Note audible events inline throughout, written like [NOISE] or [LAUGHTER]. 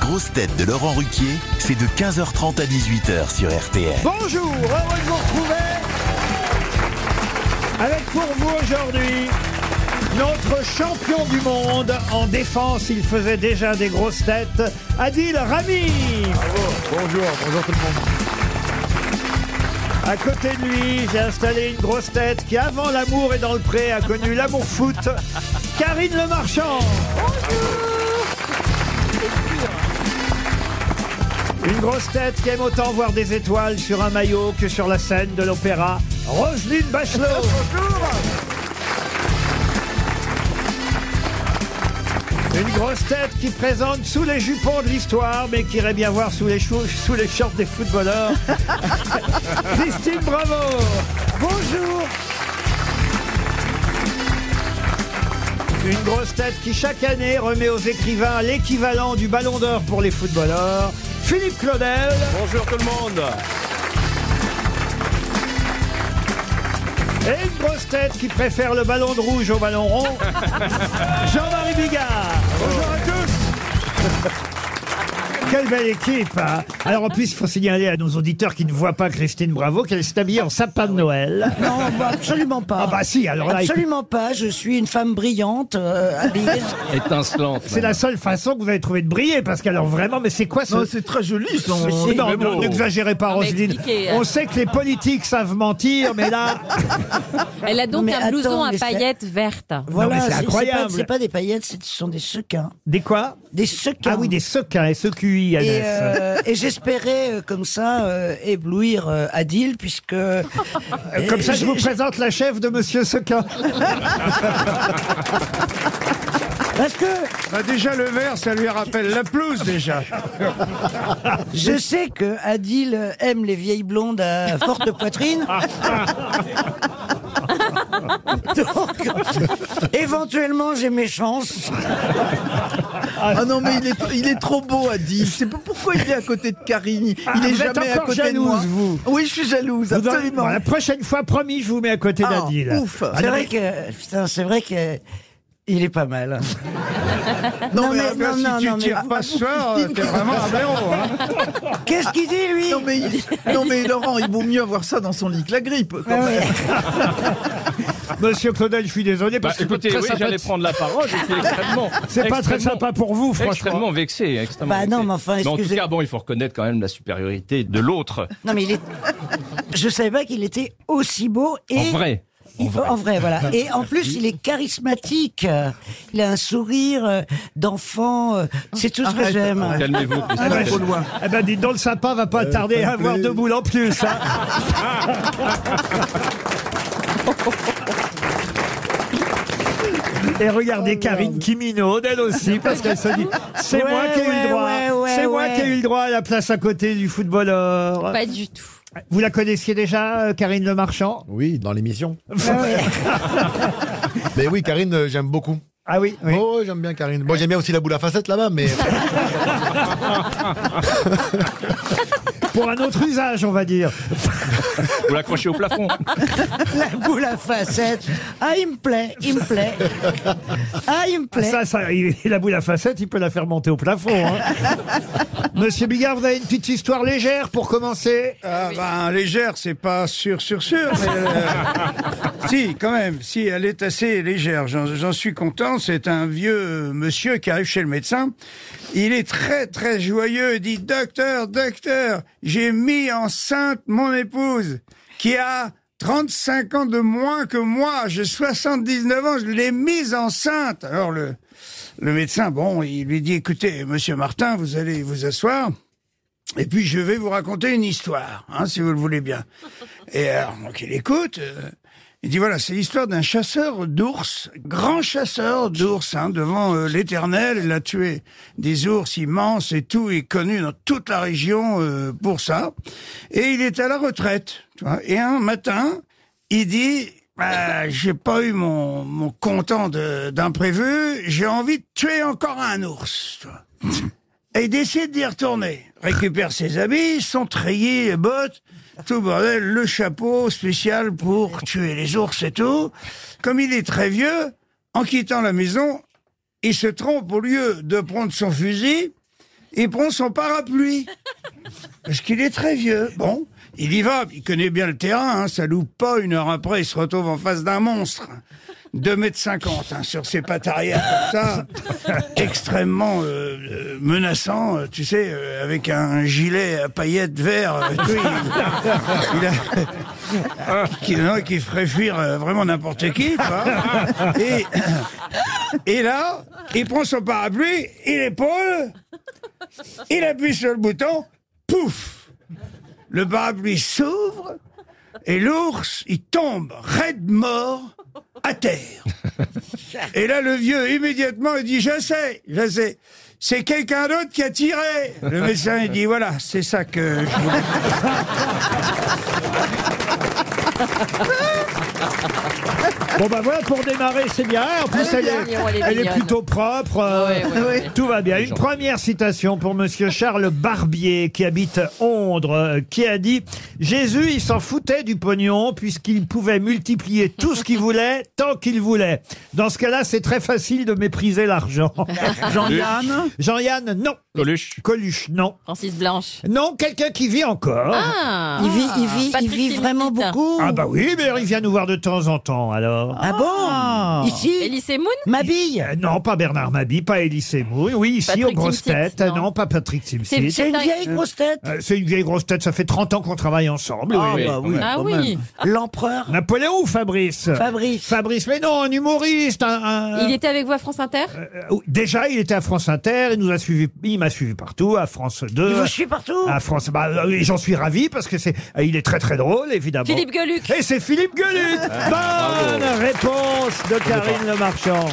grosses têtes de Laurent Ruquier, c'est de 15h30 à 18h sur RTL. Bonjour, heureux de vous retrouver avec pour vous aujourd'hui notre champion du monde en défense. Il faisait déjà des grosses têtes, Adil Rami. Bonjour, bonjour tout le monde. À côté de lui, j'ai installé une grosse tête qui, avant l'amour et dans le pré, a connu l'amour foot, Karine Le Marchand. Une grosse tête qui aime autant voir des étoiles sur un maillot que sur la scène de l'opéra, Roselyne Bachelot. Une grosse tête qui présente sous les jupons de l'histoire, mais qui irait bien voir sous les, chou- sous les shorts des footballeurs, Christine Bravo. Bonjour. Une grosse tête qui chaque année remet aux écrivains l'équivalent du ballon d'or pour les footballeurs, Philippe Claudel. Bonjour tout le monde. Et une grosse tête qui préfère le ballon de rouge au ballon rond, [LAUGHS] Jean-Marie Bigard. Bonjour à [LAUGHS] tous. Quelle belle équipe hein. Alors en plus, il faut signaler à nos auditeurs qui ne voient pas Christine Bravo qu'elle s'est habillée en sapin de Noël. Ah Non, bah, absolument pas. Ah bah si, alors là, écoute, Ah, absolument pas. Je suis une femme brillante, [LAUGHS] euh, habillée. étincelante. c'est la seule façon que vous avez trouvé de briller, parce qu'alors vraiment, mais c'est quoi ce... c'est très joli son. Non, non, n'exagérez pas, Ah, mais Roselyne. expliquez, On euh. sait que les politiques savent mentir, mais [LAUGHS] là, [LAUGHS] Elle a donc Mais un blouson attends, à mais c'est- paillettes vertes. mais Voilà, c'est c'est- c'est incroyable. pas- C'est pas, des paillettes, c'est- Bah, ce sont des sequins. des quoi Des sequins. Ah oui, des sequins, SEQI, Annès. Et, euh, et j'espérais euh, comme ça euh, éblouir euh, Adil puisque Euh, Comme ça, je j'ai- vous présente la chef de Monsieur Sequin. parce que Bah, déjà le verre, ça lui rappelle la pelouse déjà. [LAUGHS] je sais que Adil euh, aime les vieilles blondes à forte [LAUGHS] poitrine. Donc éventuellement j'ai mes chances. Ah non mais il est, il est trop beau Adil. Je sais pas pourquoi il est à côté de Karine. Il est Ah, vous êtes jamais à encore côté jalouse, de moi. vous. Oui, je suis jalouse, Vous en- absolument. Bon, [LAUGHS] la prochaine fois, promis, je vous mets à côté Ah, d'Adil. ouf. C'est vrai que putain, c'est vrai que il est pas mal. Non, Non, mais, mais- ah, ben, non, si non, tu non, mais- tires pas ce soir, euh, t'es vraiment un blaireau. hein. Qu'est-ce qu'il dit lui Non mais, il- non mais Laurent, il vaut mieux avoir ça dans son lit que la grippe. quand Ah même. ouais. Monsieur Claudel, je suis désolé Bah, parce que écoutez, très oui, sympa- j'allais prendre la parole. Je suis extrêmement. [LAUGHS] c'est pas très extrêmement- sympa pour vous, franchement. Extrêmement vexé. Extrêmement Bah non, vexé. mais enfin, en tout excusez- cas, bon, il faut reconnaître quand même la supériorité de l'autre. [LAUGHS] Non mais il est. Je savais pas qu'il était aussi beau et. En vrai. Il- En vrai. voilà. Et en plus, il est charismatique. Euh, Il a un sourire euh, d'enfant. euh, C'est tout ce que j'aime. Oh, [LAUGHS] Calmez-vous. Ah, bah, Christophe. je- Eh ben, dites donc, le sapin va Euh, pas tarder à avoir deux boules en plus. hein. Et regardez Oh, Karine qui minaude, elle aussi, parce qu'elle se dit c'est Ouais, moi qui ai eu le ouais, droit, ouais, ouais, c'est moi ouais. qui ai eu le droit à la place à côté du footballeur. Pas du tout. Vous la connaissiez déjà, euh, Karine Le Marchand Oui, dans l'émission. Ah mais oui, Karine, euh, j'aime beaucoup. Ah oui, oui. Oh, j'aime bien Karine. Bon, j'aime bien aussi la boule à facettes là-bas, [LAUGHS] mais Pour un autre usage, on va dire. Vous l'accrochez au plafond. [LAUGHS] La boule à facettes. Ah, il me plaît, il me plaît. Ah, il me plaît. Ça, ça, il- la boule à facettes, il peut la faire monter au plafond. [LAUGHS] hein. Monsieur Bigard, vous avez une petite histoire légère pour commencer Ah ben, légère, c'est pas sûr, sûr, sûr. Mais Ah euh, [LAUGHS] si, quand même, si, elle est assez légère. J'en j'en suis content. C'est un vieux euh, monsieur qui arrive chez le médecin. Il est très, très joyeux. Il dit, docteur, docteur, j'ai mis enceinte mon épouse qui a 35 ans de moins que moi. J'ai 79 ans. Je l'ai mise enceinte. Alors, le, le médecin, bon, il lui dit, écoutez, monsieur Martin, vous allez vous asseoir. Et puis je vais vous raconter une histoire, hein, si vous le voulez bien. Et alors, donc il écoute. euh, il dit voilà, c'est l'histoire d'un chasseur d'ours, grand chasseur d'ours, hein, devant euh, l'Éternel. Il a tué des ours immenses et tout. Il est connu dans toute la région euh, pour ça. Et il est à la retraite. Tu vois. Et un matin, il dit bah, j'ai pas eu mon, mon comptant de- d'imprévu. J'ai envie de tuer encore un ours. tu vois. Et il décide d'y retourner. Récupère ses habits, son treillis, les bottes, tout le bordel, le chapeau spécial pour tuer les ours et tout. Comme il est très vieux, en quittant la maison, il se trompe au lieu de prendre son fusil, il prend son parapluie. Parce qu'il est très vieux. Bon, il y va, il connaît bien le terrain, hein, ça loupe pas. Une heure après, il se retrouve en face d'un monstre. 2 mètres 50 hein, sur ses pattes arrière comme ça, extrêmement euh, euh, menaçant, euh, tu sais, euh, avec un gilet à paillettes vert, euh, tu sais, il, il a- [LAUGHS] qui, non, qui ferait fuir euh, vraiment n'importe qui, tu vois. Et, et là, il prend son parapluie, il épaule, il appuie sur le bouton, pouf Le parapluie s'ouvre et l'ours, il tombe raide mort à terre. Et là, le vieux, immédiatement, il dit Je sais, je sais. C'est quelqu'un d'autre qui a tiré. Le médecin, il dit Voilà, c'est ça que je voulais. Bon bah voilà, pour démarrer, c'est bien. En plus, elle, est est, mignonne, elle est elle est mignonne. plutôt propre. euh, Ouais, ouais, ouais. [LAUGHS] Tout va bien. Une première citation pour Monsieur Charles Barbier, qui habite Ondres, euh, qui a dit « Jésus, il s'en foutait du pognon, puisqu'il pouvait multiplier tout [LAUGHS] ce qu'il voulait, tant qu'il voulait. Dans ce cas-là, c'est très facile de [LAUGHS] mépriser l'argent. Jean-Yann » Jean-Yann, non. Coluche. Coluche, non. Francis Blanche. Non, quelqu'un qui vit encore. Ah, Il vit, il vit, il Patrick vit Timsit. vraiment beaucoup. Oh. Ah bah oui, mais il vient nous voir de temps en temps, alors. Ah bon Ici Elise Moon Mabille Euh, Non, pas Bernard Mabi, pas Elie Semoun. Oui, ici, Patrick aux grosses Timsit, têtes. non. Non. pas Patrick Timsit. C'est une un- vieille grosse tête Euh, C'est une vieille grosse tête, ça fait 30 ans qu'on travaille ensemble. Ah oui. bah quand oui, même. Ah quand oui. même. L'empereur Napoléon ou Fabrice Fabrice. Fabrice, mais non, un humoriste. un- un- Il était avec vous à France Inter Euh, Déjà, il était à France Inter, il nous a suivi, il m'a suivi partout, à France Il 2. vous suit partout À France, bah, euh, et j'en suis ravi parce que c'est, euh, il est très très drôle, [LAUGHS] évidemment. Philippe Gueluc. Ah. Et c'est Philippe Gueluc. Bonne réponse de Karine Le Marchand.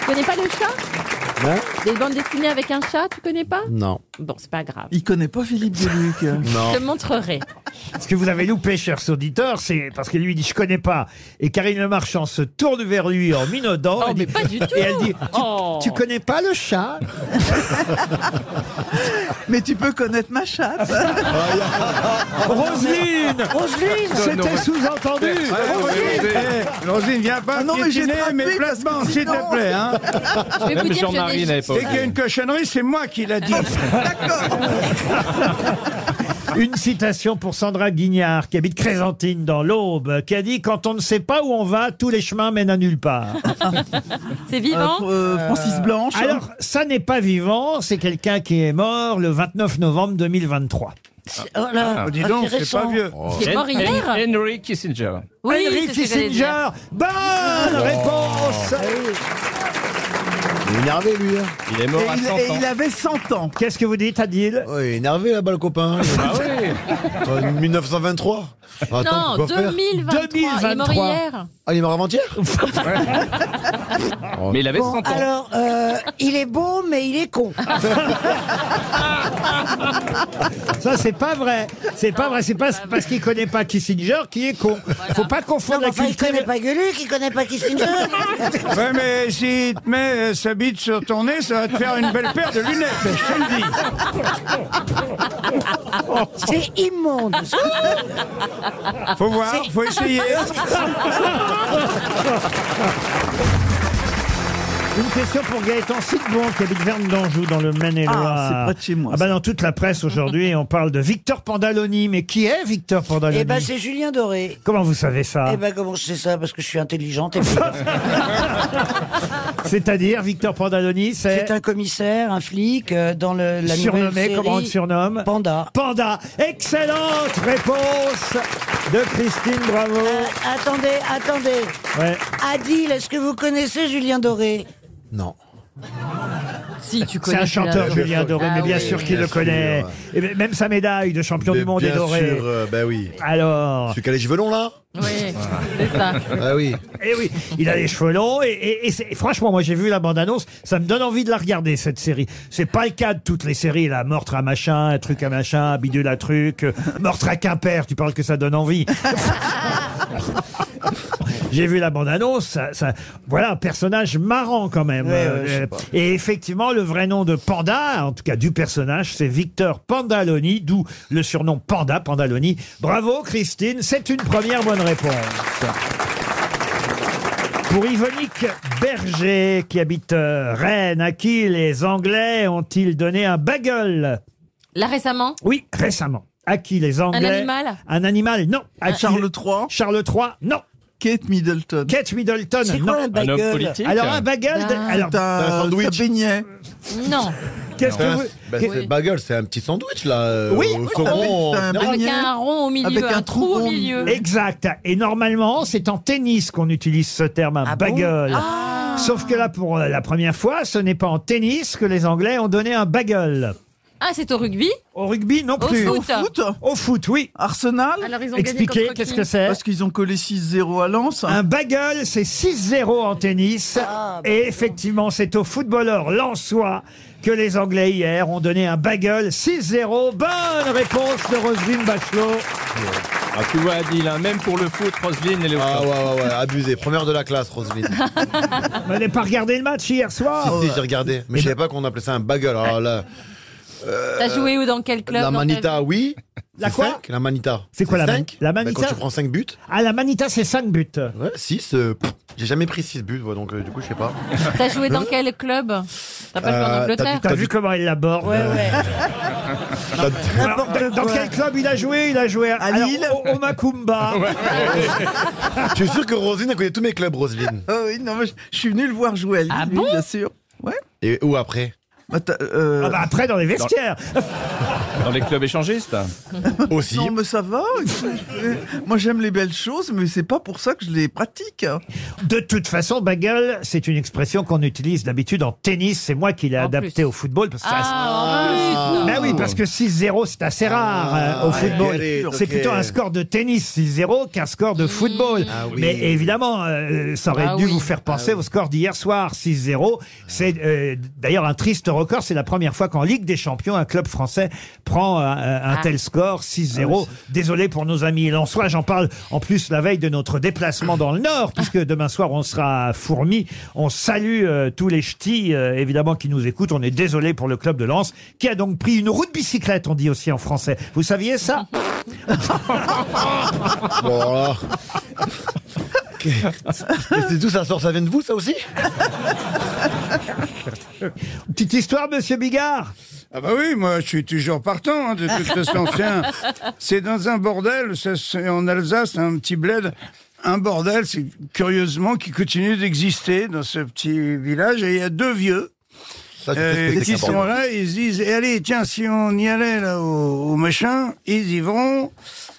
Tu connais pas le chat Non. Des bandes dessinées avec un chat, tu connais pas Non. Bon, c'est pas grave. Il connaît pas Philippe Gueluc. hein. Je te montrerai. Ce que vous avez loupé, chers auditeurs, c'est parce que lui dit je connais pas. Et Karine Le Marchand se tourne vers lui en minaudant. Oh, Elle mais dit- pas du tout [LAUGHS] Et elle dit, tu, Oh. tu connais pas le chat [LAUGHS] Mais tu peux connaître ma chatte. Roselyne Roselyne C'était sous-entendu Rosine, eh, viens pas Ah non, mais j'ai piétiner frappé mes parce placements, que s'il sinon- te plaît. hein. Je vais vous Même dire que Jean-Marie je n'avait n'ai- pas Dès qu'il y a une cochonnerie, c'est moi qui l'a [LAUGHS] dit. Une citation pour Sandra Guignard, qui habite Crésentine dans l'Aube, qui a dit Quand on ne sait pas où on va, tous les chemins mènent à nulle part. C'est [LAUGHS] vivant Euh, Francis Blanche. Alors, ça n'est pas vivant, c'est quelqu'un qui est mort le 29 novembre 2023. Oh là, dis donc, c'est intéressant. pas vieux. Il est mort Hen- hier Hen- Ah. Oh. Henry Kissinger. Oui, Henry c'est ce que j'allais dire. Oh. Ah Kissinger Bonne réponse Il est énervé, lui. hein. Il est mort Et à il, 100 et ans. il avait 100 ans. Qu'est-ce que vous dites, Adil Ouais, Oh, il est énervé là-bas, le copain. Ah oui Euh, 1923. Attends, Non, tu peux faire. 2023. Il est mort 2023. hier. Ah, il est [LAUGHS] mort avant-hier Mais il avait Bon, 100 ans. alors, euh, il est beau, mais il est con. Ça, c'est pas vrai. C'est pas vrai. C'est pas Ah parce qu'il connaît pas Kissinger qui est con. Faut pas Non, confondre mais la enfin, il culture. connaît pas Gueluc, il connaît pas Kissinger. [LAUGHS] Ouais, mais s'il te met euh, sa bite sur ton nez, ça va te faire une belle paire de lunettes, je te [LAUGHS] le dis. Oh. C'est immonde. [LAUGHS] Faut voir, faut [LAUGHS] essayer. Une question pour Gaëtan Sidbon, qui habite Verne d'Anjou, dans le Maine-et-Loire. Ah, c'est près de chez moi, Ah bah ça. dans toute la presse aujourd'hui, on parle de Victor Pandaloni. Mais qui est Victor Pandaloni Eh ben, c'est Julien Doré. Comment vous savez ça Eh ben, comment je sais ça Parce que je suis intelligente. et puis- [LAUGHS] C'est-à-dire, Victor Pandaloni, c'est C'est un commissaire, un flic, euh, dans le, la nouvelle surnommé, série comment on le surnomme Panda. Panda. Ah, Excellente réponse de Christine Bravo. Euh, attendez, attendez. Ouais. Adil, est-ce que vous connaissez Julien Doré Non. Si, tu C'est connais. un chanteur, Julien Julien Doré, Doré. mais Ah bien oui. sûr qu'il Bien le sûr, connaît. Et ben, même sa médaille de champion Mais du monde est bien dorée. sûr, euh, bah oui. Alors, Celui qui a les cheveux longs, là Oui, c'est ça. Ah oui. eh oui, il a les cheveux longs et, et- et c'est- et franchement, moi j'ai vu la bande-annonce, ça me donne envie de la regarder cette série. C'est pas le cas de toutes les séries, la meurtre à machin, un truc à machin, un bidule à truc, euh, meurtre à Quimper, tu parles que ça donne envie. J'ai vu la bande-annonce, ça, ça- voilà un personnage marrant quand même. Ouais, ouais, je sais Euh, et effectivement, le vrai nom de Panda, en tout cas du personnage, c'est Victor Pandaloni, d'où le surnom Panda Pandaloni. Bravo Christine, c'est une première bonne réponse. Pour Yvonique Berger, qui habite euh, Rennes, à qui les Anglais ont-ils donné un bagel Là récemment, Oui, récemment. À qui les Anglais animal Un animal, non. À qui- Charles III, Charles III, non. Kate Middleton. Kate Middleton, C'est non. quoi un Un homme bagel politique Alors un bagel, de- Ah. alors T'as sandwich. t'as baigné. Non. qu'est-ce que vous Bah, qu'est- c'est bagel, c'est un petit sandwich là. euh, Oui, au oui, saumon. t'as un Non, Avec Beignet. un rond au milieu, Avec un, un trou trou au rond. milieu. Exact. Et normalement, c'est en tennis qu'on utilise ce terme, un Ah bon bagel. Ah. Sauf que là, pour euh, la première fois, ce n'est pas en tennis que les Anglais ont donné un bagel. Ah, c'est au rugby Au rugby, non Au plus. foot. Foot Au foot, oui. Arsenal Alors ils ont Expliquez, gagné qu'est-ce que [LAUGHS] c'est Parce qu'ils ont collé 6-0 à Lens. Un bagel, c'est 6-0 en tennis. Ah, bah et effectivement, c'est au footballeur Lançois que les Anglais hier ont donné un bagel 6-0. Bonne réponse de Roselyne Bachelot. Ah, tu vois, Adil, hein, même pour le foot, Roselyne, elle est au Ah top. ouais, ouais, ouais, abusé. Première de la classe, [LAUGHS] Roselyne. si, Vous n'avez pas regardé le match hier soir si, j'ai regardé. Mais je bah- savais pas qu'on appelait ça un bagel. Alors là, euh, T'as joué où dans quel club la dans quel- manita, oui. La C'est quoi cinq, La manita. C'est quoi la man- manita la manita Quand tu prends 5 buts, Ah, la Manita, c'est 5 buts. ouais, 6. j'ai jamais pris 6 buts, ouais, donc euh, du coup, je sais pas. T'as joué dans quel club T'as pas joué en Euh, Angleterre T'as vu comment il l'aborde Alors, dans- Dans quel club il a joué Il a joué à, alors, Lille au, au Bah, Macumba. [LAUGHS] Je suis sûr que Roselyne, elle connaît tous mes clubs, Roselyne. Ah oui, non, mais je, je suis venu le voir jouer à Lille, Ah lui, bon bien sûr. Ouais. Et où après Bah, t'as, euh, Ah bah, après, dans les vestiaires. Dans les clubs échangistes. [LAUGHS] Aussi. Non, mais ça va. [LAUGHS] Moi, j'aime les belles choses, mais c'est pas pour ça que je les pratique. hein. De toute façon, bagel, c'est une expression qu'on utilise d'habitude en tennis. C'est moi qui l'ai En adaptée plus. au football. Parce que ça- Ah, en plus Ben oui, parce que 6-0, c'est assez rare euh, au Ah, ouais, football. ouais, c'est ok. plutôt un score de tennis 6-0 qu'un score de football. Ah oui. Mais évidemment, euh, ça aurait Mmh. Ah dû oui. vous faire penser au score d'hier soir, 6-0. C'est euh, d'ailleurs un triste record. C'est la première fois qu'en Ligue des Champions, un club français prend un, un Ah. tel score, 6-0. Désolé pour nos amis lensois, j'en parle en plus la veille de notre déplacement dans le Nord, puisque demain soir, on sera à Fourmi. On salue euh, tous les ch'tis, euh, évidemment, qui nous écoutent. On est désolé pour le club de Lens, qui a donc pris une roue de bicyclette, on dit aussi en français. Vous saviez ça Bon, [LAUGHS] alors. Ok. Mais C'est tout ça sort, ça vient de vous, ça aussi Petite histoire, monsieur Bigard Ah bah oui, moi je suis toujours partant, hein, de toute façon. Tiens, c'est dans un bordel, ça, c'est en Alsace, un petit bled, un bordel, c'est curieusement qui continue d'exister dans ce petit village. Et il y a deux vieux Ça, tu sais ce euh, que c'est qui qu'un sont bordel. là, ils se disent, eh, allez, tiens, si on y allait là au, au machin, ils y vont.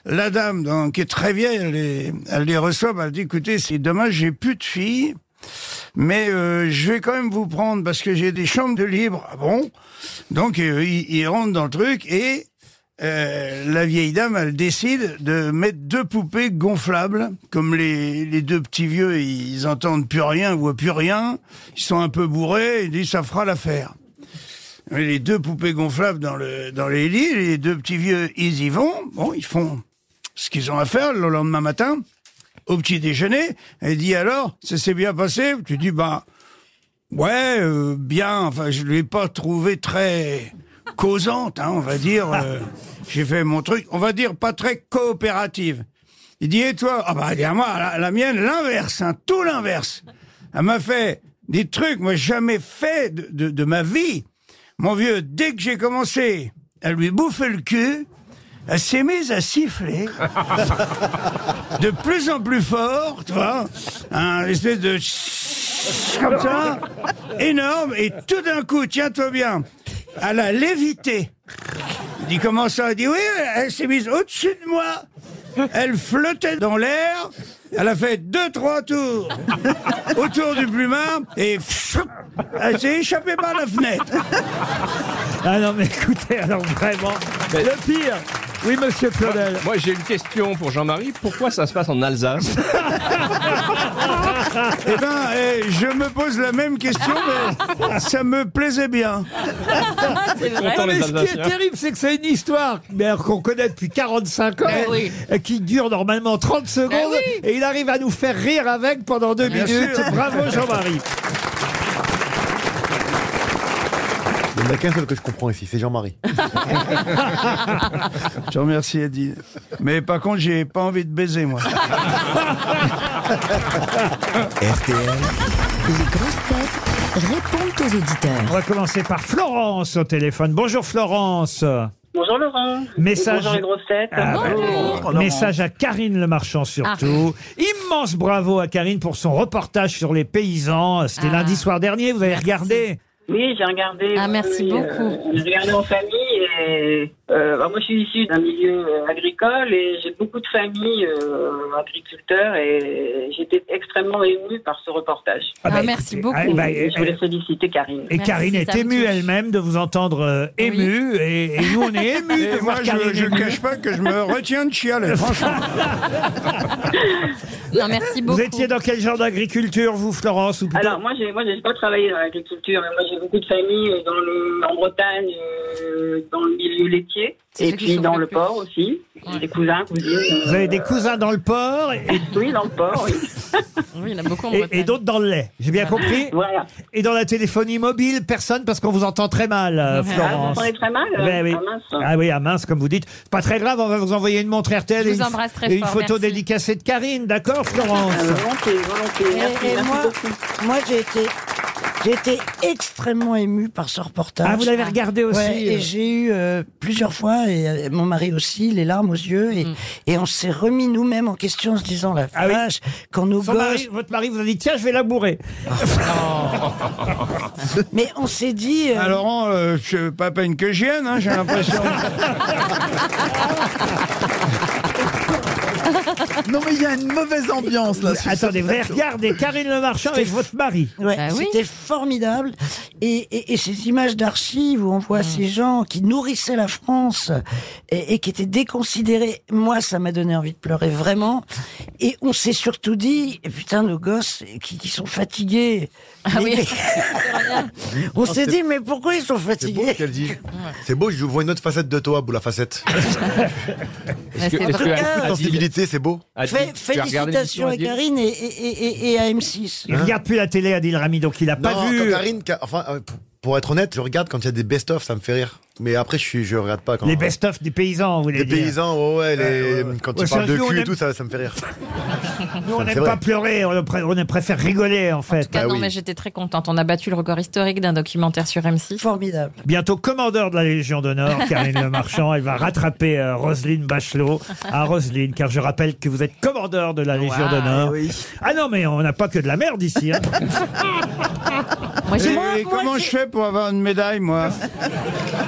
La dame, donc, qui est très vieille, elle les, elle les reçoit, bah, elle dit, écoutez, c'est dommage, j'ai plus de filles. Mais euh, je vais quand même vous prendre parce que j'ai des chambres de libre. Ah bon Donc euh, ils, ils rentrent dans le truc et euh, la vieille dame, elle décide de mettre deux poupées gonflables. Comme les, les deux petits vieux, ils entendent plus rien, ils voient plus rien. Ils sont un peu bourrés, ils disent ça fera l'affaire. Mais les deux poupées gonflables dans, le, dans les lits, les deux petits vieux, ils y vont. Bon, ils font ce qu'ils ont à faire le lendemain matin au petit déjeuner. Elle dit alors, ça s'est bien passé Tu dis bah ouais, euh, bien. Enfin, je l'ai pas trouvé très causante, hein, on va dire. euh, J'ai fait mon truc, on va dire pas très coopérative. Il dit et toi Ah bah il y a moi la, la mienne l'inverse, hein, tout l'inverse. Elle m'a fait des trucs moi jamais fait de, de, de ma vie. Mon vieux, dès que j'ai commencé à lui bouffer le cul, elle s'est mise à siffler de plus en plus fort, tu vois, un espèce de comme ça, énorme, et tout d'un coup, tiens-toi bien, elle a lévité. Il dit comment ça Il dit oui, elle s'est mise au-dessus de moi. Elle flottait dans l'air. Elle a fait deux, trois tours [LAUGHS] autour du plumard et elle s'est échappée par la fenêtre. Ah non, mais écoutez, alors vraiment, Mais- le pire Oui, monsieur Claudel Moi, j'ai une question pour Jean-Marie. Pourquoi ça se passe en [LAUGHS] Alsace Eh ben, eh, je me pose la même question, mais ça me plaisait bien. c'est vrai. Content, les Mais ce qui est Alsaciens. terrible, c'est que c'est une histoire mais alors, qu'on connaît depuis 45 ans, Ben oui. Eh euh, qui dure normalement 30 secondes, et il arrive à nous faire rire avec pendant deux [LAUGHS] Bien minutes. sûr. Bravo Jean-Marie. n'y en a qu'un seul que je comprends ici, c'est Jean-Marie. Je te remercie, Adi. Mais par contre, j'ai pas envie de baiser, moi. RTL, Les grosses têtes répondent aux auditeurs. On va commencer par Florence au téléphone. Bonjour Florence. Bonjour Laurent. Message- Et Bonjour les grosses têtes. Ah, bah, Bonjour. Message à Karine Le Marchand surtout. Ah. Immense bravo à Karine pour son reportage sur les paysans. C'était Ah. lundi soir dernier, vous avez regardé. Oui, j'ai regardé. Ah, oui, merci oui, beaucoup. euh, j'ai regardé en famille et euh, bah, moi je suis issue d'un milieu euh, agricole et j'ai beaucoup de familles euh, agriculteurs et j'étais extrêmement émue par ce reportage. Ah, bah, merci écoutez, beaucoup. ah, bah, Et je voulais féliciter Karine. Et Merci, Karine est ça me émue touche. elle-même de vous entendre euh, émue. Et, et nous, on est émus de Et moi, voir Karine je, je émue. cache pas que je [LAUGHS] me retiens de chialer, franchement. Non, merci beaucoup. Vous étiez dans quel genre d'agriculture, vous, Florence ou plutôt- Alors moi j'ai moi j'ai pas travaillé dans l'agriculture, mais moi j'ai beaucoup de familles euh, dans le, en Bretagne, euh, dans le milieu laitier C'est et ceux qui puis sont dans le le plus. port aussi. J'ai Des cousins, cousines. Vous avez des cousins dans le porc et, euh, Oui, dans le port. Oui. Oui, il y en a beaucoup en et- Bretagne. et d'autres dans le lait. J'ai bien compris. Voilà. Et dans la téléphonie mobile, personne, parce qu'on vous entend très mal, euh, Ouais. Ah, vous Florence. entendez très mal. Ouais, euh, oui. ah, mince. Ah oui, à mince, comme vous dites. C'est Pas très grave, on va vous envoyer une montre RTL Je et vous une, embrasse très et une fort, photo merci. dédicacée de Karine, d'accord, Florence Euh, volontiers, volontiers. Et, Merci, et merci moi, beaucoup. moi j'ai été, j'ai été extrêmement émue par ce reportage. Ah, vous l'avez regardé aussi Ouais, et j'ai eu euh, plusieurs fois, et euh, mon mari aussi, les larmes aux yeux, et, et on s'est remis nous-mêmes en question en se disant la Mm. Ah oui. vache, quand nos Son gosses- mari- votre mari vous a dit tiens je vais labourer. Oh. [LAUGHS] Mais on s'est dit, euh, Ah, Laurent, euh, je pas à peine que je vienne, hein, j'ai [LAUGHS] l'impression. [LAUGHS] Non, mais il y a une mauvaise ambiance là. sur Attendez, ce vous avez plateau. regardé Karine Le Marchand avec votre mari. Ouais, Bah oui. c'était formidable. Et, et- et ces images d'archives où on Mm. voit ces gens qui nourrissaient la France et, et qui étaient déconsidérés, moi, ça m'a donné envie de pleurer vraiment. Et on s'est surtout dit, et putain, nos gosses qui, qui sont fatigués. Ah Mais- oui. [LAUGHS] on Ah, s'est dit, mais pourquoi ils sont C'est beau fatigués ce qu'elle dit. C'est beau, je vois une autre facette de toi, boule [LAUGHS] la facette. Ouais, c'est est-ce vrai. que Ah, Adil- Sensibilité, c'est beau. Adil, Fé- tu as regardé l'émission, Félicitations à Adil Karine et, et- et- et à M6. Il regarde plus la télé, Adil Rami, donc il a pas non, vu. quand Karine, Ka- enfin, euh, pour- pour être honnête, je regarde quand il y a des best-of, ça me fait rire. Mais après, je, suis- je regarde pas quand. Les best-of des paysans, vous voulez Les dire. paysans, ouais, ouais, les- quand Ouais, ils parlent de sérieux, on cul aime- et tout, ça, ça me fait rire. Nous, on C'est n'aime vrai. pas pleurer, on, pré- on préfère rigoler, en fait. Ah Bah non, oui. mais j'étais très contente. On a battu le record historique d'un documentaire sur M6. Formidable. Bientôt commandeur de la Légion d'honneur, Karine Le Marchand. Elle va rattraper euh, Roselyne Bachelot à Roselyne, car je rappelle que vous êtes commandeur de la Légion d'honneur. Ah non, mais on n'a pas que de la merde ici. hein. Moi, Et, j'ai et comment je fais pour avoir une médaille, moi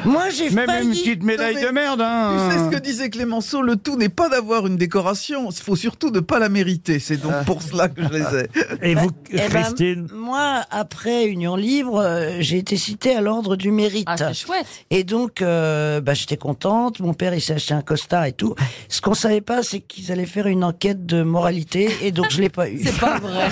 Moi, j'ai Même failli... une petite médaille Non, mais de merde, Tu hein sais ce que disait Clémenceau, le tout n'est pas d'avoir une décoration, il faut surtout ne pas la mériter. C'est Ah. donc pour cela que je les ai. Et Bah, vous, Eh ben, Christine moi, après Union Libre, euh, j'ai été citée à l'ordre du mérite. Ah, c'est chouette. Et donc, euh, bah, j'étais contente. Mon père, il s'est acheté un costard et tout. Ce qu'on savait pas, c'est qu'ils allaient faire une enquête de moralité. Et donc, je l'ai pas eu. C'est [LAUGHS] pas vrai.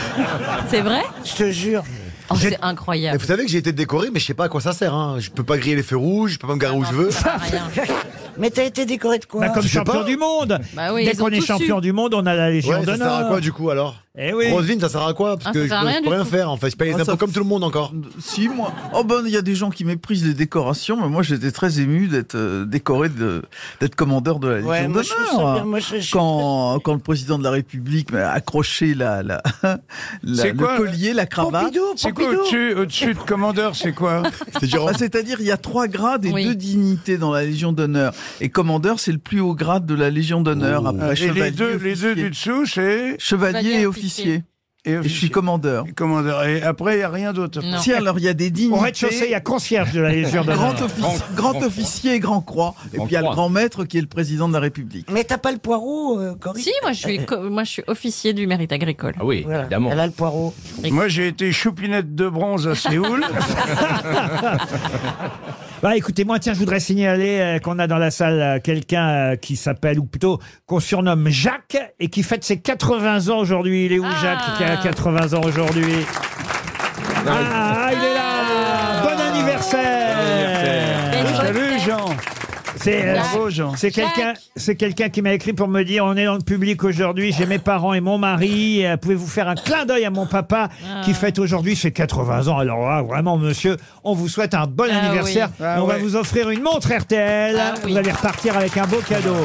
C'est vrai Je te jure. Oh, C'est Mais incroyable. vous savez que j'ai été décoré, mais je sais pas à quoi ça sert. Hein. Je peux pas griller les feux rouges, je peux pas me garer où je veux. Ça sert à rien. Mais t'as été décoré de quoi Bah, Comme Je sais champion pas. du monde. Bah oui, Dès ils qu'on ont est tous champion su. du monde, on a la Légion Ouais, ça sert à d'honneur. quoi du coup alors Eh oui. Roselyne, ça sert à quoi Ah, Parce ça que je sert à peux- rien je du peux rien tout. faire en fait. Je paye les Ah, ça impôts comme f- tout le monde encore. Si, moi. Oh ben, il y a des gens qui méprisent les décorations, mais moi j'étais très ému d'être euh, décoré, de- d'être commandeur de la Légion Ouais, moi, je trouve ça bien. d'honneur. Moi, je, je- Quand, quand le président de la République m'a accroché la, la, [LAUGHS] la- C'est quoi, le collier, la cravate. Pompidou, C'est quoi Pompidou. au-dessus au-dessus de commandeur [LAUGHS] C'est quoi C'est dur. Ah, C'est-à-dire, il y a trois grades et Oui. deux dignités dans la Légion d'honneur. Et commandeur, c'est le plus haut grade de la Légion d'honneur. Après, Et chevalier, les deux, les deux officier. du dessous, c'est. Chevalier Chevalier, et officier. officier. Et Et je suis commandeur. commandeur. Et après, il n'y a rien d'autre. Non. Si, alors, il y a des Au dignités. rez-de-chaussée, il y a concierge de la Légion d'honneur. Grand, offici- Grand- grand grand- officier et grand croix. Et Grand puis il y a le croix. grand maître qui est le président de la République. Eh, Mais t'as pas le poireau, euh, Corinne Si, moi je, suis, co- moi, je suis officier du mérite agricole. Ah oui, Voilà. évidemment. Elle a le poireau. Moi, j'ai été choupinette de bronze à Séoul. Bah écoutez, moi tiens, je voudrais signaler euh, qu'on a dans la salle euh, quelqu'un euh, qui s'appelle, ou plutôt qu'on surnomme Jacques, et qui fête ses 80 ans aujourd'hui. Il est où Jacques qui a Ah. 80 ans aujourd'hui Ah, il est là Bon anniversaire anniversaire. Et je- Salut, Jean. C'est euh, Bravo, Jean. c'est quelqu'un c'est quelqu'un qui m'a écrit pour me dire on est dans le public aujourd'hui, j'ai mes parents et mon mari, euh, pouvez-vous faire un clin d'œil à mon papa Ah. qui fête aujourd'hui ses 80 ans. Alors là, vraiment monsieur, on vous souhaite un bon Ah anniversaire. oui. Ah on va ouais. vous offrir une montre RTL. Ah oui. Vous allez repartir avec un beau cadeau.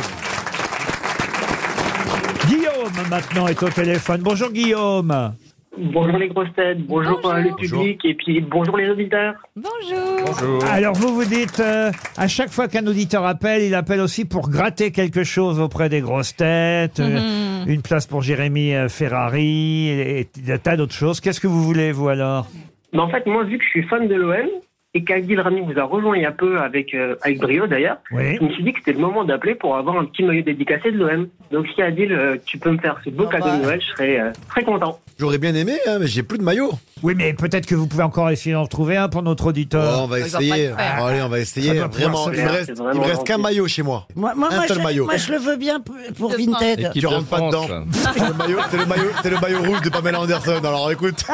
Guillaume maintenant est au téléphone. Bonjour Guillaume. Bonjour les grosses têtes, bonjour, euh, le public et puis bonjour les auditeurs. Bonjour. Alors vous vous dites, euh, à chaque fois qu'un auditeur appelle, il appelle aussi pour gratter quelque chose auprès des grosses têtes, euh, une place pour Jérémy euh, Ferrari, et, et des tas d'autres choses. Qu'est-ce que vous voulez, vous alors Mais en fait, moi, vu que je suis fan de l'OM et qu'Adil Rami vous a rejoint il y a peu avec, euh, avec brio d'ailleurs, Oui. je me suis dit que c'était le moment d'appeler pour avoir un petit maillot dédicacé de l'OM. Donc si Adil, euh, tu peux me faire ce Ah beau bah. cadeau de Noël, je serais euh, très content. J'aurais bien aimé, hein, mais j'ai plus de maillot. Oui, mais peut-être que vous pouvez encore essayer d'en trouver un pour notre auditeur. Oh, on va essayer. Oh, allez, on va essayer. Ça doit pouvoir Vraiment, se il faire. me reste, C'est il vraiment me reste qu'un gentil. maillot chez moi. Moi, moi, un moi, seul je, maillot. moi, je le veux bien pour, pour Vinted. Tu rentres pas dedans. C'est le maillot- C'est le, maillot- c'est le maillot rouge de Pamela Anderson. Alors [LAUGHS] écoute,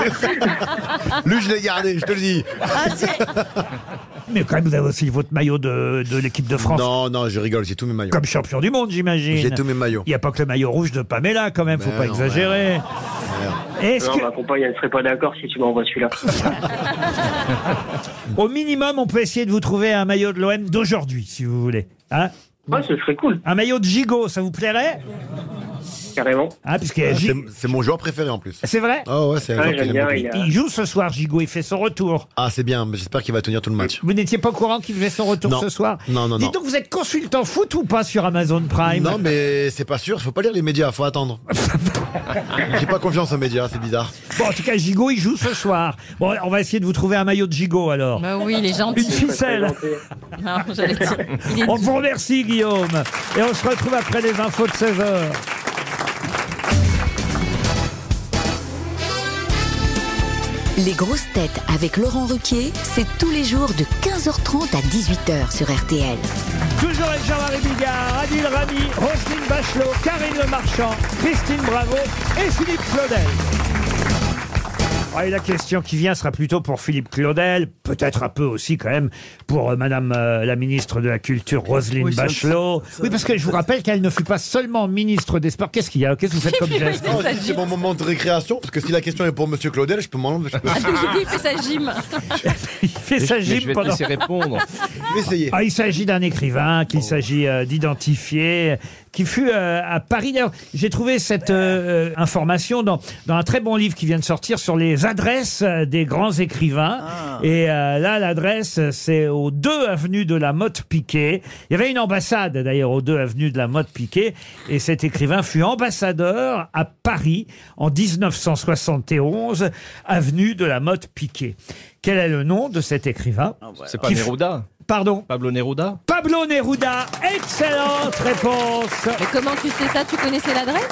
lui je l'ai gardé, je te le dis. Mais quand même, vous avez aussi votre maillot de, de l'équipe de France. Non, non, je rigole, j'ai tous mes maillots. Comme champion du monde, j'imagine. J'ai tous mes maillots. Ben Il n'y a pas que le maillot rouge de Pamela, quand même, faut Mais pas non, exagérer. Est-ce Non, que- ma compagne, elle ne serait pas d'accord si tu m'envoies celui-là. Au minimum, on peut essayer de vous trouver un maillot de l'OM d'aujourd'hui, si vous voulez. Hein ce serait cool. Un maillot de gigot, ça vous plairait Carrément. Ah, puisque Ah, Gi- c'est- c'est mon joueur préféré en plus. C'est vrai Ah ouais, c'est un Ouais, joueur que j'aime j'aime bien, beaucoup. il a- Il joue ce soir, Gigot, il fait son retour. Ah, c'est bien, mais j'espère qu'il va tenir tout le match. vous n'étiez pas au courant qu'il faisait son retour Non. ce soir Non, non, non. Dites donc, vous êtes consultant foot ou pas sur Amazon Prime Non, mais c'est pas sûr, faut pas lire les médias, faut attendre. J'ai pas confiance aux médias, c'est bizarre. [LAUGHS] Bon, en tout cas, Gigot, il joue ce soir. Bon, on va essayer de vous trouver un maillot de Gigot alors. Bah [LAUGHS] oui, il est gentil. Une ficelle. [LAUGHS] Non, j'allais dire, il est [LAUGHS] On vous remercie, Guillaume. Et on se retrouve après les infos de 16h. Les grosses têtes avec Laurent Ruquier, c'est tous les jours de 15h30 à 18h sur RTL. Toujours avec Jean-Marie Bigard, Adil Rami, Roselyne Bachelot, Karine Le Marchand, Christine Bravo et Philippe Claudel. Ah, et la question qui vient sera plutôt pour Philippe Claudel, peut-être un peu aussi quand même pour euh, Madame euh, la ministre de la Culture, Roselyne Oui, ça, Bachelot. ça, ça, oui, parce que je vous rappelle qu'elle ne fut pas seulement ministre des Sports. Qu'est-ce qu'il y a Qu'est-ce [LAUGHS] que vous faites [LAUGHS] comme geste Oh, si c'est mon moment de récréation, parce que si la question est pour Monsieur Claudel, je peux m'en. je peux- Ah, donc, j'ai [LAUGHS] dit, il fait sa gym. fait sa Mais je- mais gym je vais te pendant- laisser répondre. Je vais essayer. Oh. Ah, il s'agit d'un écrivain qu'il s'agit euh, d'identifier, euh, qui fut euh, à Paris. D'ailleurs, j'ai trouvé cette euh, euh, information dans, dans un très bon livre qui vient de sortir sur les adresses euh, des grands écrivains. Ah. Et euh, là, l'adresse, c'est aux 2 avenue de la Motte-Piquet. Il y avait une ambassade, d'ailleurs, aux 2 avenue de la Motte-Piquet. Et cet écrivain fut ambassadeur à Paris en 1971, avenue de la Motte-Piquet. Quel est le nom de cet écrivain Ah C'est pas Qui f- Neruda Pardon Pablo Neruda Pablo Neruda, excellente réponse. Mais comment tu sais ça Tu connaissais l'adresse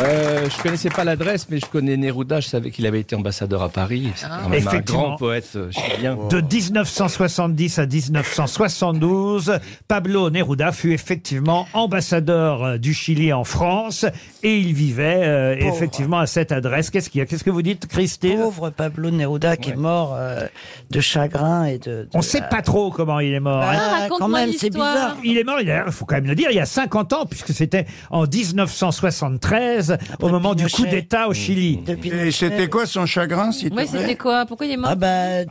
Euh, Je connaissais pas l'adresse, mais je connais Neruda. Je savais qu'il avait été ambassadeur à Paris. C'est quand même un Effectivement. grand poète euh, chilien. De 1970 à 1972, Pablo Neruda fut effectivement ambassadeur euh, du Chili en France et il vivait euh, Pauvre. effectivement à cette adresse. Qu'est-ce qu'il y a Qu'est-ce que vous dites, Christine Pauvre Pablo Neruda qui est mort euh, de chagrin et de. de- On sait pas trop comment il est mort. Ah, hein. raconte-moi quand même, c'est l'histoire. bizarre. Il est mort, il a- faut quand même le dire, il y a 50 ans, puisque c'était en 1973, au moment du coup Pinochet. d'État au Chili. Et c'était quoi son chagrin, si [LAUGHS] Ouais, c'était quoi Pourquoi il est mort Ah bah,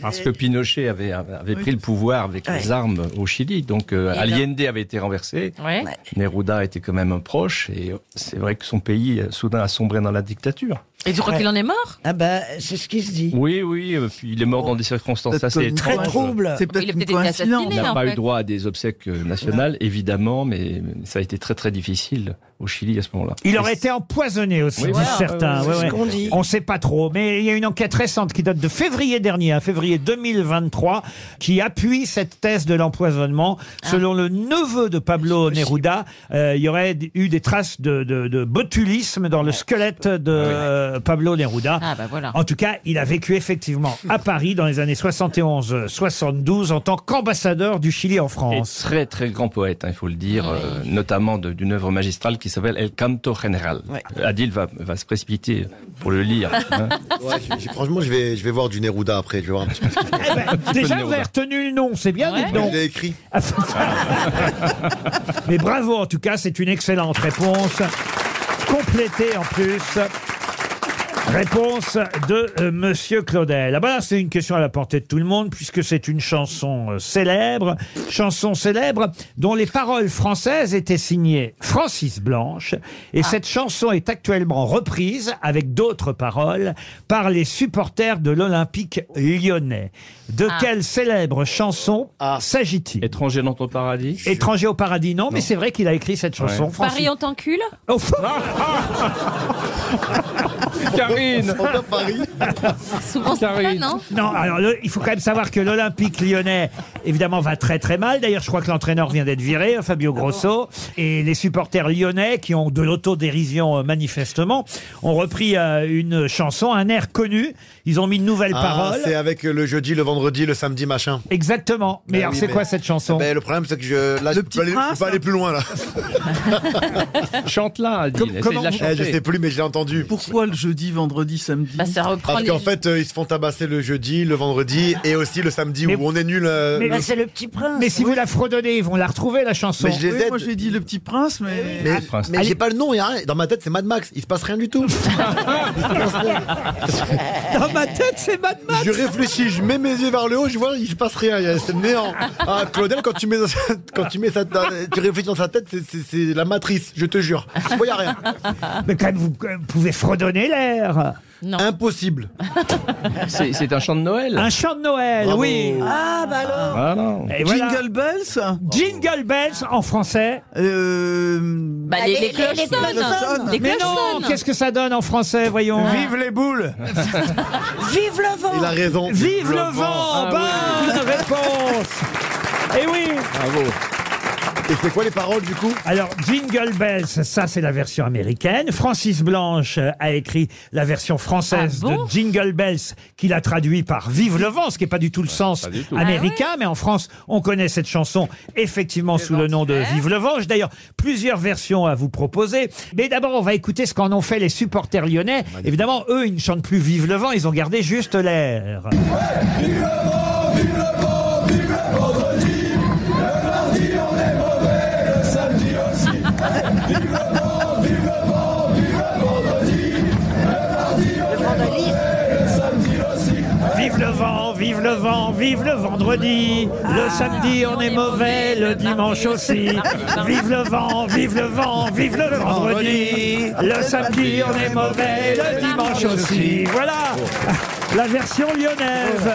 Parce que Pinochet avait, avait pris le pouvoir avec les armes au Chili. Donc euh, Et Allende avait été renversé. Ouais. Neruda était quand même un proche. Et c'est vrai que son pays euh, soudain a sombré dans la dictature. Et tu crois Ouais. qu'il en est mort Ah bah, c'est ce qui se dit. Oui, oui. euh, Puis il est mort dans des circonstances assez Peut-être étranges. Très trouble. C'est peut-être Il a une peut-être été coïncidence. assassiné, On n'a en pas fait. eu [LAUGHS] droit à des obsèques euh, nationales, évidemment, mais ça a été très très difficile au Chili à ce moment-là. Il aurait été empoisonné aussi, Oui, disent voilà, certains. ouais, ouais, Ouais, c'est ouais. ce qu'on dit. On ne sait pas trop, mais il y a une enquête récente qui date de février dernier, hein, février 2023, qui appuie cette thèse de l'empoisonnement. Ah. Selon le neveu de Pablo Neruda, euh, il y aurait eu des traces de, de- de botulisme dans le squelette de euh, Pablo Neruda. Ah, bah voilà. En tout cas, il a vécu effectivement à Paris dans les années 71-72 en tant qu'ambassadeur du Chili en Et France. très très grand poète, hein, il faut le dire, euh, notamment de- d'une œuvre magistrale qui s'appelle El Canto General. Adil va, va se précipiter pour le lire. hein. Ouais, [LAUGHS] j'ai- j'ai- franchement, [LAUGHS] je vais, je vais voir du Neruda après. Je vais voir un petit peu. Déjà, vous avez retenu le nom, c'est bien, dites donc. Il a écrit. Mais bravo en tout cas, c'est une excellente réponse. Complétée en plus. Réponse de euh, Monsieur Claudel. Ah bah là, c'est une question à la portée de tout le monde puisque c'est une chanson euh, célèbre, chanson célèbre dont les paroles françaises étaient signées Francis Blanche et cette chanson est actuellement reprise avec d'autres paroles par les supporters de l'Olympique lyonnais. De Ah. quelle célèbre chanson s'agit-il Étranger dans ton paradis Étranger au paradis, non, mais c'est vrai qu'il a écrit cette chanson. Ouais. Francis- Paris en t'encule [LAUGHS] Oh, Karine Paris Souvent c'est ça, non Non, alors le- il faut quand même savoir que l'Olympique lyonnais, évidemment, va très très mal. D'ailleurs, je crois que l'entraîneur vient d'être viré, hein, Fabio Grosso. Et les supporters lyonnais, qui ont de l'autodérision euh, manifestement, ont repris euh, une chanson, un air connu. Ils ont mis de nouvelles Ah, paroles. C'est avec le jeudi, le vendredi, le samedi, machin. Exactement. Mais Ben alors, oui, c'est mais- quoi cette chanson Ben, le problème, c'est que je, là, je peux, aller, je peux pas hein. aller plus [LAUGHS] loin là. Chante-la, Adil. Comme- essaye comment de la vous- chanter. Eh, je sais plus, mais je l'ai entendu. Pourquoi le jeudi, vendredi, samedi Bah, Parce qu'en fait, euh, ils se font tabasser le jeudi, le vendredi et aussi le samedi où on est nul. euh, Mais- le- mais c'est le petit prince. Mais si vous la fredonnez, ils vont la retrouver, la chanson. Mais je les Oui, aide. moi, je- J'ai dit le petit prince, mais. Mais, Ah, prince. mais j'ai pas le nom, et rien. dans ma tête c'est Mad Max, il se passe rien du tout. [LAUGHS] dans ma tête c'est Mad Max. Je réfléchis, je mets mes yeux vers le haut, je vois il se passe rien, il y a- c'est le néant. Ah Claudel, quand tu mets, dans sa- quand tu mets ça, dans- tu réfléchis dans sa tête, c'est- c'est c'est la matrice, je te jure. Je vois y a rien. Mais quand même, vous euh, pouvez fredonner l'air. Impossible. C'est c'est un chant de Noël. Un chant de Noël, Bravo. oui. Ah, bah alors. Ah non. Et voilà. Jingle Bells Jingle Bells en français. Euh, Bah, les, les cloches sonnent. Les Mais cloches non, sonnent. qu'est-ce que ça donne en français, voyons Vive les boules Vive le vent Il a raison. Vive le vent Ah Bonne réponse Eh oui Bravo. Et c'est quoi les paroles du coup Alors, Jingle Bells, ça c'est la version américaine. Francis Blanche euh, a écrit la version française Ah bon de Jingle Bells, qu'il a traduit par Vive le vent, ce qui n'est pas du tout le sens du tout. américain, Ah mais en France, on connaît cette chanson effectivement sous le nom de Vive le vent. J'ai d'ailleurs plusieurs versions à vous proposer. Mais d'abord, on va écouter ce qu'en ont fait les supporters lyonnais. Évidemment, eux, ils ne chantent plus Vive le vent, ils ont gardé juste l'air. Vive le vent, vive le vent, vive le vendredi. Le samedi Ah, on est mauvais, le dimanche aussi. Vive le vent, vive le vent, vive le vendredi. Le samedi on est mauvais, le dimanche aussi. Voilà la version lyonnaise.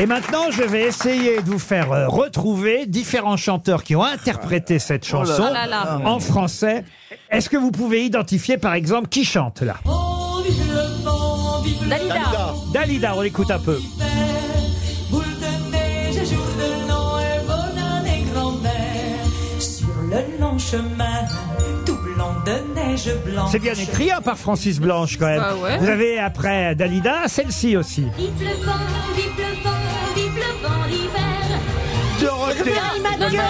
Et maintenant, je vais essayer de vous faire euh, retrouver différents chanteurs qui ont interprété cette chanson Oh là Ah là. en français. Est-ce que vous pouvez identifier, par exemple, qui chante là Oh, vive le vent, vive le Dalida. Dalida, on l'écoute un peu. vent, boule de neige et jour de Noël, bonne année grand-mère. Sur le long chemin, tout blanc de neige blanche. C'est bien écrit hein, par Francis Blanche quand même. Ah ouais. Vous avez après Dalida celle-ci aussi. Vive le vent, vive le vent, vive le vent l'hiver. Dorothée. Mireille Mathieu.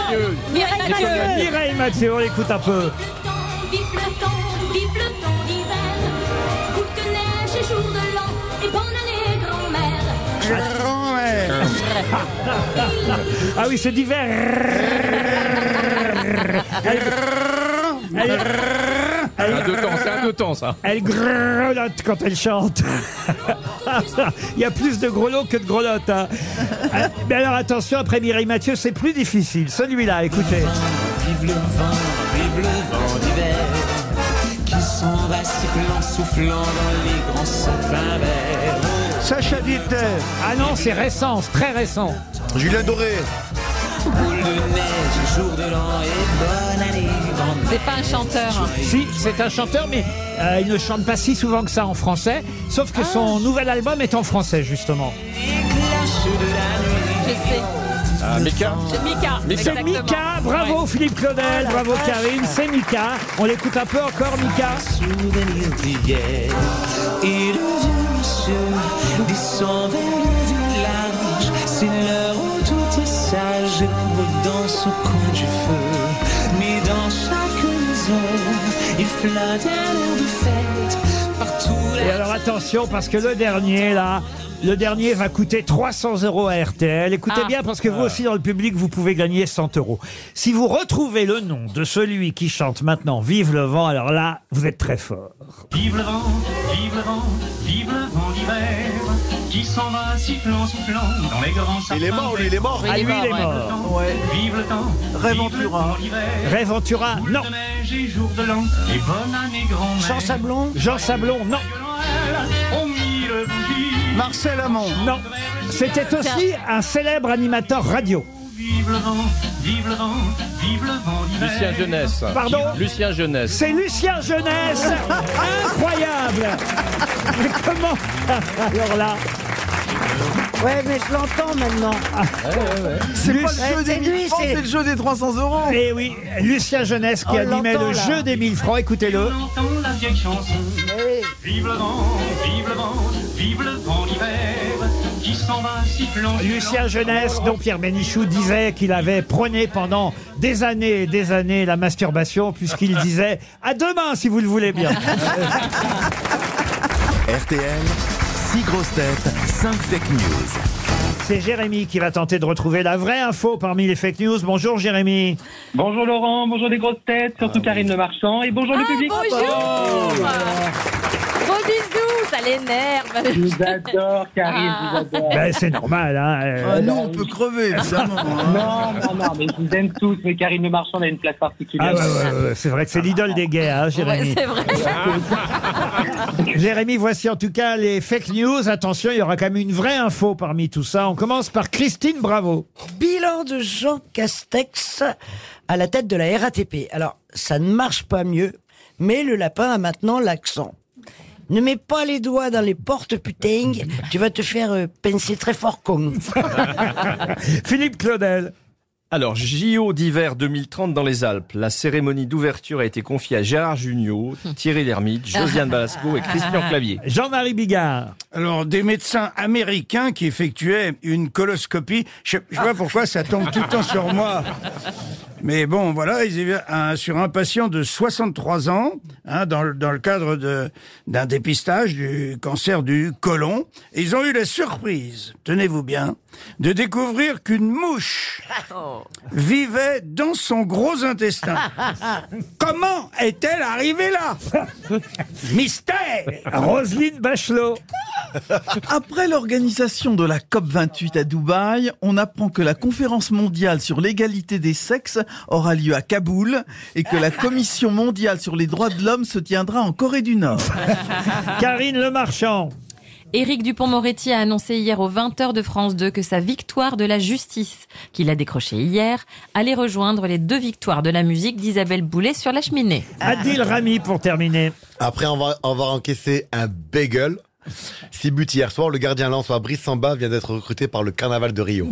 Mireille Mathieu. Mireille Mathieu, on l'écoute un peu. Vive le temps, vive le temps d'hiver. Boule de neige et jour de l'an, et bonne année grand-mère. Ah oui, c'est d'hiver. Elle, elle- C'est un deux temps, c'est un deux temps ça. elle grelotte quand elle chante. [LAUGHS] Il y a plus de grelots que de grelottes. hein. Ah, Mais alors attention, après Mireille Mathieu, c'est plus difficile. Celui-là, écoutez. Vive le vent, vive le vent d'hiver qui s'en va sifflant, soufflant dans les grands sapins verts. Sacha Dieter Ah non, c'est récent, c'est très récent. Julien Doré. Boule de neige, jour de l'an et bonne année, grande C'est pas un chanteur. Si, c'est un chanteur, mais euh, il ne chante pas si souvent que ça en français. Sauf Ah. que son nouvel album est en français, justement. clash de la nuit. Je sais. Ah, Mika C'est Mika, C'est exactement. Mika Bravo Ouais. Philippe Claudel, Oh la bravo vache. Karine, c'est Mika. On l'écoute un peu encore, Mika. souvenir d'hier. Et le vieux monsieur descend vers le village. C'est l'heure où tout est sage et l'ombre danse au coin du feu. Mais dans chaque maison, il flotte un air de fête. Partout Et la alors attention, parce que le dernier, là, le dernier va coûter 300 euros à RTL. Écoutez Ah. bien, parce que vous aussi, dans le public, vous pouvez gagner 100 euros. Si vous retrouvez le nom de celui qui chante maintenant Vive le vent, alors là, vous êtes très fort. Vive le vent, vive le vent, vive le vent d'hiver qui s'en va sifflant, sifflant dans les grands sapins. Il est mort, lui, il est mort. Ah, lui, il est mort. Ouais. Vive le temps, vive le temps d'hiver. Ray Ventura, Boule non. de neige et jour de l'an, et bonne année grand-mère. Jean Sablon Jean Sablon, non. On mit le bougie, Marcel Amont Non. C'était aussi un célèbre animateur radio. vive le vent, vive le vent, vive le vent d'hiver. Lucien Jeunesse. Pardon Lucien Jeunesse. [LAUGHS] C'est Lucien Jeunesse Incroyable Mais comment [LAUGHS] Alors là... Ouais, mais je l'entends maintenant. C'est pas le jeu des Luc- Eh, C'est 1000 lui, francs, c'est- Oh, c'est le jeu des 300 euros. Eh oui, Lucien Jeunesse qui On animait l'entend, le là. jeu des 1000 francs, écoutez-le. On entend la vieille chanson. Vive le vent, vive le vent, vive le vent d'hiver qui s'en va sifflant. Lucien Jeunesse, dont Pierre Bénichou disait qu'il avait prôné pendant des années et des années la masturbation, puisqu'il disait à demain si vous le voulez bien. RTL, 6 grosses têtes, 5 fake news. C'est Jérémy qui va tenter de retrouver la vraie info parmi les fake news. Bonjour Jérémy. Ah, Bonjour Laurent, bonjour les grosses têtes, surtout Karine Le Marchand et [LAUGHS] bonjour le public. Ah, Bonjour Gros bisous, ça Je l'énerve vous adore Karine, je vous adore. Oh, Ben, c'est normal, hein. euh, Ah, nous, on peut crever, [LAUGHS] évidemment. hein. Non, non, non, mais je vous aime tous, mais Karine Le Marchand a une place particulière. Ah ouais, ouais, ouais, ouais, c'est vrai que c'est l'idole des gays, hein, Jérémy. vrai. Jérémy, voici en tout cas les fake news. Attention, il y aura quand même une vraie info parmi tout ça. On commence par Christine Bravo. Bilan de Jean Castex à la tête de la RATP. Alors, ça ne marche pas mieux, mais le lapin a maintenant l'accent. Ne mets pas les doigts dans les portes putain, tu vas te faire euh, pincer très fort [LAUGHS] comme. Philippe Claudel. Alors, JO d'hiver 2030 dans les Alpes. La cérémonie d'ouverture a été confiée à Gérard Junior, Thierry Lhermitte, Josiane Balasco et Christian [LAUGHS] Clavier. Jean-Marie Bigard. Alors, des médecins américains qui effectuaient une coloscopie. Je, je vois pourquoi ça tombe tout le temps sur moi. Mais bon, voilà, ils avaient un- sur un patient de 63 ans, hein, dans, le- dans le cadre de- d'un dépistage du cancer du côlon, et ils ont eu la surprise, tenez-vous bien, de découvrir qu'une mouche vivait dans son gros intestin. Comment est-elle arrivée là Mystère Roselyne Bachelot. Après l'organisation de la COP28 à Dubaï, on apprend que la conférence mondiale sur l'égalité des sexes aura lieu à Kaboul et que la commission mondiale sur les droits de l'homme se tiendra en Corée du Nord. Bah Karine Le Marchand. Éric Dupont-Moretti a annoncé hier aux 20h de France 2 que sa victoire de la justice, qu'il a décrochée hier, allait rejoindre les deux victoires de la musique d'Isabelle Boulet sur la cheminée. Adil Rami pour [LAUGHS] terminer. Après on va avoir encaissé un bagel. Six buts hier soir, le gardien lensois Brice Samba vient d'être recruté par le carnaval de [LAUGHS] Rio.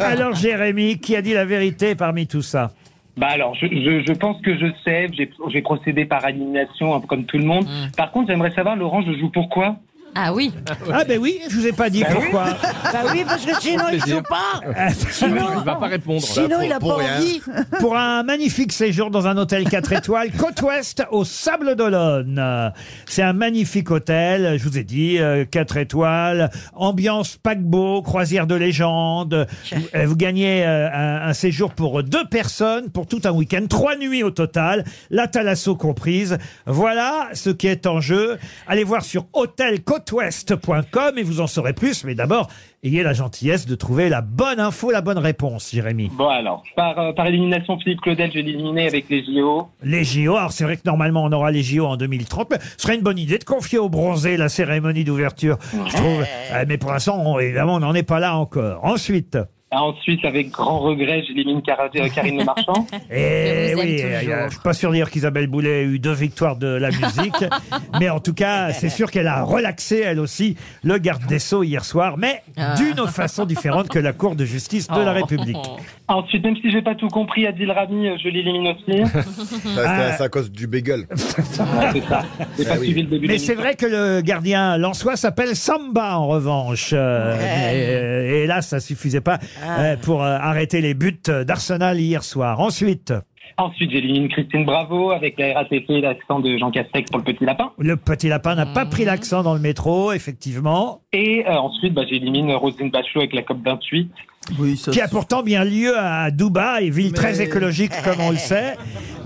Alors Jérémy, qui a dit la vérité parmi tout ça Bah alors, je, je, je pense que je sais, j'ai- j'ai procédé par animation hein, comme tout le monde. Par contre, j'aimerais savoir, Laurent, je joue pourquoi Ah oui Ah ben oui, je vous ai pas dit pourquoi. bah oui, parce que sinon il joue pas. Ah, Il va pas répondre. Sinon, il a pas [LAUGHS] envie. Pour un magnifique séjour dans un hôtel 4 étoiles, côte ouest, au Sable d'Olonne. Euh, C'est un magnifique hôtel, je vous ai dit, 4 étoiles, ambiance paquebot, croisière de légende. Vous, euh, vous gagnez euh, un, un séjour pour deux personnes, pour tout un week-end, trois nuits au total, la thalasso comprise. Voilà ce qui est en jeu. Allez voir sur hôtelcôteouest.com et vous en saurez plus. Mais d'abord, ayez la gentillesse de trouver la bonne info, la bonne réponse, Jérémy. [LAUGHS] Bon alors, par, euh, par élimination, Philippe Claudel, je vais l'éliminer avec les JO. Les JO, alors c'est vrai que normalement on aura les JO en 2030, mais ce serait une bonne idée de confier au bronzé la Ah, cérémonie d'ouverture, je trouve. Euh, Mais pour l'instant, on- évidemment, on n'en est pas là encore. Ensuite, Ah, En Suisse, avec grand regret, j'élimine Cara- euh, Karine Le Marchand. [LAUGHS] Eh oui, euh, je suis pas sûr de dire qu'Isabelle Boulet a eu deux victoires de la musique, mais en tout cas, c'est sûr qu'elle a relaxé elle aussi le garde des sceaux hier soir, mais d'une façon différente que la Cour de justice de Oh. la [LAUGHS] République. Ensuite, même si j'ai pas tout compris, Adil Rami, euh, je l'élimine aussi. [LAUGHS] Ça, c'est- Ah. c'est à cause du bagel. Ah, J'ai pas Ah oui. suivi le début de Mais l'émission. c'est vrai que le gardien lançois s'appelle Samba en revanche. Euh, mais, euh, et là, ça suffisait pas euh, pour euh, arrêter les buts d'Arsenal hier soir. Ensuite, Ensuite, j'élimine Christine Bravo avec la RATP et l'accent de Jean Castex pour le petit lapin. le petit lapin n'a pas pris l'accent dans le métro, effectivement. Et euh, ensuite, bah, j'élimine Rosine Bachelot avec la COP 28. qui a pourtant bien lieu à Dubaï, ville très écologique comme on le sait.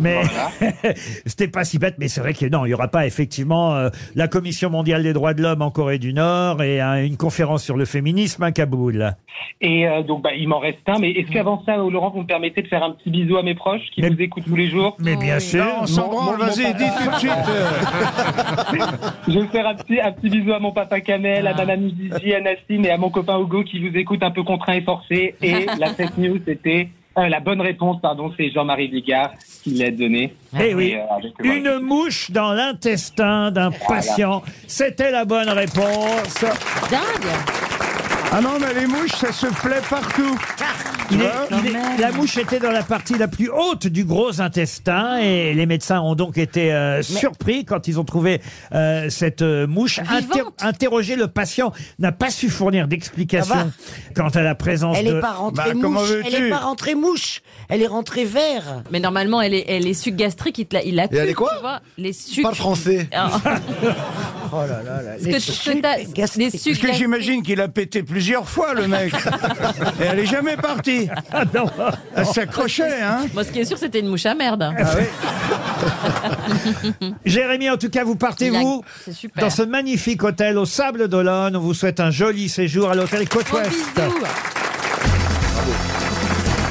Mais [LAUGHS] c'était pas si bête, mais c'est vrai que non, il y aura pas effectivement euh, la Commission mondiale des droits de l'homme en Corée du Nord et hein, une conférence sur le féminisme à Kaboul. Et euh, donc, bah, il m'en reste un. Mais est-ce qu'avant ça, euh, Laurent, vous me permettez de faire un petit bisou à mes proches qui vous écoutent tous les jours Mais bien sûr. on s'en branle, vas-y, dis tout de suite, euh. [LAUGHS] Je vais faire un petit, un petit bisou à mon papa Kamel, à ma mamie Gigi, à Nassim et à mon copain Hugo qui vous écoute un peu contraint et forcé. Et la fake news, c'était... euh, la bonne réponse, pardon, c'est Jean-Marie Bigard qui l'a donnée. Eh oui, Et, euh, avec- une mouche dans l'intestin d'un patient, c'était la bonne réponse. Ah non, mais les mouches, ça se plaît partout. Il est- Hein il est- la mouche était dans la partie la plus haute du gros intestin et les médecins ont donc été euh, surpris quand ils ont trouvé euh, cette euh, mouche. Inter- interroger le patient n'a pas su fournir d'explication Ah quant à la présence Elle de... Bah, n'est pas Bah, rentrée mouche. Elle n'est pas rentrée mouche. Elle est rentrée vert. Mais normalement, elle est, elle est suc gastrique, il te l'a, il l'a Et elle cru, est quoi tu vois, les sucs. Parle français. [LAUGHS] Ah. Oh là là là. Parce que tu- que t'as- les Parce sucs que gastriques. j'imagine qu'il a pété plusieurs fois, le mec. Et elle est jamais partie. Elle s'accrochait, hein. Moi, ce qui est sûr, c'était une mouche à merde. Mm. Jérémy, en tout cas, vous partez, Il a- vous, c'est super. dans ce magnifique hôtel au Sable d'Olonne. On vous souhaite un joli séjour à l'hôtel Côte-Ouest.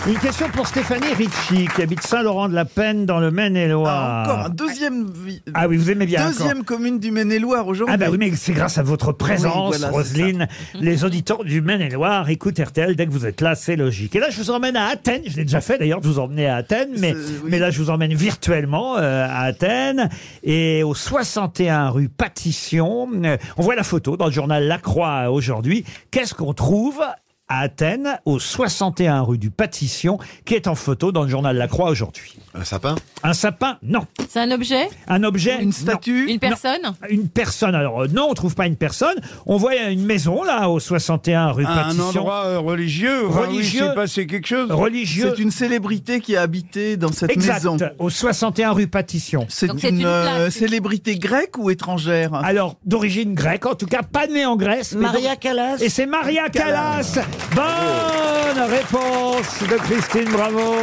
Une question pour Stéphanie Ricci, qui habite Saint-Laurent-de-la-Peine, dans le Maine-et-Loire. Ah, Encore un deuxième, vi- Ah oui, vous aimez bien. deuxième encore. commune du Maine-et-Loire aujourd'hui. Ah bah oui, mais c'est grâce à votre présence, Oui, voilà, c'est Roselyne. [LAUGHS] Les auditeurs du Maine-et-Loire écoutent RTL dès que vous êtes là, c'est logique. Et là, je vous emmène à Athènes. Je l'ai déjà fait d'ailleurs, je vous emmenais à Athènes, mais, mais là, je vous emmène virtuellement euh, à Athènes et au 61 rue Patition. Euh, On voit la photo dans le journal La Croix euh, aujourd'hui. Qu'est-ce qu'on trouve à Athènes, au 61 rue du Patition, qui est en photo dans le journal La Croix aujourd'hui. Un sapin Un sapin Non. C'est un objet Un objet Une statue Une personne Une personne. Alors euh, non, on trouve pas une personne. On voit une maison là au 61 rue Un Patisson. endroit euh, religieux. Enfin, oui, Religieux. c'est passé quelque chose. Religieux. C'est une célébrité qui a habité dans cette Exact, maison. au 61 rue Patisson. C'est Donc une, c'est une plaque. euh, célébrité grecque ou étrangère Alors, d'origine grecque, en tout cas pas née en Grèce. mais Maria donc- Callas. Et c'est Maria Callas. Bonne réponse de Christine Bravo.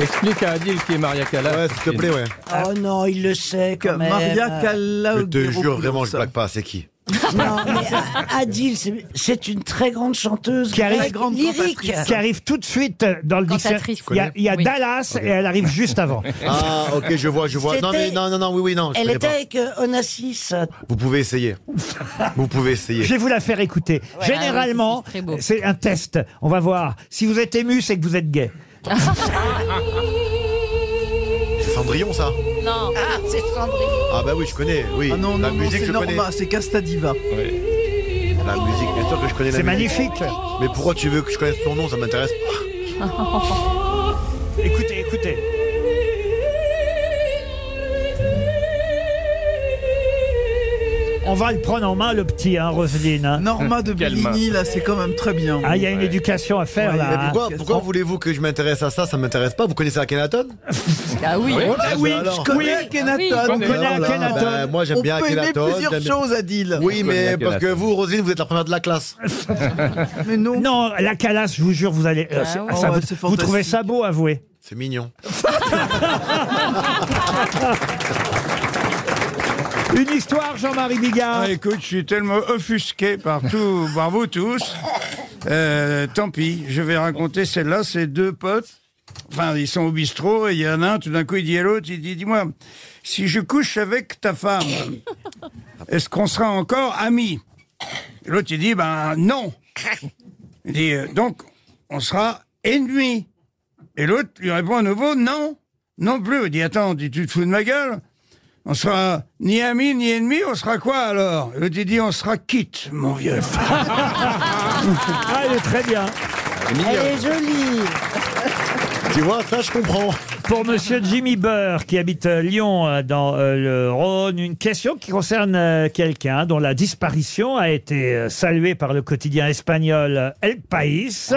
Explique à Adil qui est Maria Callas. Ouais, s'il te Eh plaît, ouais. Oh non, il le sait quand même. Maria Je te jure, Kalaogeropoulos. vraiment, je blague pas, c'est qui Non, mais Adil, c'est- c'est une très grande chanteuse. Qui arrive, grecque, lyrique. qui arrive tout de suite dans le dictionnaire. Cantatrice. Il y a, il y a Oui. Dallas et elle arrive juste avant. [LAUGHS] Ah, ok, je vois, je vois. Non, mais C'était- non, non, non, oui, oui, non. je Elle connais était pas. avec euh, Onassis. Vous pouvez essayer. Vous pouvez essayer. Je vais vous la faire écouter. Ouais, Généralement, ah oui, c'est très beau. c'est un test. On va voir. Si vous êtes ému, c'est que vous êtes gay. C'est Cendrillon, ça Non. Ah, c'est Sandrine. Ah, bah oui, je connais. Oui. Ah non, la non, non, musique, c'est je connais. Norma, c'est Castadiva. La musique, bien sûr que je connais la C'est musique. magnifique. Mais pourquoi tu veux que je connaisse son nom Ça m'intéresse pas. [LAUGHS] Écoutez, écoutez. On va le prendre en main, le petit, hein, Roselyne. hein. Norma [LAUGHS] de Bellini, là, c'est quand même très bien. Ah, il y a une éducation à faire, là. Mais pourquoi, pourquoi voulez-vous que je m'intéresse à ça Ça m'intéresse pas. Vous connaissez Akhenaton Ah oui. Ouais, bah Ah oui, je connais Oui, Akhenaton. on connaît Voilà. Akhenaton. Ben, moi, j'aime bien On peut aimer Akhenaton, plusieurs j'aime- choses, Adil. Oui, mais parce que vous, Roselyne, vous êtes la première de la classe. [LAUGHS] Mais non. hein. Non, la calasse, je vous jure, vous allez. euh, c'est- Ah ouais. ça, Oh, vous, c'est vous trouvez fantastique. ça beau, avouez C'est mignon. Une histoire, Jean-Marie Bigard. Ah, écoute, je suis tellement offusqué par [LAUGHS] tout, par vous tous. Euh, tant pis, je vais raconter celle-là. C'est deux potes. Enfin, ils sont au bistrot et il y en a un, tout d'un coup, il dit à l'autre, il dit, dis-moi, si je couche avec ta [LAUGHS] femme, est-ce qu'on sera encore amis L'autre, il dit, ben non. Il dit, euh, donc, on sera ennemis. Et l'autre lui répond à nouveau, non, non plus. Il dit, attends, dis, tu te fous de ma gueule On sera ni amis ni ennemis, on sera quoi alors L'autre il dit, on sera quitte, mon [LAUGHS] vieux. elle Ah, est très bien. Elle est jolie. Tu vois, ça je comprends. Pour Monsieur Jimmy Burr, qui habite euh, Lyon, euh, dans euh, le Rhône, une question qui concerne euh, quelqu'un dont la disparition a été euh, saluée par le quotidien espagnol euh, El País,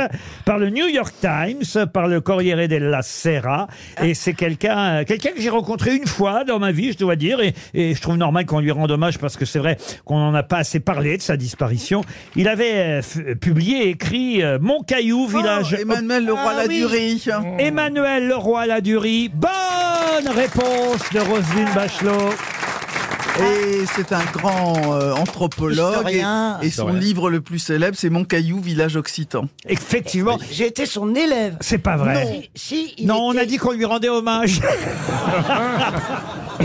par le New York Times, par le Corriere della Sera. Et c'est quelqu'un euh, quelqu'un que j'ai rencontré une fois dans ma vie, je dois dire, et, et je trouve normal qu'on lui rende hommage parce que c'est vrai qu'on n'en a pas assez parlé de sa disparition. Il avait euh, f- publié, écrit euh, Mon Caillou, village. Ah Emmanuel Leroy-Ladurie. Emmanuel Leroy-Ladurie. Bonne réponse de Roselyne Bachelot. Et c'est un grand euh, anthropologue. Et, Historien. et son Historien. livre le plus célèbre, c'est Mon Caillou, village occitan. Effectivement. J'ai été son élève. C'est pas Non, si, il Non, on a dit qu'on lui [LAUGHS] rendait hommage.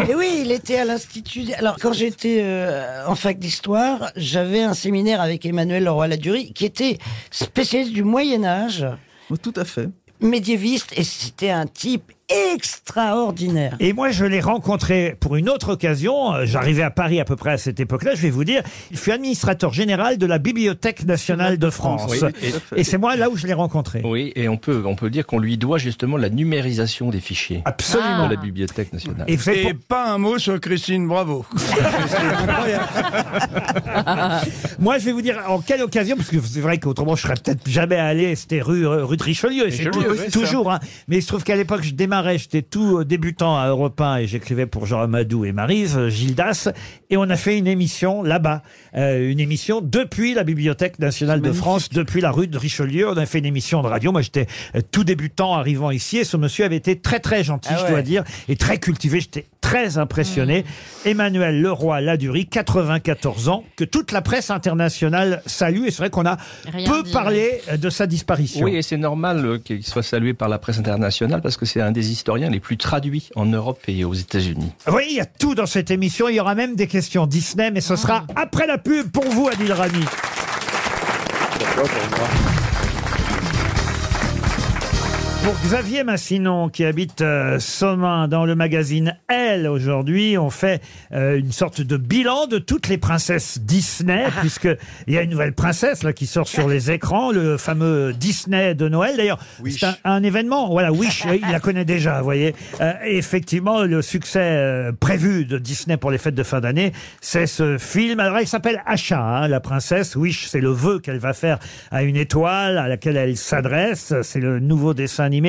Et oui, il était à l'Institut. Alors, quand j'étais euh, en fac d'histoire, j'avais un séminaire avec Emmanuel Leroy-Ladurie, qui était spécialiste du Moyen-Âge. Oh, Tout à fait. Médiéviste, et c'était un type extraordinaire. Et moi, je l'ai rencontré pour une autre occasion. Euh, J'arrivais à Paris à peu près à cette époque-là. Je vais vous dire, il fut administrateur général de la Bibliothèque nationale de France. Oui, et- et c'est moi là où je l'ai rencontré. Oui, et on peut, on peut dire qu'on lui doit justement la numérisation des fichiers. Absolument. De la Bibliothèque nationale. Et, pas un mot sur Christine Bravo. Moi, je vais vous dire en quelle occasion, parce que c'est vrai qu'autrement, je serais peut-être jamais allé. C'était rue, euh, rue de Richelieu, et c'est Richelieu, tout- oui, c'est toujours. hein. Mais il se trouve qu'à l'époque, je démarrais, j'étais tout euh, débutant à Europe 1 et j'écrivais pour Jean Amadou et Marise, euh, Gildas. Et on a fait une émission là-bas. Euh, une émission depuis la Bibliothèque nationale de France, depuis la rue de Richelieu. On a fait une émission de radio. Moi, j'étais euh, tout débutant arrivant ici et ce monsieur avait été très, très gentil, Ah je dois ouais. dire, et très cultivé. J'étais très impressionné. Mmh. Emmanuel Leroy Ladurie, 94 ans, que toute la presse internationale salue. Et c'est vrai qu'on a Rien peu dit. parlé euh, de sa disparition. Oui, et c'est normal euh, qu'il soit salué par la presse internationale parce que c'est un des historiens les plus traduits en Europe et aux États-Unis. Oui, il y a tout dans cette émission. Il y aura même des questions Disney, mais ce sera après la pub pour vous, Adil Rami. Pour Xavier Massinon, qui habite euh, Sommin, dans le magazine Elle, aujourd'hui, on fait euh, une sorte de bilan de toutes les princesses Disney, puisque il y a une nouvelle princesse là qui sort sur les écrans, le fameux Disney de Noël. D'ailleurs, c'est un, un événement. Voilà, Wish, oui, il la connaît déjà, vous voyez. Euh, et effectivement, le succès euh, prévu de Disney pour les fêtes de fin d'année, c'est ce film. Alors, il s'appelle Achat, hein, la princesse. Wish, c'est le vœu qu'elle va faire à une étoile à laquelle elle s'adresse. C'est le nouveau dessin animé.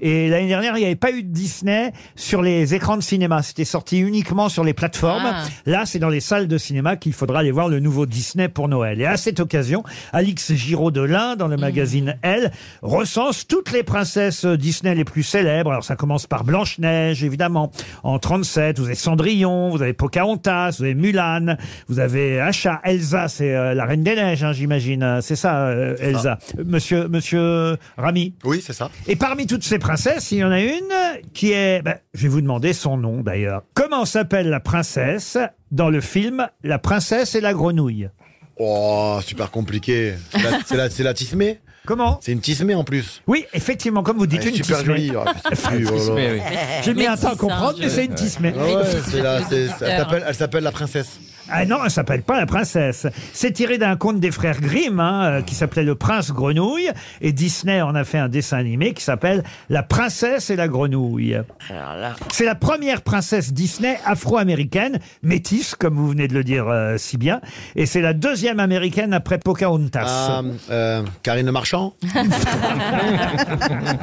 Et l'année dernière, il n'y avait pas eu de Disney sur les écrans de cinéma. C'était sorti uniquement sur les plateformes. Ah. Là, c'est dans les salles de cinéma qu'il faudra aller voir le nouveau Disney pour Noël. Et à cette occasion, Alix Giraud de l'Ain, dans le magazine Elle, recense toutes les princesses Disney les plus célèbres. Alors, ça commence par Blanche-Neige, évidemment. En 37, vous avez Cendrillon, vous avez Pocahontas, vous avez Mulan, vous avez Asha, Elsa, c'est euh, la Reine des Neiges, hein, j'imagine. Euh, C'est ça, euh, Elsa. Euh, Monsieur, monsieur Rami. Oui, c'est ça. Et parmi toutes ces princesses, il y en a une qui est... ben, je vais vous demander son nom d'ailleurs. Comment s'appelle la princesse dans le film La princesse et la grenouille Oh, super compliqué. C'est la- C'est la, c'est la tismée Comment C'est une tismée en plus. Oui, effectivement, comme vous dites, Elle est une super tismée. jolie. [LAUGHS] Ah, c'est plus, oh là là. Tismée, oui. J'ai mis un temps à hein, comprendre, mais c'est une tismée. Ah ouais, c'est la- c'est- elle s'appelle- elle s'appelle la princesse. Ah non, elle s'appelle pas la princesse. C'est tiré d'un conte des frères Grimm hein, euh, qui s'appelait Le Prince Grenouille et Disney en a fait un dessin animé qui s'appelle La princesse et la grenouille. C'est la première princesse Disney afro-américaine, métisse comme vous venez de le dire euh, si bien, et c'est la deuxième américaine après Pocahontas. Ah, euh, Karine Marchand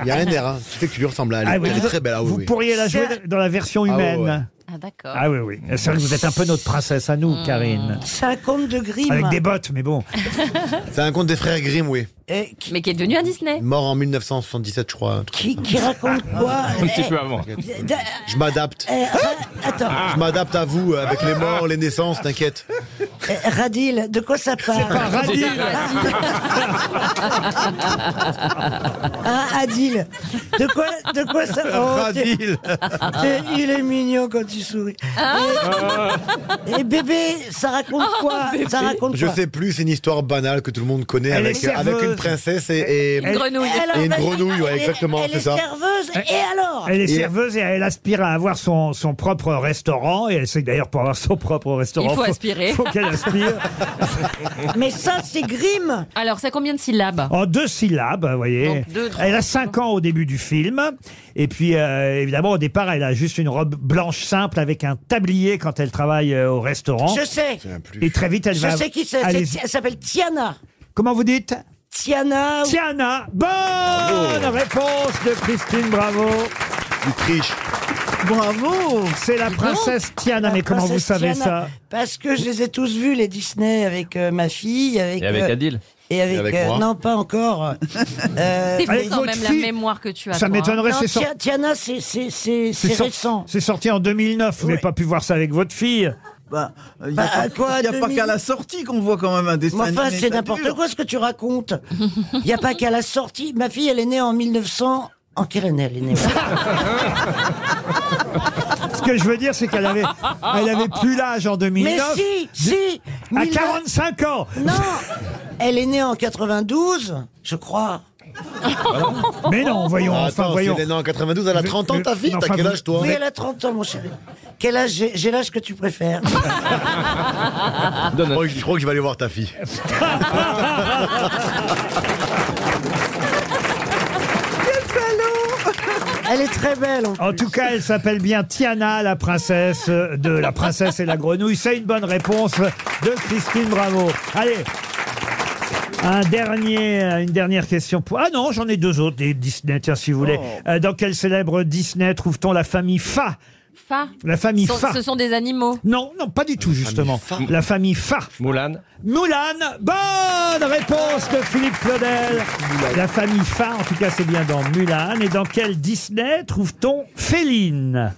Il y a un air, hein. Tu sais que tu lui ressembles à elle. Ah oui, elle est vous- très belle. ah oui, vous oui. pourriez la jouer dans la version Ah ouais, humaine. ouais. Ah, d'accord. Ah oui, oui. C'est vrai que vous êtes un peu notre princesse à nous, Karine. 50 de Grimm. Avec des bottes, mais bon. C'est un conte des frères Grimm, oui. Mais qui est devenu un Disney. Mort en 1977, je crois. un truc Qui, comme ça. qui raconte quoi Un petit Eh, peu avant. eh, d'a- Je m'adapte. eh, ra- Attends. euh, Je m'adapte à vous avec les morts, les naissances, t'inquiète. Eh, Radil, de quoi ça parle C'est pas Radil. Hein, Adil De quoi, de quoi ça parle Radil. Il est mignon quand il sourit. Ah. Et, et bébé, ça raconte quoi Ça raconte Je quoi sais plus, c'est une histoire banale que tout le monde connaît Elle avec, est avec une serveuse. princesse et, et- Une grenouille. Et une Elle- grenouille, ouais, elle- exactement, elle c'est est ça. serveuse, et alors Elle est Et- serveuse et elle aspire à avoir son, son propre restaurant. Et elle sait que d'ailleurs, pour avoir son propre restaurant, Il faut aspirer. faut qu'elle aspire [LAUGHS] Mais ça, c'est Grimm Alors, c'est combien de syllabes en deux syllabes, vous voyez. Donc, deux- Elle a cinq ans au début du film. Et puis, euh, évidemment, au départ, elle a juste une robe blanche simple avec un tablier quand elle travaille euh, au restaurant. Je sais. Et très vite, elle Je va. sais qui c'est. aller- c'est- Elle s'appelle Tiana. Comment vous dites Tiana. Tiana. Bonne Oh, réponse de Christine Bravo. Il triche. Bravo C'est la Dis princesse donc. Tiana, La mais comment vous princesse savez Tiana. ça Parce que je les ai tous vus, les Disney, avec euh, ma fille. Avec, Et avec euh, Adil. Et avec. Et avec euh, moi. non, [LAUGHS] pas encore. Euh, C'est fou avec quand votre même fille, la mémoire que tu as. ça toi, hein. m'étonnerait, non, c'est sor- Tia- Tiana, c'est- c'est c'est- c'est sorti- récent. C'est sorti en 2009, vous n'avez pas pu voir ça avec votre fille. Bah, il n'y Bah, a, pas- à quoi, il y a pas 2000? qu'à la sortie qu'on voit quand même un dessin Mais enfin, animé, c'est ça n'importe dure. quoi ce que tu racontes. Il n'y a pas qu'à la sortie. Ma fille, elle est née en 1900. En quelle année elle est née [LAUGHS] Ce que je veux dire, c'est qu'elle avait, elle avait plus l'âge en 2009. Mais si, si À 1900. 45 ans Non Elle est née en 92, je crois. Mais non, voyons, Ah, enfin, attends, voyons. c'est- non, en 92, elle a 30 ans, ta fille. Non, T'as enfin, quel vous- âge, toi Oui, elle a 30 ans, mon chéri. Quel âge J'ai j'ai l'âge que tu [LAUGHS] préfères. Ah. Moi, Oh, je crois que je vais aller voir ta fille. Elle est très belle. En, tout cas, elle s'appelle bien Tiana, la princesse euh, de La princesse et la grenouille. C'est une bonne réponse de Christine Bravo. Allez. Un dernier, euh, une dernière question. Pour... Ah non, j'en ai deux autres des Disney, tiens, si vous voulez. Oh. Euh, dans quel célèbre Disney trouve-t-on la famille Fa Fa. La famille Ce sont- Fa. Ce sont des animaux. Non, non, pas du tout, justement. La famille Fa. Moulin. Moulane, bonne réponse de Philippe Claudel. La famille Fa, en tout cas, c'est bien dans Mulan. Et dans quel Disney trouve-t-on Féline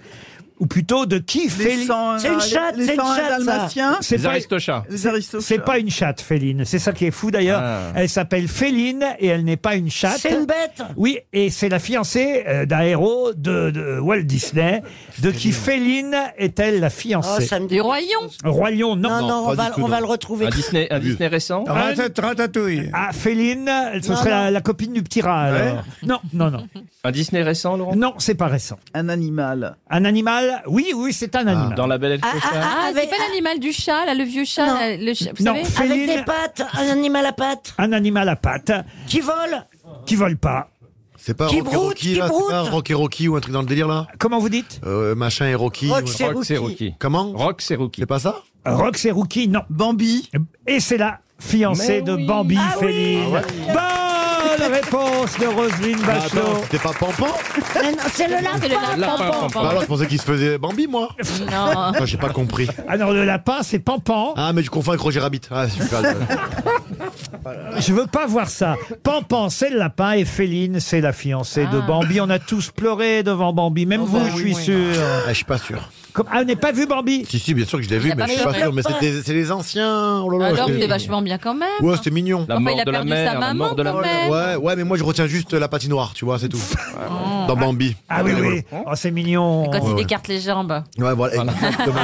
Ou plutôt de qui Féline cent- C'est une chatte, les c'est une cent chatte, dalmatiens. ça. Les aristochats. Les aristochats. C'est pas une chatte, Féline. C'est ça qui est fou d'ailleurs. Elle s'appelle Féline et elle n'est pas une chatte. C'est une bête. Oui, et c'est la fiancée euh, d'un héros de, de Walt Disney. De qui Féline est-elle la fiancée Oh, ça me Du royaume. Roi Lion, non. Non, non, on va- on va le retrouver. Un Disney, un Disney récent. Ah, Ratatouille. Ah, Féline, ce Non, serait non. La, la copine du petit rat, Ouais. alors. Non, non, non. Un Disney récent, Laurent. Non, c'est pas récent. Un animal. Un animal Oui, oui, c'est Ah. un animal. Dans la Belle et le Clochard. Ah, c'est pas l'animal du chat, là, le vieux chat, là, le chat- vous Non, savez Féline. Avec des pattes, un animal à pattes. Un animal à pattes Qui vole qui vole pas. C'est pas Qui Rocky broute, Rocky, qui là C'est pas broute. Rocky Rocky ou un truc dans le délire, là Euh, Comment vous dites Machin et Rocky. Rock, ou- c'est Rock, c'est Rocky. Comment Rock, c'est Rocky. C'est pas ça Rox et Rookie, non. Bambi. Et c'est la fiancée Mais de oui. Bambi, Ah oui. Féline. [LAUGHS] Bonne réponse de Roselyne Ah, attends, Bachelot. C'était pas Pampan Mais non, [LAUGHS] C'est le lapin. C'est le Ah, lapin, Bah Pampan. Alors, je pensais qu'il se faisait Bambi, moi. Non. Ah, J'ai pas compris. Ah non, le lapin, c'est Pampan. Ah, mais je confonds avec Roger Rabbit. Ah, super. Je veux pas voir ça. Pampan, c'est le lapin et Féline, c'est la fiancée de Ah. Bambi. On a tous pleuré devant Bambi, même vous, bah je suis sûr. Ah, je suis pas sûr. Comme- ah, vous n'avez pas vu Bambi Si, si, bien sûr que je l'ai vu, a mais pas je suis pas fait sûr. le Mais lapin. c'était- c'est les anciens. Oh là là, Alors, c'était- c'est vachement bien quand même. Ouais, c'était mignon. La Enfin, mort il a de la perdu sa mère, la maman, mort de la quand mère. même. Ouais, ouais, mais moi je retiens juste la patinoire, tu vois, c'est tout. Dans Bambi. Ah oui, oui. Oh, c'est mignon. Quand Ouais, il ouais. écarte les jambes. Ouais, voilà, exactement. [LAUGHS]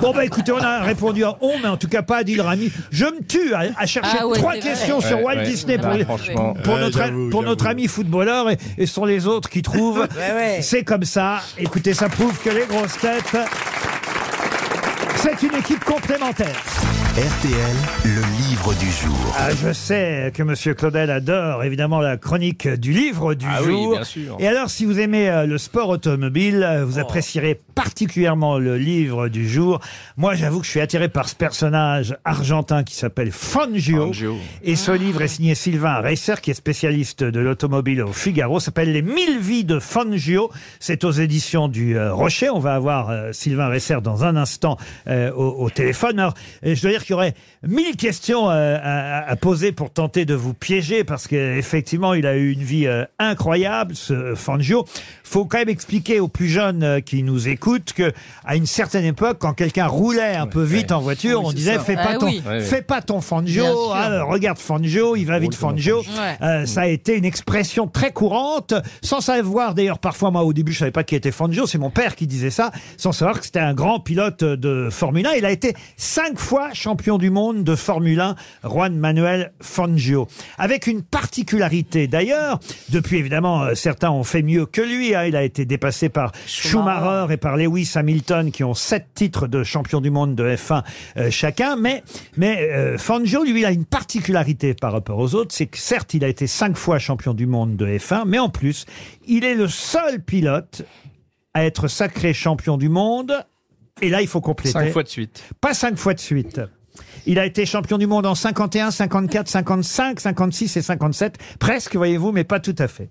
Bon bah écoutez, on a répondu à on, mais en tout cas pas à Adil Rami. Je me tue à, à chercher Ah ouais, trois c'est vrai. questions sur Ouais, Walt ouais. Disney pour, Ah, les- franchement. pour Ouais, notre, j'avoue, pour j'avoue. notre ami footballeur et, et ce sont les autres qui trouvent. ouais. C'est comme ça. Écoutez, ça prouve que les grosses têtes, c'est une équipe complémentaire. RTL, le livre du jour. Ah, je sais que Monsieur Claudel adore évidemment la chronique du livre du Ah oui, jour. bien sûr. Oh. Et alors, si vous aimez euh, le sport automobile, euh, vous apprécierez particulièrement le livre du jour. Moi, j'avoue que je suis attiré par ce personnage argentin qui s'appelle Fangio. Fangio. Et ce livre est signé Sylvain Reisser, qui est spécialiste de l'automobile au Figaro. S'appelle Les 1000 vies de Fangio. C'est aux éditions du euh, Rocher. On va avoir euh, Sylvain Reisser dans un instant euh, au, au téléphone. Alors, euh, je dois dire qu'il y aurait 1000 questions euh, à, à poser pour tenter de vous piéger, parce qu'effectivement, il a eu une vie euh, incroyable, ce Fangio. Faut quand même expliquer aux plus jeunes euh, qui nous écoutent écoute que à une certaine époque, quand quelqu'un roulait un peu vite en voiture, Oui, on c'est disait ça. fais pas Ah ton, oui. Ouais, ouais. fais pas ton Bien Fangio, sûr. ah, euh, regarde Fangio, il va vite Fangio. Ouais. Euh, ça a été une expression très courante, sans savoir d'ailleurs parfois moi au début je savais pas qui était Fangio, c'est mon père qui disait ça, sans savoir que c'était un grand pilote de Formule 1. Il a été cinq fois champion du monde de Formule 1, Juan Manuel Fangio, avec une particularité d'ailleurs. Depuis évidemment euh, certains ont fait mieux que lui, hein. il a été dépassé par Schumacher et par Lewis Hamilton qui ont sept titres de champion du monde de F1 euh, chacun. Mais, mais euh, Fangio, lui, il a une particularité par rapport aux autres, c'est que certes, il a été cinq fois champion du monde de F1, mais en plus, il est le seul pilote à être sacré champion du monde. Et là, il faut compléter. Cinq fois de suite. Pas cinq fois de suite. Il a été champion du monde en 51, 54, 55, 56 et 57. Presque, voyez-vous, mais pas tout à fait.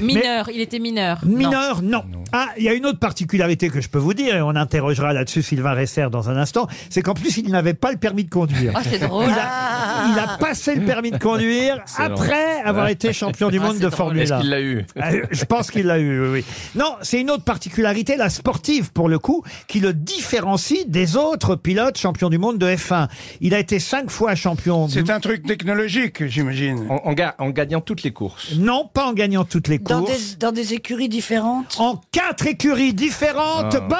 Mineur, il était mineur. Mineur, non. Ah, il y a une autre particularité que je peux vous dire, et on interrogera là-dessus Sylvain Resser dans un instant, c'est qu'en plus, il n'avait pas le permis [LAUGHS] de conduire. Ah, Oh, c'est drôle. Il Ah. a, il a passé le permis [LAUGHS] de conduire Excellent. après avoir Ouais. été champion du Ah, monde c'est de drôle. Formule 1. Est-ce qu'il l'a eu Ah, Je pense qu'il l'a eu, oui, oui. Non, c'est une autre particularité, la sportive pour le coup, qui le différencie des autres pilotes champions du monde de F1. Il a été cinq fois champion. C'est un truc technologique, j'imagine. En, gagnant toutes les courses. Non, pas en gagnant toutes les Dans courses. des, dans des écuries différentes En quatre écuries différentes. Bonne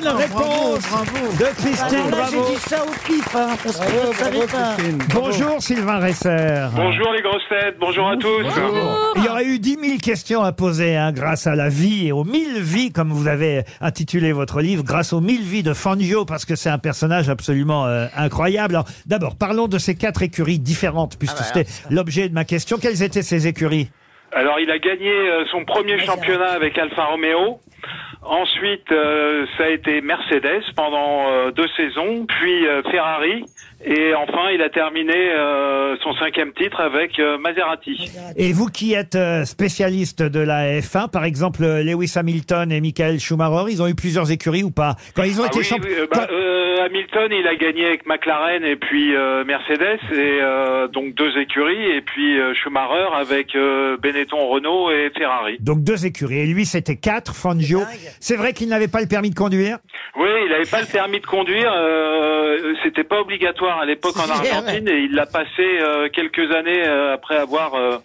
Oh, réponse bravo, bravo. de Christine. Alors Ah, là, bravo. j'ai dit ça au pif, hein, parce que Bravo, je ne savais bravo, pas. Christine. Bonjour Sylvain Resser. Bonjour les grosses têtes, bonjour à tous. Il y aurait eu 10 000 questions à poser hein, grâce à la vie et aux 1000 vies, comme vous avez intitulé votre livre, grâce aux 1000 vies de Fangio, parce que c'est un personnage absolument euh, incroyable. Alors, d'abord, parlons de ces quatre écuries différentes, puisque c'était l'objet de ma question. Quelles étaient ces écuries Alors il a gagné euh, son premier championnat avec Alfa Romeo. Ensuite, euh, ça a été Mercedes pendant euh, deux saisons, puis euh, Ferrari. Et enfin, il a terminé euh, son cinquième titre avec euh, Maserati. Et vous qui êtes euh, spécialiste de la F1, par exemple, euh, Lewis Hamilton et Michael Schumacher, ils ont eu plusieurs écuries ou pas Quand ils ont Ah été oui, champ- oui, euh, bah, euh, Hamilton, il a gagné avec McLaren et puis euh, Mercedes, et euh, donc deux écuries, et puis euh, Schumacher avec euh, Benetton, Renault et Ferrari. Donc deux écuries. Et lui, c'était quatre, Fangio. C'est vrai qu'il n'avait pas le permis de conduire Oui, il n'avait pas le permis de conduire. Euh, C'était pas obligatoire à l'époque en Argentine et il l'a passé euh, quelques années euh, après avoir euh,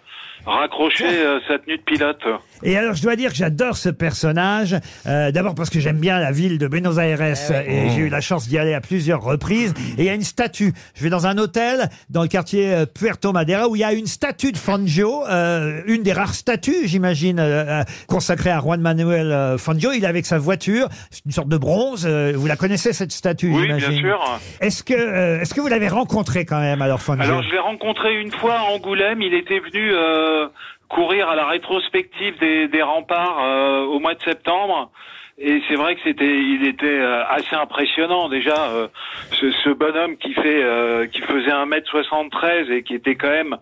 raccroché euh, sa tenue de pilote. Et alors, je dois dire que j'adore ce personnage. Euh, D'abord parce que j'aime bien la ville de Buenos Aires et j'ai eu la chance d'y aller à plusieurs reprises. Et il y a une statue. Je vais dans un hôtel dans le quartier euh, Puerto Madera où il y a une statue de Fangio, euh, une des rares statues, j'imagine, euh, euh, consacrée à Juan Manuel euh, Fangio. Il est avec sa voiture, c'est une sorte de bronze. Euh, vous la connaissez cette statue, Oui, bien j'imagine. sûr. Est-ce que euh, est-ce que vous l'avez rencontré quand même alors Fangio Alors je l'ai rencontré une fois à Angoulême. Il était venu euh, courir à la rétrospective des, des remparts euh, au mois de septembre. Et c'est vrai que c'était, il était euh, assez impressionnant déjà euh, ce, ce bonhomme qui fait, euh, qui faisait 1m73 et qui était quand même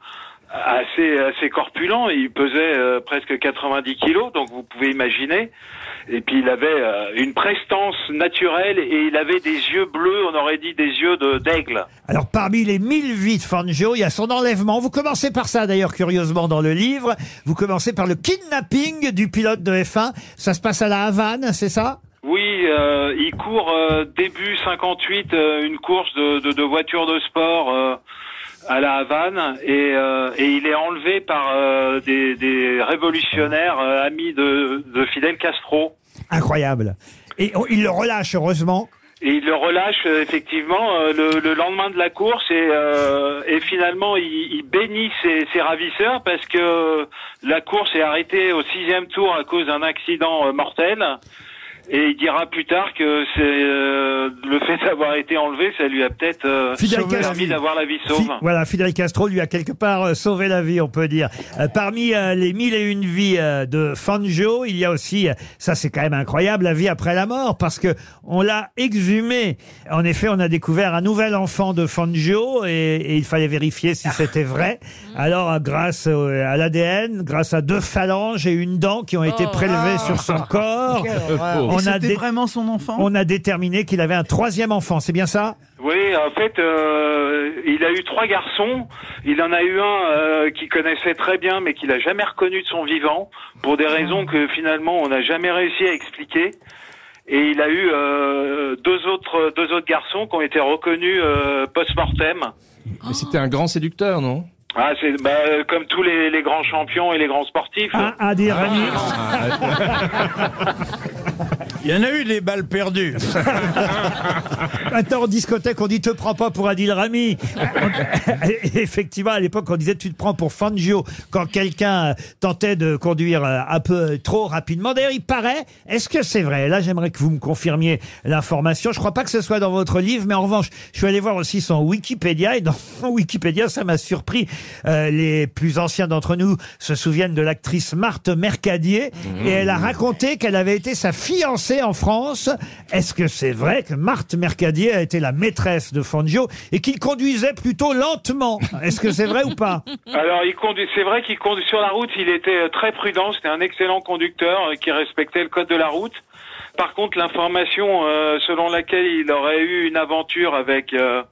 assez assez corpulent. Il pesait euh, presque 90 kilos, donc vous pouvez imaginer. Et puis il avait euh, une prestance naturelle et il avait des yeux bleus, on aurait dit des yeux de d'aigle. Alors, parmi les 1000 vies de Fangio, il y a son enlèvement. Vous commencez par ça, d'ailleurs, curieusement, dans le livre. Vous commencez par le kidnapping du pilote de F1. Ça se passe à la Havane, c'est ça Oui, euh, il court euh, début 58 euh, une course de, de, de voiture de sport euh, à la Havane et, euh, et il est enlevé par euh, des, des révolutionnaires euh, amis de, de Fidel Castro. Incroyable. Et on- il le relâche, heureusement. Et il le relâche euh, effectivement euh, le, le lendemain de la course et, euh, et finalement il, il bénit ses, ses ravisseurs parce que la course est arrêtée au sixième tour à cause d'un accident euh, mortel. Et il dira plus tard que c'est euh, le fait d'avoir été enlevé, ça lui a peut-être euh, Fidel Castro. permis d'avoir la vie sauve. Voilà, Fidel Castro lui a quelque part euh, sauvé la vie, on peut dire. Euh, parmi euh, les mille et une vies euh, de Fangio, il y a aussi, euh, ça c'est quand même incroyable, la vie après la mort, parce que on l'a exhumé. En effet, on a découvert un nouvel enfant de Fangio et, et il fallait vérifier si c'était vrai. Alors, euh, grâce euh, à l'ADN, grâce à deux phalanges et une dent qui ont été prélevées sur son corps, On on a, c'était dé- vraiment son enfant on a déterminé qu'il avait un troisième enfant. C'est bien ça Oui, en fait, euh, il a eu trois garçons. Il en a eu un euh, qu'il connaissait très bien, mais qu'il a jamais reconnu de son vivant, pour des raisons que finalement on n'a jamais réussi à expliquer. et il a eu euh, deux autres deux autres garçons qui ont été reconnus euh, post-mortem. Mais c'était un grand séducteur, non Ah, c'est bah, euh, comme tous les, les grands champions et les grands sportifs. à dire Ah, [LAUGHS] Il y en a eu des balles [LAUGHS] perdues. Maintenant, en discothèque, on dit te prends pas pour Adil Rami. Et [LAUGHS] Effectivement, à l'époque, on disait tu te prends pour Fangio quand quelqu'un tentait de conduire euh, un peu trop rapidement. D'ailleurs, il paraît, est-ce que c'est vrai Là, j'aimerais que vous me confirmiez l'information. Je crois pas que ce soit dans votre livre, mais en revanche, je suis allé voir aussi son Wikipédia et dans [LAUGHS] son Wikipédia, ça m'a surpris. Euh, les plus anciens d'entre nous se souviennent de l'actrice Marthe Mercadier et elle a raconté qu'elle avait été sa fiancée en France. Est-ce que c'est vrai que Marthe Mercadier a été la maîtresse de Fangio et qu'il conduisait plutôt lentement Est-ce que c'est vrai ou pas Alors, il conduit. C'est vrai qu'il conduit sur la route. Il était euh, très prudent. C'était un excellent conducteur euh, qui respectait le code de la route. Par contre, l'information euh, selon laquelle il aurait eu une aventure avec euh,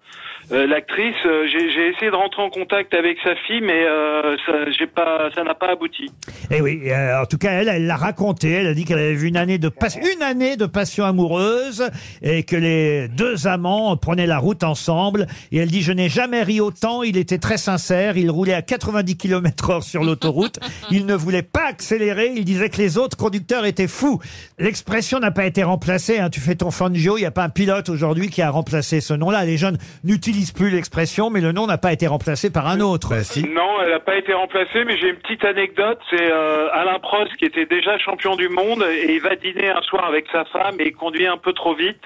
euh, l'actrice, euh, j'ai j'ai essayé de rentrer en contact avec sa fille, mais euh, ça j'ai pas- ça n'a pas abouti. Eh oui, euh, en tout cas, elle, elle l'a raconté. Elle a dit qu'elle avait vu une année de pas- une année de passion amoureuse et que les deux amants prenaient la route ensemble. Et elle dit, je n'ai jamais ri autant. Il était très sincère. Il roulait à 90 km heure sur l'autoroute. Il ne voulait pas accélérer. Il disait que les autres conducteurs étaient fous. L'expression n'a pas été remplacée. hein. Tu fais ton Fangio. Il n'y a pas un pilote aujourd'hui qui a remplacé ce nom-là. Les jeunes n'utilisent plus l'expression, mais le nom n'a pas été remplacé par un autre. [LAUGHS] Non, elle n'a pas été remplacée, mais j'ai une petite anecdote. C'est euh, Alain Prost qui était déjà champion du monde et il va dîner un soir avec sa femme et il conduit un peu trop vite.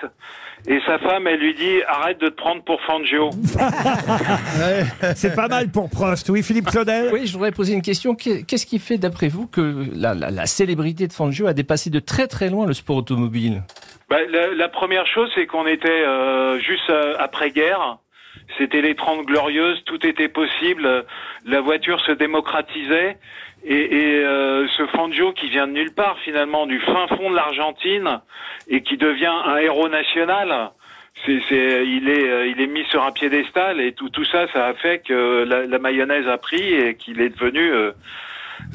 Et sa femme, elle lui dit arrête de te prendre pour Fangio. C'est pas mal pour Prost. Oui, Philippe Claudel Oui, je voudrais poser une question. Qu'est- Qu'est-ce qui fait, d'après vous, que la, la- la célébrité de Fangio a dépassé de très très loin le sport automobile Bah, la, la première chose, c'est qu'on était euh, juste euh, après-guerre. C'était les 30 glorieuses, tout était possible, euh, la voiture se démocratisait. Et, et, euh, ce Fangio qui vient de nulle part finalement, du fin fond de l'Argentine, et qui devient un héros national, c'est, c'est- il, est, euh, il est mis sur un piédestal, et tout, tout ça, ça a fait que la, la mayonnaise a pris et qu'il est devenu... euh,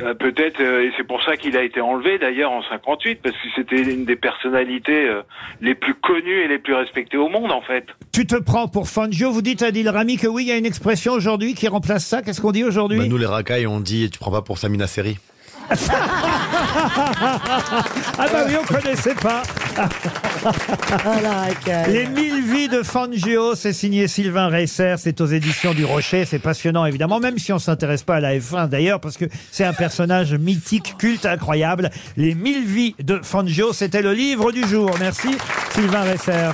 euh, Peut-être, euh, et c'est pour ça qu'il a été enlevé d'ailleurs en 58, parce que c'était une des personnalités euh, les plus connues et les plus respectées au monde en fait. Tu te prends pour Fangio, vous dites à Adil Rami que oui, il y a une expression aujourd'hui qui remplace ça. Qu'est-ce qu'on dit aujourd'hui Bah, nous, les racailles, on dit tu prends pas pour Samina Seri. Ah bah oui, on connaissait pas. Les mille vies de Fangio, c'est signé Sylvain Reisser, c'est aux éditions du Rocher, c'est passionnant évidemment, même si on s'intéresse pas à la F1 d'ailleurs, parce que c'est un personnage mythique, culte, incroyable. Les mille vies de Fangio, c'était le livre du jour. Merci Sylvain Reisser.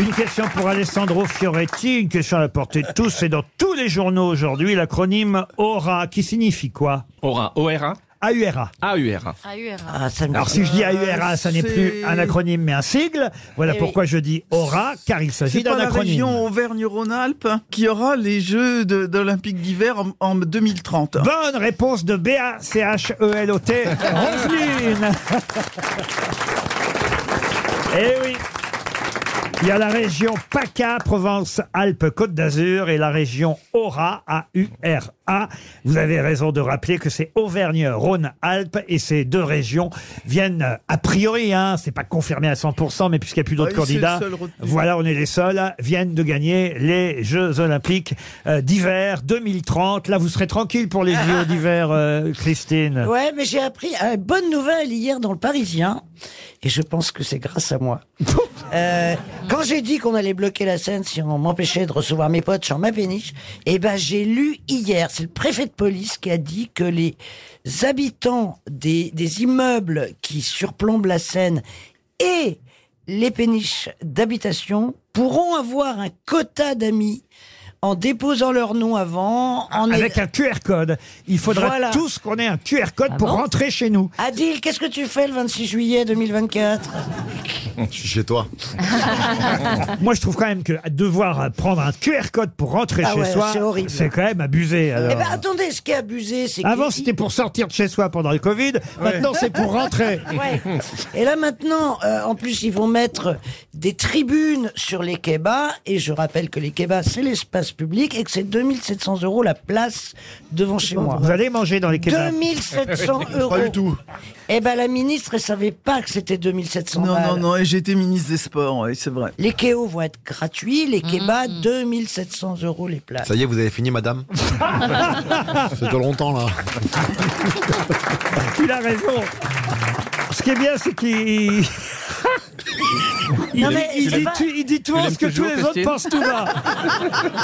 Une question pour Alessandro Fioretti, une question à la portée de tous. C'est dans tous les journaux aujourd'hui l'acronyme ORA, qui signifie quoi Aura, ORA AURA. AURA. Ah, Ah, Alors si je dis AURA, ça n'est plus un acronyme mais un sigle. Voilà Eh pourquoi oui. je dis ORA, car il C'est s'agit pas d'un la acronyme. région Auvergne-Rhône-Alpes qui aura les Jeux de- d'Olympiques d'hiver en, en 2030. Bonne réponse de [LAUGHS] E B-A-C-H-E-L-O-T, Roselyne Eh oui il y a la région PACA, Provence-Alpes-Côte d'Azur, et la région AURA, A-U-R-A. Vous avez raison de rappeler que c'est Auvergne-Rhône-Alpes, et ces deux régions viennent, euh, a priori, hein, c'est pas confirmé à 100%, mais puisqu'il n'y a plus d'autres Bah Oui, c'est le candidats, seul retenu. voilà, on est les seuls, viennent de gagner les Jeux Olympiques euh, d'hiver 2030. Là, vous serez tranquille pour les Jeux d'hiver, euh, Christine. Ouais, mais j'ai appris une bonne nouvelle hier dans le Parisien, et je pense que c'est grâce à moi. Euh, quand j'ai dit qu'on allait bloquer la scène si on m'empêchait de recevoir mes potes sur ma péniche, eh ben j'ai lu hier, c'est le préfet de police qui a dit que les habitants des, des immeubles qui surplombent la Seine et les péniches d'habitation pourront avoir un quota d'amis en déposant leur nom avant, en Avec un QR code. Ah, Il faudra Voilà. Ah tous qu'on ait un QR code pour bon rentrer chez nous. Adil, qu'est-ce que tu fais le 26 juillet 2024 Je suis chez toi. [LAUGHS] Moi, je trouve quand même que devoir prendre un QR code pour rentrer Ah chez ouais, c'est soi, horrible. c'est quand même abusé. alors. Eh ben attendez, ce qui est abusé, c'est que... Avant, c'était pour sortir de chez soi pendant le Covid. Maintenant, c'est pour rentrer. [LAUGHS] Ouais. Et là maintenant, euh, en plus, ils vont mettre des tribunes sur les kebabs. Et je rappelle que les kebabs, c'est l'espace publique et que c'est 2700 euros la place devant chez moi. Vous allez manger dans les kebabs 2700 euros. Pas du tout. Eh ben la ministre, elle savait pas que c'était 2700 Non, balles. non, non, et j'ai été ministre des Sports, oui, c'est vrai. Les kéos vont être gratuits, les kebabs, 2700 euros les Ah. places. Ça y est, vous avez fini, [LAUGHS] madame Ça fait longtemps, là. [LAUGHS] Il a raison. Ce qui est bien, c'est qu'il. Il, Non, mais il il dit, va- tout- il dit Tu tout haut l'aimes ce que toujours, tous les autres Christine pensent [LAUGHS] tout bas. [LAUGHS]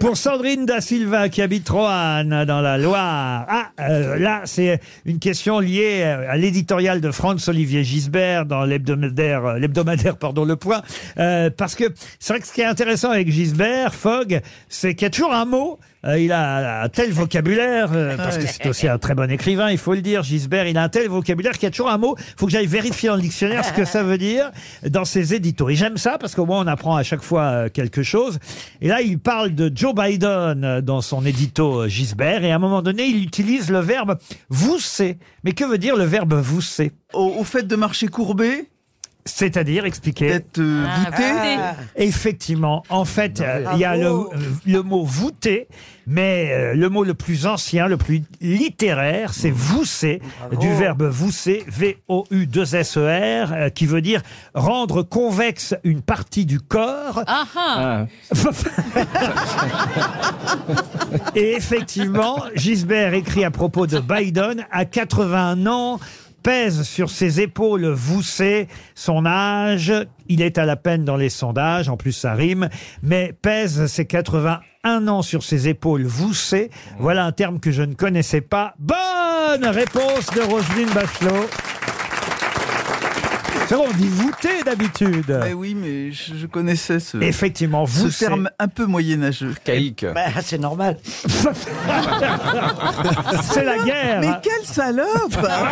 Pour Sandrine Da Silva qui habite Roanne dans la Loire. Ah, euh, là, c'est une question liée euh, à l'éditorial de Franz Olivier Gisbert dans l'hebdomadaire, euh, l'hebdomadaire, pardon, Le Point. Euh, parce que c'est vrai que ce qui est intéressant avec Gisbert, Fogg, c'est qu'il y a toujours un mot. euh, il a un tel vocabulaire, euh, parce que c'est aussi un très bon écrivain, il faut le dire, Gisbert, il a un tel vocabulaire qu'il y a toujours un mot, faut que j'aille vérifier dans le dictionnaire ce que ça veut dire dans ses éditos. Et j'aime ça parce qu'au moins on apprend à chaque fois euh, quelque chose. Et là, il parle de Joe Biden euh, dans son édito euh, Gisbert, et à un moment donné, il utilise le verbe vousser. Mais que veut dire le verbe vousser au, fait de marcher courbé c'est-à-dire, expliquer. D'être euh, Ah, voûté. voûté. Effectivement. En fait, euh, il y a le, le mot voûté, mais euh, le mot le plus ancien, le plus littéraire, c'est vousser, du verbe vousser, V-O-U-2-S-E-R, euh, qui veut dire rendre convexe une partie du corps. Ah [LAUGHS] ah. [LAUGHS] Et effectivement, Gisbert écrit à propos de Biden, à 81 ans, pèse sur ses épaules voussées son âge. Il est à la peine dans les sondages, en plus ça rime, mais pèse ses 81 ans sur ses épaules voussées. Voilà un terme que je ne connaissais pas. Bonne réponse de Roselyne Bachelot. C'est vrai, on dit voûté d'habitude. Mais Eh oui, mais je, je connaissais ce. Effectivement, ce voûté. terme un peu moyenâgeux. Caïque. Bah, c'est normal. [LAUGHS] C'est la guerre. Mais quelle salope hein.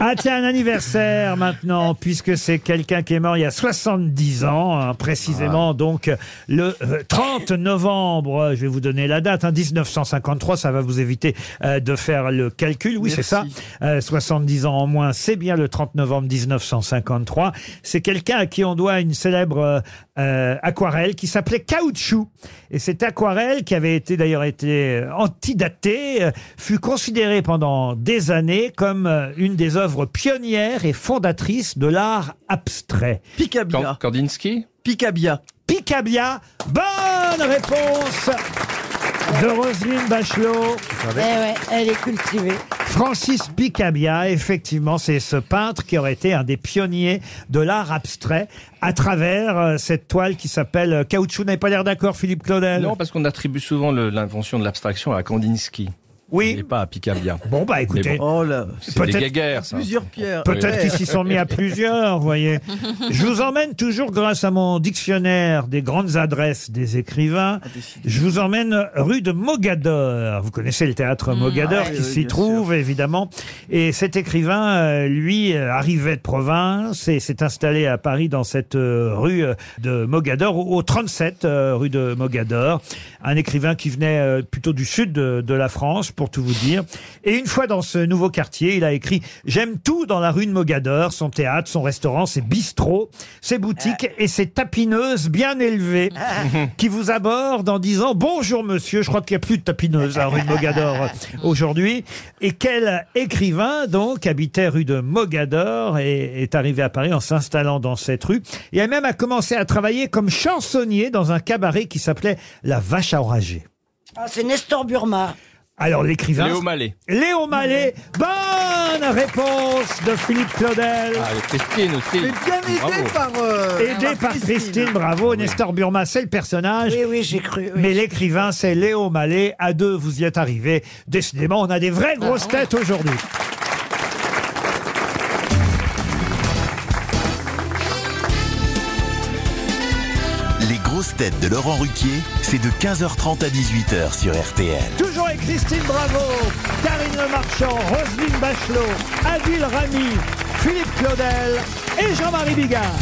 Ah tiens, un anniversaire maintenant, puisque c'est quelqu'un qui est mort il y a 70 ans, hein, précisément donc le euh, 30 novembre, euh, je vais vous donner la date, hein, 1953, ça va vous éviter euh, de faire le calcul, oui c'est ça, Euh, 70 ans en moins, c'est bien le 30 novembre 1953, c'est quelqu'un à qui on doit une célèbre euh, euh, aquarelle qui s'appelait Caoutchouc, et cette aquarelle qui avait été d'ailleurs été euh, antidatée, euh, fut considérée pendant des années comme euh, une des œuvres pionnières et fondatrices de l'art abstrait. Picabia. Kandinsky Picabia. Picabia, bonne réponse de Roselyne Bachelot. Eh ouais, elle est cultivée. Francis Picabia, effectivement, c'est ce peintre qui aurait été un des pionniers de l'art abstrait à travers euh, cette toile qui s'appelle euh, Caoutchouc. Vous n'avez pas l'air d'accord, Philippe Claudel Non, parce qu'on attribue souvent le- l'invention de l'abstraction à Kandinsky. Oui. Et pas à Picabia. Bon, bah écoutez. Oh là. C'est des Peut-être- guéguerres, ça. Plusieurs pierres. Peut-être Ouais. qu'ils s'y sont [LAUGHS] mis à plusieurs, vous voyez. Je vous emmène toujours, grâce à mon dictionnaire des grandes adresses des écrivains, Ah, je vous emmène rue de Mogador. Vous connaissez le théâtre Mogador ouais. qui Mm. Ah Oui, s'y bien trouve, évidemment. Et cet écrivain, euh, lui, euh, arrivait de province et s'est installé à Paris dans cette euh, rue euh, de Mogador, au au 37 euh, rue de Mogador. Un écrivain qui venait euh, plutôt du sud de, de la France, pour tout vous dire. Et une fois dans ce nouveau quartier, il a écrit J'aime tout dans la rue de Mogador, son théâtre, son restaurant, ses bistrots, ses boutiques et ses tapineuses bien élevées qui vous abordent en disant Bonjour monsieur, je crois qu'il n'y a plus de tapineuses à la rue de Mogador aujourd'hui. Et quel écrivain, donc, habitait rue de Mogador et est arrivé à Paris en s'installant dans cette rue. Et elle même a commencé à travailler comme chansonnier dans un cabaret qui s'appelait La Vache à Enragée. Ah, c'est Nestor Burma. Alors, l'écrivain. Léo Mallet. Léo Mallet. Bonne réponse de Philippe Claudel. Ah, et Christine aussi. Bravo. Euh, Aidé par Christine, bravo. Nestor Burma, c'est le personnage. Oui, oui, j'ai cru. oui. Mais l'écrivain, c'est Léo Mallet. À deux, vous y êtes arrivés. Décidément, on a des vraies grosses Ah. têtes aujourd'hui. Les grosses têtes de Laurent Ruquier, c'est de 15h30 à 18h sur RTL. Toujours avec Christine Bravo, Karine Le Marchand, Roselyne Bachelot, Adil Rami, Philippe Claudel et Jean-Marie Bigard.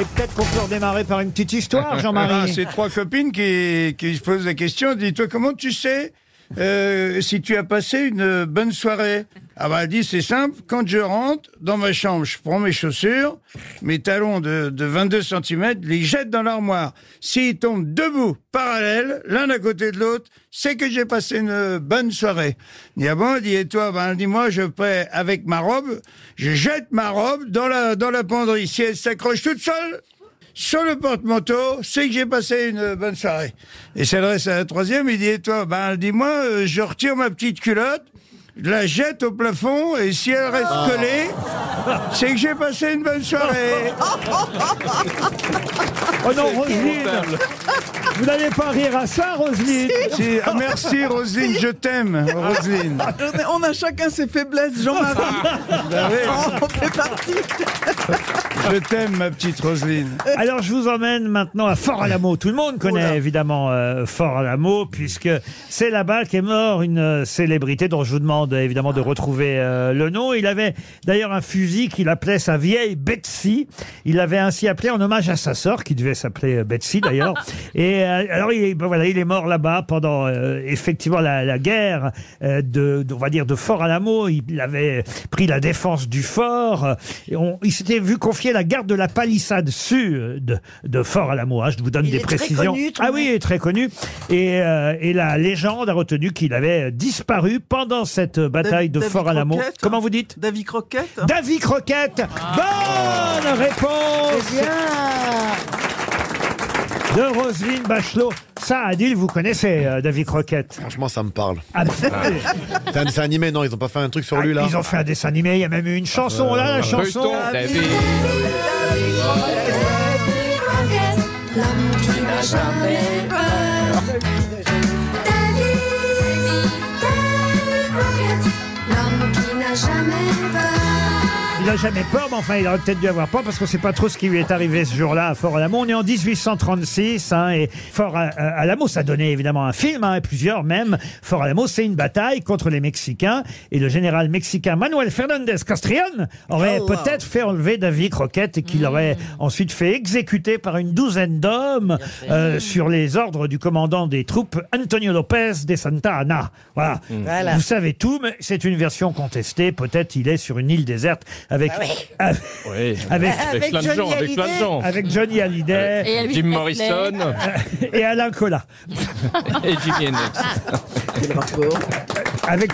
Et peut-être qu'on peut redémarrer par une [LAUGHS] petite histoire, Ah, Jean-Marie. c'est trois copines qui, qui se posent la question. Dis-toi, comment tu sais euh, si tu as passé une bonne soirée. Ah bah, elle dit, c'est simple, quand je rentre dans ma chambre, je prends mes chaussures, mes talons de, de 22 cm, les jette dans l'armoire. S'ils tombent debout, parallèles, l'un à côté de l'autre, c'est que j'ai passé une bonne soirée. Il dit, ah bon, elle dit, et toi, ben, elle dit, moi, je paie avec ma robe, je jette ma robe dans la, dans la penderie. Si elle s'accroche toute seule, sur le porte-manteau, c'est que j'ai passé une bonne soirée. Et s'adresse à la troisième, il dit, et toi, ben, dis-moi, euh, je retire ma petite culotte, je la jette au plafond, et si elle reste Oh. collée, c'est que j'ai passé une bonne soirée. [LAUGHS] Oh non, Roselyne Vous n'allez pas rire à ça, Roselyne Si, ah, merci, Roselyne, je [LAUGHS] t'aime, Roselyne. On a chacun ses faiblesses, Ah. Jean-Marie. Ben oui. On fait partie. Je t'aime, ma petite Roselyne. Alors, je vous emmène maintenant à Fort-Alamo. Tout le monde connaît évidemment euh, Fort-Alamo, puisque c'est là-bas qu'est mort une euh, célébrité dont je vous demande euh, évidemment de retrouver euh, le nom. Il avait d'ailleurs un fusil qu'il appelait sa vieille Betsy. Il l'avait ainsi appelé en hommage à sa sœur, qui devait s'appeler euh, Betsy [LAUGHS] d'ailleurs. Et euh, alors, il, est- ben voilà, il est mort là-bas pendant euh, effectivement la, la guerre euh, de, de- on va dire, de Fort-Alamo. Il avait pris la défense du fort. euh, et on- il s'était vu confier la garde de la palissade sud de Fort-Alamo. hein, je vous donne Il des est très précisions. connu, tout ah le oui, il est très connu. Et, euh, et la légende a retenu qu'il avait disparu pendant cette bataille de Davy Fort-Alamo. Crockett Comment vous dites Davy hein. Croquette Davy Croquette Bonne réponse Eh bien. de Roselyne Bachelot. Ça, Adil, vous connaissez euh, Davy Croquette Franchement, ça me parle. Ah, bah, C'est un dessin animé, non Ils ont pas fait un truc sur lui, là Ils ont fait un dessin animé, il y a même eu une chanson. Euh, là, la chanson. Feuilleton, Davy. L'homme qui n'a jamais peur. L'homme qui n'a jamais peur. Il n'a jamais peur, mais enfin, il aurait peut-être dû avoir peur parce qu'on ne sait pas trop ce qui lui est arrivé ce jour-là à Fort-Alamo. On est en 1836 hein, et Fort-Alamo, ça donnait évidemment un film, hein, et plusieurs même. Fort-Alamo, c'est une bataille contre les Mexicains et le général mexicain Manuel Fernandez Castrillon aurait Oh, wow. Mm. peut-être fait enlever Davy Croquette et qu'il aurait ensuite fait exécuter par une douzaine d'hommes euh, sur les ordres du commandant des troupes Antonio Lopez de Santa Anna. Voilà. Mm. Voilà. Vous savez tout, mais c'est une version contestée. Peut-être il est sur une île déserte avec Ah oui. avec, Oui, avec- plein de gens, avec plein de gens. avec Johnny Hallyday, Et Elvis Jim Presley. Morrison. [LAUGHS] et Alain Colas, [LAUGHS] Et Jimi Hendrix. [LAUGHS] avec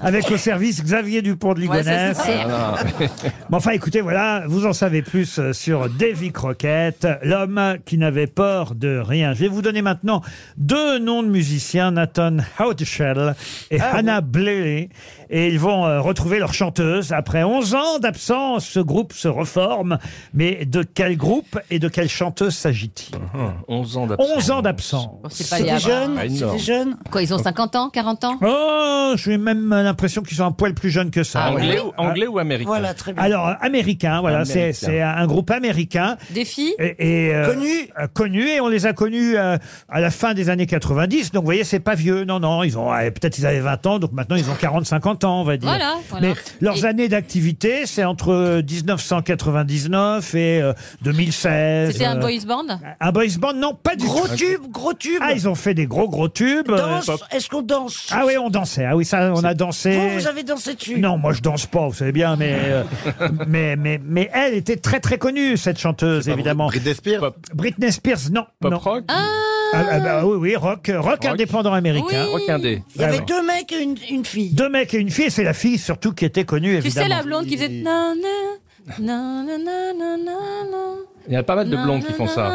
avec au service Xavier Dupont de Ligonnès. Ah, [LAUGHS] non. Mais enfin, écoutez, voilà, vous en savez plus euh, sur Davy Crockett, l'homme qui n'avait peur de rien. Je vais vous donner maintenant deux noms de musiciens, Nathan Hautschel et Ah, Hannah Bley. Et ils vont euh, retrouver leur chanteuse. Après 11 ans d'absence, ce groupe se reforme. Mais de quel groupe et de quelle chanteuse s'agit-il 11 Ah, ans d'absence. 11 ans d'absence. C'est pas les Havres. Ah, énorme. Quoi, ils ont 50 ans, 40 ans Oh, j'ai même l'impression qu'ils sont un poil plus jeunes que ça. Anglais, Ah, ou- anglais ou américain Alors, euh, américain, voilà, c'est Américain. c'est un groupe américain. Des filles et, et, euh, Connues euh, connus, et on les a connus euh, à la fin des années 90. Donc vous voyez, c'est pas vieux. Non non, ils ont ouais, peut-être ils avaient 20 ans, donc maintenant ils ont 40 50 ans, on va dire. Voilà, voilà. Mais leurs années d'activité, c'est entre euh, 1999 et euh, 2016. C'était un Euh, boys band un boys band non, pas du Gros tout. tube, gros tube. Ah, ils ont fait des gros gros tubes. Danse, Euh, Est-ce qu'on danse Ah oui, on dansait. Ah oui, ça on a dansé. Vous, vous avez dansé dessus Non, moi je danse pas, vous savez bien, [LAUGHS] mais euh, mais, mais mais elle était très très connue cette chanteuse évidemment. Britney Spears. Britney Spears, non. Pop rock. Ah, ah bah oui oui rock rock, indépendant américain. Oui. Rock indé. Il y avait Ouais, ouais. deux mecs et une, une fille. deux mecs et une fille, et c'est la fille surtout qui était connue Tu évidemment. sais, la blonde qui faisait. Nan, nan, nan, nan, nan, nan, nan, nan. Il y a pas mal de blondes qui font ça.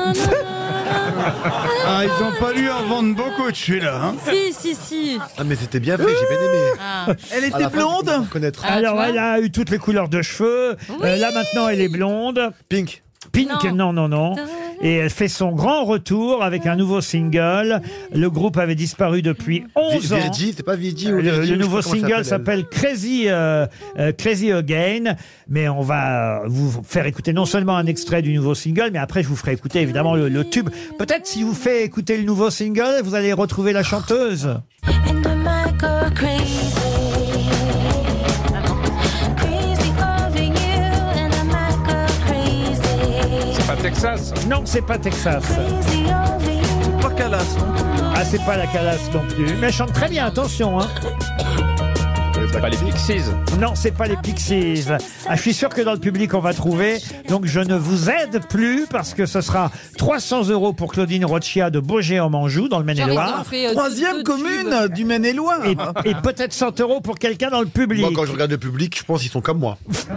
Ah, ils ont pas lu en vendre beaucoup de celui-là. Hein. Si, si, si. Ah, mais c'était bien fait, j'ai bien aimé. Ah. Elle À la était fin, blonde on peut Connaître. Ah, Alors elle a eu toutes les couleurs de cheveux. Euh, là maintenant elle est blonde. Pink. Pink, non, non, non. Et elle fait son grand retour avec un nouveau single. Le groupe avait disparu depuis 11 ans. Euh, Virgie, c'est pas Virgie ou Le, Virgie, le je sais nouveau pas comment ça single s'appelle Crazy, euh, euh, Crazy Again, mais on va euh, vous faire écouter non seulement un extrait du nouveau single, mais après je vous ferai écouter évidemment le, le tube. Peut-être si vous faites écouter le nouveau single, vous allez retrouver la chanteuse. And I might go crazy. Crazy over you. And I might go crazy. Pas Texas Non, c'est pas Texas. Crazy over you. pas Calas non plus. Ah, c'est pas la calasse non plus. Mais elle chante très bien, attention. Hein. C'est pas les Pixies. Non, c'est pas les Pixies. Ah, je suis sûr que dans le public, on va trouver. Donc, je ne vous aide plus parce que ce sera 300 euros pour Claudine Rochia de Beaugé en Manjou, dans le Maine-et-Loire. Troisième commune du Maine-et-Loire. Et, et peut-être 100 euros pour quelqu'un dans le public. Moi, quand je regarde le public, je pense qu'ils sont comme [LAUGHS] moi. J'ai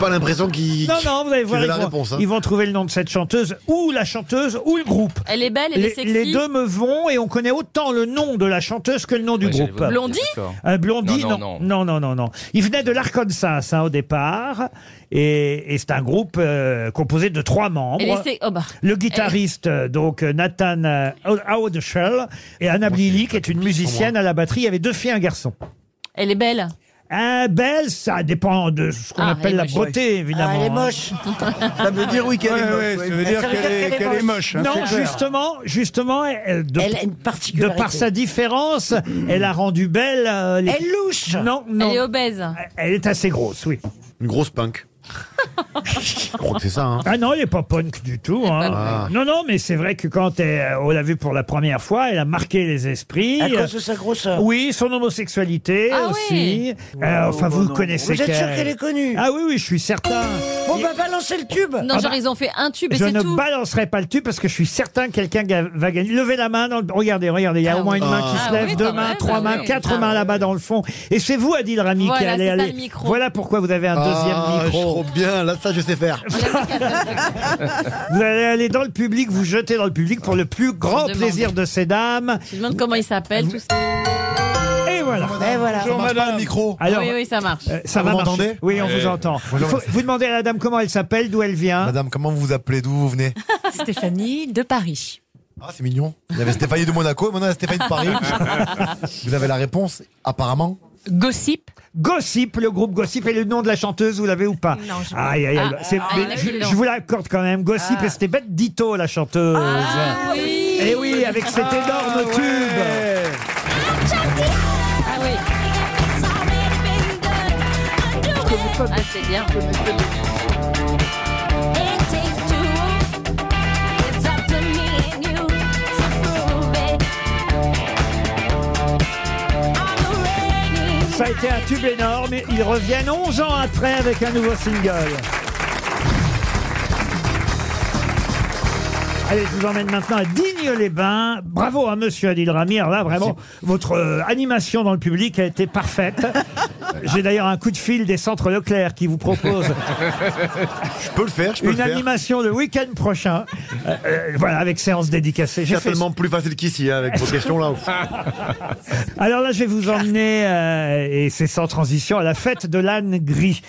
pas l'impression qu'ils. Non, non, vous allez qu'ils voir. aient Ils la vont, réponse. hein. ils vont trouver le nom de cette chanteuse, ou la chanteuse, ou le groupe. Elle est belle, elle est Les, sexy. les deux me vont et on connaît autant le nom de la chanteuse que le nom du Ouais, j'allais groupe. vous dire, Blondie d'accord. Euh, Blondie, non Non, non, non, non. non, non, Il venait de l'Arkansas hein, au départ et, et c'est un groupe euh, composé de trois membres. Elle est sex- oh bah. Le guitariste, euh, donc euh, Nathan euh, Audeshell et Anna Blili, qui est une musicienne à la batterie. Il y avait deux filles et un garçon. Elle est belle. Un belle, ça dépend de ce qu'on Ah, elle appelle est la moche. beauté, évidemment. Ah, elle est hein. moche. Ça veut dire oui qu'elle Ouais, est moche. ouais, oui. ça veut dire Ça veut qu'elle dire est- qu'elle est qu'elle est moche. moche, hein, Non, c'est clair. justement, justement, elle, de, de par sa différence, elle a rendu belle. euh, les- Elle louche. Non, non. Elle est obèse. Elle est assez grosse, oui. Une grosse punk. Je crois que c'est ça. Ah non, elle n'est pas punk du tout. hein. pas Non, non, mais c'est vrai que quand elle- on l'a vue pour la première fois, elle a marqué les esprits. À cause de sa grosseur. Oui, son homosexualité Ah aussi. oui. Oh, Euh, enfin, vous le connaissez. Vous êtes sûr qu'elle est connue Ah oui, oui, je suis certain. Bon, bah balancez le tube Non, Ah genre, bah, ils ont fait un tube et Je c'est ne tout. balancerai pas le tube parce que je suis certain que quelqu'un ga- va gagner. Levez la main. Dans le- Regardez, regardez. Il y a au moins une main qui Ah se lève, oui, deux quand mains, même, trois ah mains, oui. quatre Ah mains oui. là-bas dans le fond. Et c'est vous, Adil Rami, qui Voilà, allez c'est ça, aller. le micro. Voilà pourquoi vous avez un Ah, deuxième je suis micro. trop bien, là, ça, je [LAUGHS] sais faire. Vous allez aller dans le public, vous jeter dans le public pour le plus grand demande. plaisir de ces dames. Je me demande comment il s'appelle, tout ça. Et voilà. Et voilà. Ça marche pas, le micro. Alors, oui, oui, ça marche. euh, ça Vous va m'entendez marcher. Oui, on Ouais. vous entend. Il Bonjour, faut- vous demandez à la dame comment elle s'appelle, d'où elle vient. Madame, comment vous vous appelez D'où vous venez [LAUGHS] Stéphanie de Paris. Ah, c'est mignon. Il y avait Stéphanie de Monaco, maintenant il y a Stéphanie de Paris. [LAUGHS] vous avez la réponse, apparemment. Gossip. Gossip, le groupe Gossip et le nom de la chanteuse, vous l'avez ou pas Non, je- Aïe, aïe, aïe. Ah, C'est- ah, mais ah, je, oui, je non. vous l'accorde quand même. Gossip, Ah. et c'était Bette Ditto, la chanteuse. Ah oui. Et Eh oui, avec cet énorme tube. Ah oui. Ah, c'est bien. Ça a été un tube énorme. et Ils reviennent 11 ans après avec un nouveau single. Allez, je vous emmène maintenant à Digne-les-Bains. Bravo à Monsieur Adil Ramir. Là, vraiment, votre euh, animation dans le public a [LAUGHS] été parfaite. J'ai d'ailleurs un coup de fil des centres Leclerc qui vous propose [LAUGHS] je peux le faire, je peux une le faire. animation le week-end prochain. Euh, euh, voilà, avec séance dédicacée. J'ai C'est fait tellement plus facile qu'ici, hein, avec vos questions là. [LAUGHS] Alors là, je vais vous emmener, euh, et c'est sans transition, à la fête de l'âne gris.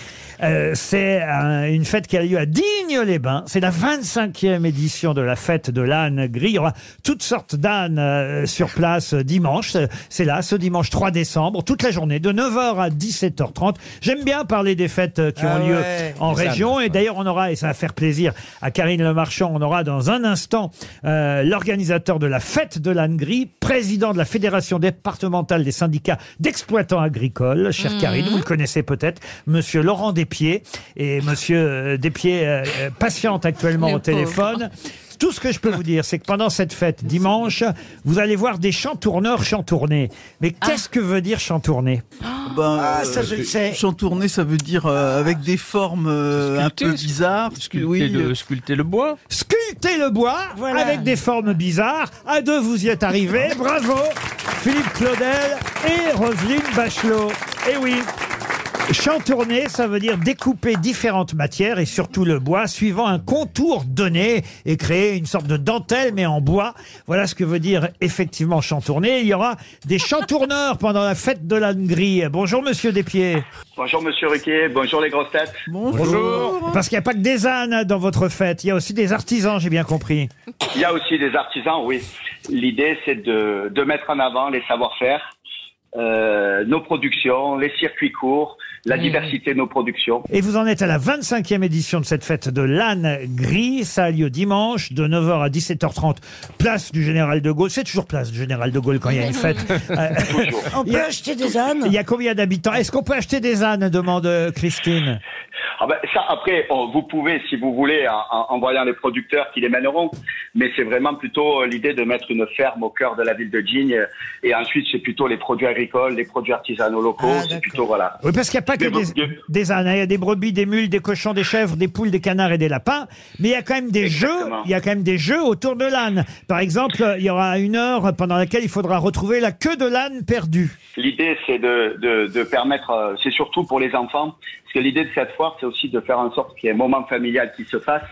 Euh, c'est un- une fête qui a lieu à Digne-les-Bains. C'est la 25e édition de la fête de l'âne gris. Il y aura toutes sortes d'ânes euh, sur place euh, dimanche. C'est là, ce dimanche 3 décembre, toute la journée, de 9h à 17h30. J'aime bien parler des fêtes euh, qui Ah ont lieu ouais. en Les ânes. région. Et d'ailleurs, on aura, et ça va faire plaisir à Karine Le Marchand, on aura dans un instant euh, l'organisateur de la fête de l'âne gris, président de la Fédération départementale des syndicats d'exploitants agricoles, chère Mhm. Karine, vous le connaissez peut-être, monsieur Laurent Despieds. Et monsieur euh, Despieds euh, euh, patiente actuellement Le au téléphone. Tout ce que je peux vous dire, c'est que pendant cette fête dimanche, vous allez voir des chantourneurs chantourner. Mais Ah. qu'est-ce que veut dire chantourner Ben, Ah, ça, je le sais. Chantourner, ça veut dire euh, avec des formes euh, un peu Sculpter, bizarres. euh, Sculpter, le, sculpter le bois. Sculpter le bois avec des formes bizarres. À deux, vous y êtes arrivés. Bravo, Philippe Claudel et Roselyne Bachelot. Eh oui. Chantourner, ça veut dire découper différentes matières et surtout le bois suivant un contour donné et créer une sorte de dentelle mais en bois. Voilà ce que veut dire effectivement chantourner. Il y aura des chantourneurs [LAUGHS] pendant la fête de l'âne gris. Bonjour Monsieur Despieds. Bonjour Monsieur Ruquier, bonjour les grosses têtes. Parce qu'il n'y a pas que des ânes hein, dans votre fête, il y a aussi des artisans, j'ai bien compris. Il y a aussi des artisans, oui. L'idée c'est de, de mettre en avant les savoir-faire, euh, nos productions, les circuits courts, la diversité de nos productions. Mmh. Et vous en êtes à la 25e édition de cette fête de l'âne gris. Ça a lieu dimanche de 9h à 17h30, place du Général de Gaulle. C'est toujours place du Général de Gaulle quand il y a [LAUGHS] une fête. Euh, [LAUGHS] On il y peut a- acheter des ânes Il y a combien d'habitants Est-ce qu'on peut acheter des ânes demande euh, Christine. Ah ben, ça, après, on- vous pouvez, si vous voulez, en, en- en voyant les producteurs qui les mèneront, mais c'est vraiment plutôt euh, l'idée de mettre une ferme au cœur de la ville de Digne, euh, et ensuite, c'est plutôt les produits agricoles, les produits artisanaux locaux, c'est plutôt, voilà. Ah, Oui, parce qu'il n'y a pas que Dévo- des, des ânes. hein. Il y a des brebis, des mules, des cochons, des chèvres, des poules, des canards et des lapins. Mais il y a quand même des jeux. Il y a quand même des jeux autour de l'âne. Par exemple, il y aura une heure pendant laquelle il faudra retrouver la queue de l'âne perdue. L'idée, c'est de, de, de permettre, euh, c'est surtout pour les enfants, parce que l'idée de cette foire, c'est aussi de faire en sorte qu'il y ait un moment familial qui se fasse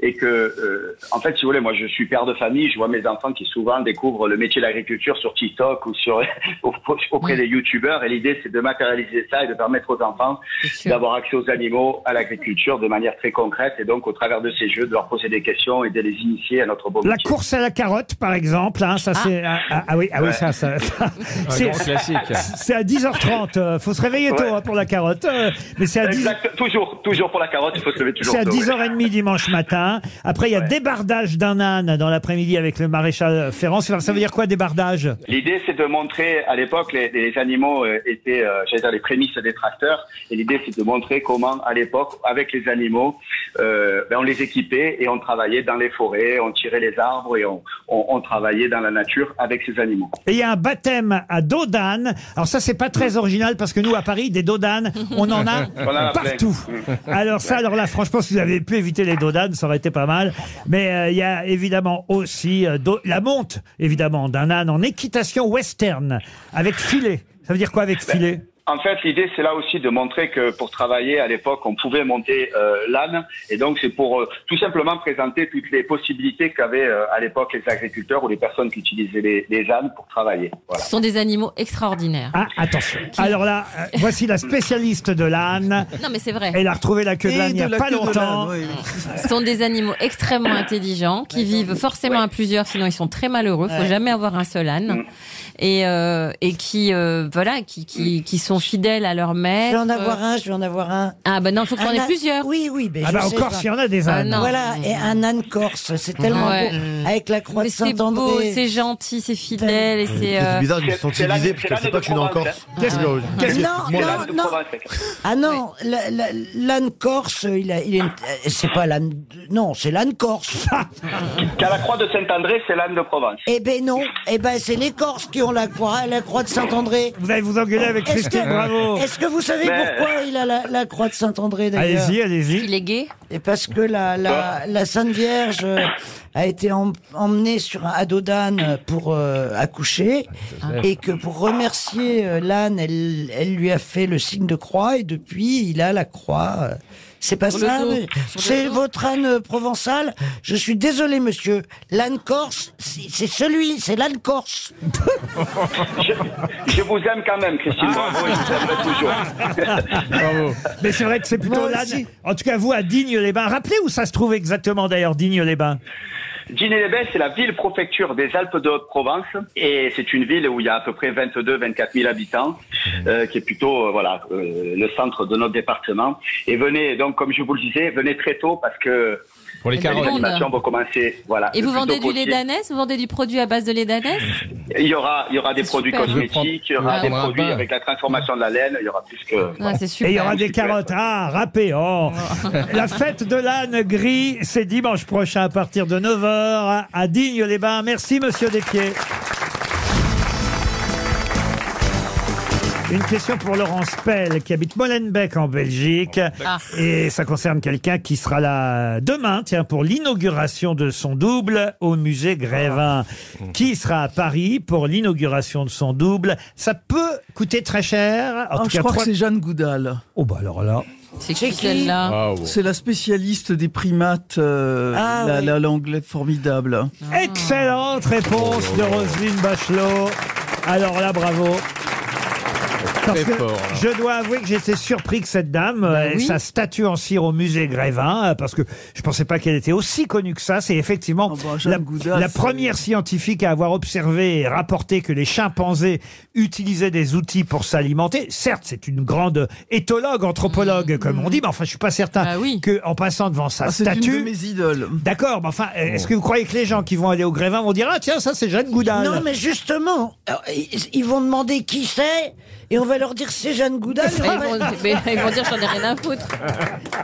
et que, euh, en fait, si vous voulez, moi, je suis père de famille, je vois mes enfants qui souvent découvrent le métier de l'agriculture sur TikTok ou sur [LAUGHS] auprès des youtubeurs, et l'idée, c'est de matérialiser ça et de permettre aux enfants d'avoir accès aux animaux, à l'agriculture de manière très concrète, et donc au travers de ces jeux, de leur poser des questions et de les initier à notre beau La métier. course à la carotte, par exemple, hein, ça c'est ah, ah, ah oui ah oui Ouais. ça, ça, ça- c'est grand classique. c'est à 10h30. euh, faut se réveiller tôt Ouais. hein, pour la carotte, euh, mais c'est à 10 Exact, toujours, toujours pour la carotte, il faut se lever toujours. c'est à tôt, ouais. 10h30 dimanche matin. Après, il y a débardage d'un âne dans l'après-midi avec le maréchal Ferrand. Ça veut dire quoi, débardage L'idée, c'est de montrer, à l'époque, les, les animaux euh, étaient, euh, j'allais dire, les prémices des tracteurs. Et l'idée, c'est de montrer comment, à l'époque, avec les animaux, euh, ben, on les équipait et on travaillait dans les forêts, on tirait les arbres et on, on, on travaillait dans la nature avec ces animaux. Et il y a un baptême à dos d'âne. Alors ça, c'est pas très original parce que nous, à Paris, des dos d'âne, on en a [LAUGHS] On en a plein. [LAUGHS] partout. Mm. Alors ça, alors là, franchement, si vous avez pu éviter les dos d'âne, ça aurait été pas mal. Mais euh, il y a évidemment aussi euh, do- la monte, évidemment, d'un âne en équitation western avec filet. Ça veut dire quoi avec filet En fait, l'idée, c'est là aussi de montrer que pour travailler à l'époque, on pouvait monter euh, l'âne. Et donc, c'est pour euh, tout simplement présenter toutes les possibilités qu'avaient euh, à l'époque les agriculteurs ou les personnes qui utilisaient les, les ânes pour travailler. Voilà. Ce sont des animaux extraordinaires. Ah, attention. Alors là, euh, voici la spécialiste de l'âne. Non, mais c'est vrai. Elle a retrouvé la queue de l'âne il n'y a pas longtemps. Ce sont des animaux extrêmement intelligents qui vivent forcément à plusieurs, sinon ils sont très malheureux. Faut Ouais. jamais avoir un seul âne. Mm. Et, euh, et qui, euh, voilà, qui, Mm. qui, qui sont fidèles à leur maître. Je vais en avoir un, je vais en avoir un. Ah, ben non, faut que t'en Un aies âne- plusieurs. Oui, oui. ben Ah je bah, sais, encore je- s'il y en a des ânes. Ah non. voilà, et un âne corse, c'est tellement Ouais. Mm. beau. Avec la croix de C'est beau, Saint-André. c'est gentil, c'est fidèle Mm. et c'est. C'est euh, bizarre, ils me sont civilisés parce que je sais pas que je suis né en Corse. Qu'est-ce- qu'est-ce- Non, Moi, non, l'âne de non. Provence, mec. Ah non, la- la- l'âne corse, il a, il a une- euh, c'est pas l'âne, non, c'est l'âne [LAUGHS] corse. Qu'à la croix de Saint-André, c'est l'âne de Provence. eh ben non, eh ben c'est les Corses qui ont la croix, la croix de Saint-André. Vous allez vous engueuler avec Est-ce Christine, que- bravo. Est-ce que vous savez Mais- pourquoi il a la, la croix de Saint-André d'ailleurs Allez-y, allez-y. Il est gay Et parce que la, la, la Sainte Vierge euh, a été em- emmenée sur un ado d'âne pour euh, accoucher Ah. et que pour remercier euh, l'âne, elle, elle lui a fait le signe de croix et depuis il a la croix. euh. C'est pas Sur le ça, dos. mais Sur le c'est dos. votre âne euh, provençal. Je suis désolé, monsieur. L'âne corse, c'est c'est celui, c'est l'âne corse. Je, je vous aime quand même, Christine. Bravo, je vous aimerai toujours. Mais c'est vrai que c'est plutôt Moi l'âne. aussi. En tout cas, vous, à Digne-les-Bains. Rappelez où ça se trouve exactement, d'ailleurs, Digne-les-Bains. Digne-les-Bains, c'est la ville-préfecture des Alpes de Haute-Provence et c'est une ville où il y a à peu près 22-24 000 habitants, euh, qui est plutôt euh, voilà euh, le centre de notre département. Et venez donc, comme je vous le disais, venez très tôt parce que Pour les carottes. animations vont commencer. Voilà. Et le vous plus vendez tôt du lait possible. d'ânesse Vous vendez du produit à base de lait d'ânesse Il y aura, il y aura des produits super. cosmétiques, il Je y aura vais des prendre un produits bain. avec la transformation de la laine. Il y aura plus que. Ah, c'est super. Et il y aura des carottes. Ah, râpées. Oh. [LAUGHS] La fête de l'âne gris, c'est dimanche prochain à partir de 9h à Digne-les-Bains. Merci, monsieur Despieds. Une question pour Laurence Pell, qui habite Molenbeek en Belgique. Ah. Et ça concerne quelqu'un qui sera là demain, tiens, pour l'inauguration de son double au musée Grévin. Ah. Qui sera à Paris pour l'inauguration de son double Ça peut coûter très cher. En Ah, tout je cas, crois trois- que c'est Jeanne Goudal. Oh bah alors là. C'est qui, celle-là Ah, Ah, C'est la spécialiste des primates, euh, Ah, la- oui. la- l'anglaise formidable. Excellente réponse de Roselyne Bachelot. Alors là, bravo. Parce Très que fort, là. Je dois avouer que j'étais surpris que cette dame Bah euh, ait oui. sa statue en cire au musée Grévin, euh, parce que je pensais pas qu'elle était aussi connue que ça. C'est effectivement Oh, bah, la, la première scientifique à avoir observé et rapporté que les chimpanzés utilisaient des outils pour s'alimenter. Certes, c'est une grande éthologue, anthropologue, comme Mmh, on dit, mais enfin, je suis pas certain que en passant devant sa Bah Ah, c'est une statue. de mes idoles. D'accord, mais enfin, Oh. est-ce que vous croyez que les gens qui vont aller au Grévin vont dire ah tiens ça c'est Jeanne Goudal Non, mais justement, alors, ils, ils vont demander qui c'est, et on va leur dire c'est Jeanne Goudal. Mais ils vont- [LAUGHS] mais ils vont dire, j'en ai rien à foutre.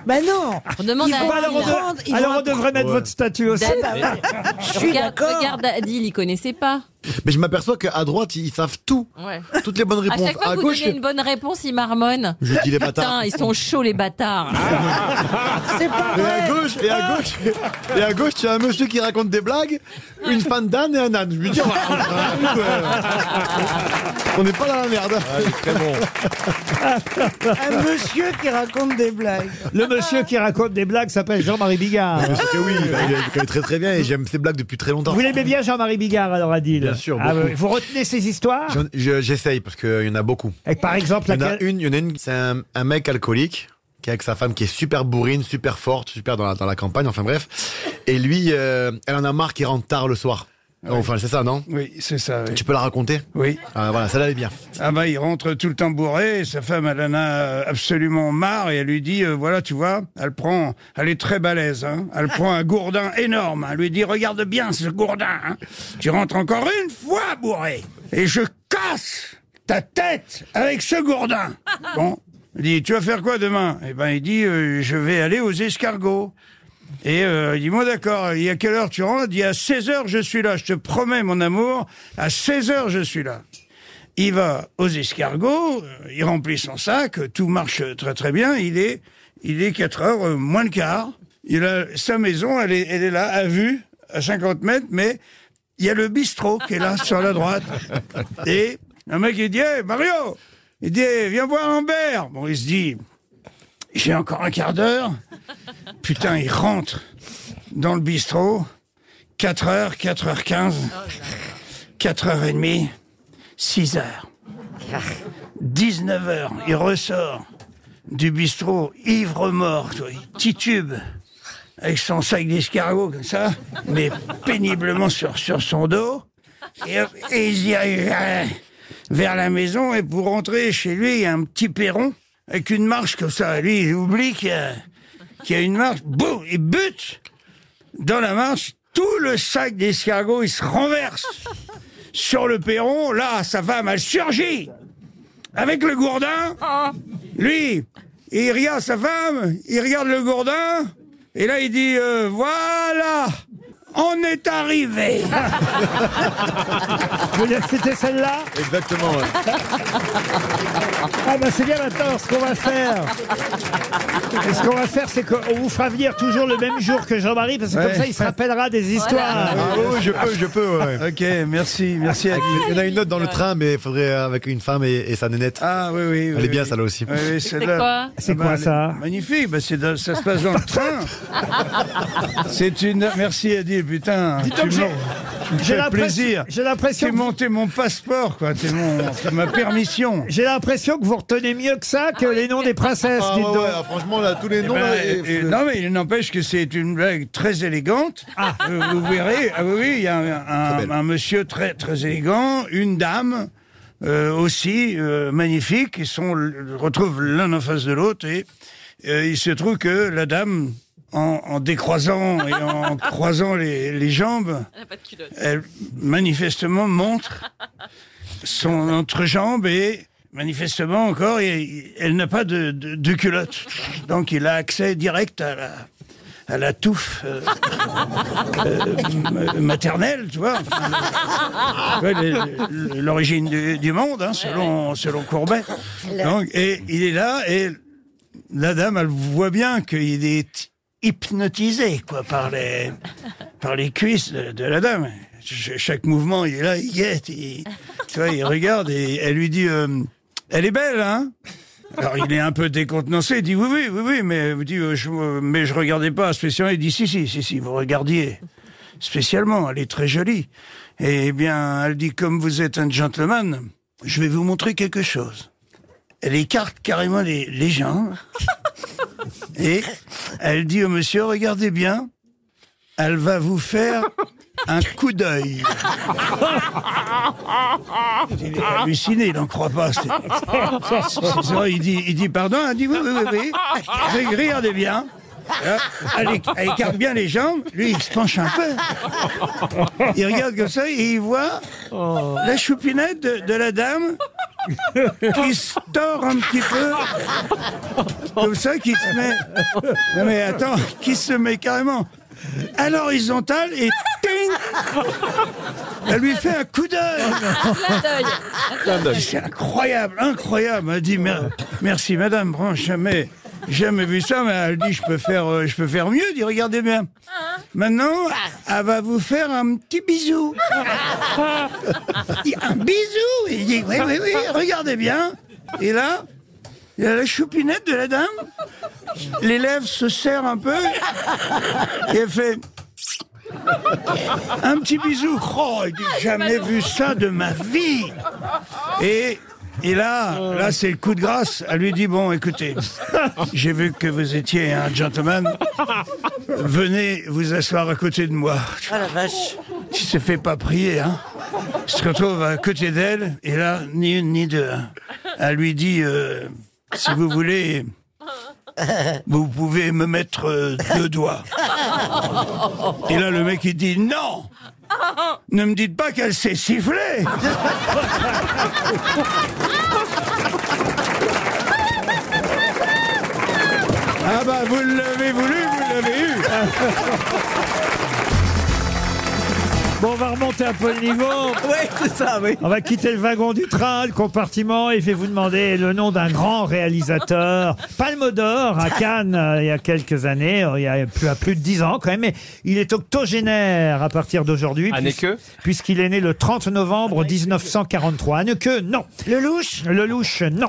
Ben non On demande Ils à vont Adil. alors on de- Regarde- ils Alors vont on devrait mettre Ouais. votre statue aussi. Je suis regarde, regarde Adil, il connaissait pas. Mais je m'aperçois qu'à droite, ils savent tout. Ouais. Toutes les bonnes À réponses. chaque fois À que vous gauche, donnez une bonne réponse, il marmonne. Je dis les Putain, bâtards. Ah, ils sont chauds les bâtards. Ah, C'est pas et à gauche, et à gauche, et à gauche, tu as un monsieur qui raconte des blagues, une fan d'âne et un âne. Je lui dis, voilà, on n'est pas dans la merde. très bon. Un monsieur qui raconte des blagues. [LAUGHS] Le monsieur qui raconte des blagues s'appelle Jean-Marie Bigard. oui, bah, il est- il est très très bien et j'aime ses blagues depuis très longtemps. Vous l'aimez bien Jean-Marie Bigard alors Adil Bien sûr, Ah, beaucoup. ouais. Vous retenez ses histoires J'en- je- J'essaye parce qu'il y en a beaucoup. Et par exemple, il y en a laquelle- une, il y en a une, c'est un, un mec alcoolique qui est avec sa femme qui est super bourrine, super forte, super dans la, dans la campagne, enfin bref. Et lui, euh, elle en a marre qu'il rentre tard le soir. Enfin, c'est ça, non Oui, c'est ça. Tu peux la raconter Oui. Ah, voilà, celle-là, elle est bien. Ah bah il rentre tout le temps bourré, et sa femme elle en a euh, absolument marre et elle lui dit euh, voilà tu vois, elle prend, elle est très balèze, hein, elle prend un gourdin énorme, hein, elle lui dit regarde bien ce gourdin, hein. tu rentres encore une fois bourré et je casse ta tête avec ce gourdin. Bon, il dit tu vas faire quoi demain Eh ben il dit euh, je vais aller aux escargots. Et euh, il dit, moi d'accord, il y a quelle heure tu rentres Il dit, à 16h je suis là, je te promets mon amour, à 16h je suis là. Il va aux escargots, euh, il remplit son sac, euh, tout marche euh, très très bien, il est, il est 4 heures, euh, moins le quart. Il a, sa maison, elle est, elle est là, à vue, à 50 mètres, mais il y a le bistrot qui est là, sur la droite. [LAUGHS] Et un mec, il dit, Hey, Mario Il dit, Hey, viens voir Lambert Bon, il se dit, j'ai encore un quart d'heure. Putain, il rentre dans le bistrot, 4h, 4h15, 4h30, 6h, 19h, il ressort du bistrot ivre-mort, toi, il titube avec son sac d'escargot comme ça, mais péniblement sur, sur son dos, et, euh, et il se dirige euh, vers la maison, et pour rentrer chez lui, il y a un petit perron avec une marche comme ça. Lui, il oublie qu'il y a, qu'il y a une marche, boum, il bute dans la marche, tout le sac d'escargot, il se renverse sur le perron. Là, sa femme, elle surgit avec le gourdin. Lui, il regarde sa femme, il regarde le gourdin, et là, il dit euh, Voilà, on est arrivé. Vous voulez dire que c'était celle-là Exactement. Ah bah c'est bien maintenant ce qu'on va faire. Et ce qu'on va faire, c'est qu'on vous fera venir toujours le même jour que Jean-Marie, parce que Ouais. comme ça, il se rappellera des histoires. Ah Oh, je peux, je peux, Ah, Ok, merci, merci à Il y en a une autre dans le train, mais il faudrait euh, avec une femme et, et sa nénette. Ah oui, oui. Elle est bien, celle-là aussi. Ah, C'est quoi, ça Magnifique, bah, c'est dans- ça se passe [LAUGHS] dans le train. C'est une. Merci Adil, putain. Dis tu donc, me- j'ai- tu me j'ai fais l'impression- plaisir. j'ai l'impression T'es mon, t'es mon passeport, quoi. T'es mon, t'es ma permission. J'ai l'impression que vous retenez mieux que ça que les noms des princesses, Ah, dites ouais, donc. ouais, ah, franchement, là, tous les Eh noms. ben, là, euh, et- euh, non, mais il n'empêche que c'est une blague très élégante. Euh, vous verrez, ah oui, oui, il y a un, un- un monsieur très, très élégant, une dame euh, aussi euh, magnifique, ils sont, le- retrouvent l'un en face de l'autre et euh, il se trouve que la dame, en, en décroisant et en croisant les, les jambes, elle manifestement montre son entrejambe et manifestement encore, il- il- elle n'a pas de, de- de culotte. Donc il a accès direct à la, à la touffe euh, euh, m- maternelle, tu vois. Enfin, tu vois, le- le- L'origine du, du monde, hein, selon, selon Courbet. Donc, et il est là et la dame, elle voit bien qu'il est hypnotisé quoi, par, les, par les cuisses de, de la dame. Ch- chaque mouvement, il est là, il guette, il, tu vois, il regarde et elle lui dit euh, Elle est belle, hein alors il est un peu décontenancé, il dit oui oui oui oui mais vous dit euh, je, euh, mais je regardais pas spécialement il dit si si si si vous regardiez spécialement elle est très jolie et eh bien elle dit comme vous êtes un gentleman je vais vous montrer quelque chose elle écarte carrément les, les jambes. Et elle dit au monsieur, regardez bien, elle va vous faire un coup d'œil. Il est halluciné, il n'en croit pas. c'est- c'est- c'est vrai, il, dit, il dit pardon, elle dit oui, oui, oui, oui. Reg- Regardez bien. Euh, Elle, éc- elle écarte bien les jambes, lui il se penche un peu. Il regarde comme ça et il voit la choupinette de, de la dame qui se tord un petit peu. Comme ça, qui se met. Non mais attends, qui se met carrément à l'horizontale et ting Elle lui fait un coup d'œil c'est incroyable, incroyable. Elle dit mer- merci madame, vraiment, jamais, jamais vu ça, mais elle dit je peux faire, euh, je peux faire mieux. Elle dit regardez bien. Maintenant, elle va vous faire un petit bisou. Il dit, un bisou. Il dit oui, oui, oui. Regardez bien. Et là, il y a la choupinette de la dame. Les lèvres se serrent un [LAUGHS] peu et elle fait. Un petit bisou, oh, il dit, jamais vu ça de ma vie. Et, et là, là c'est le coup de grâce. Elle lui dit bon, écoutez, j'ai vu que vous étiez un gentleman. Venez vous asseoir à côté de moi. [LAUGHS] Ah la vache. Tu te fais pas prier, hein. Il se retrouve à côté d'elle et là, ni une ni deux. hein. Elle lui dit euh, si vous voulez, vous pouvez me mettre euh, deux doigts. Et là, le mec il dit non. Ne me dites pas qu'elle s'est sifflée. Ah bah vous l'avez voulu, vous l'avez eu. Bon, on va remonter un peu le niveau. Oui, c'est ça, oui. On va quitter le wagon du train, le compartiment, et je vais vous demander le nom d'un grand réalisateur. Palme d'Or, à Cannes, euh, il y a quelques années, euh, il y a plus, à plus de 10 ans quand même, mais il est octogénaire à partir d'aujourd'hui. Année puisque- que Puisqu'il Ah bah, est né le 30 novembre 1943. Anneke, non. Lelouch Lelouch, non.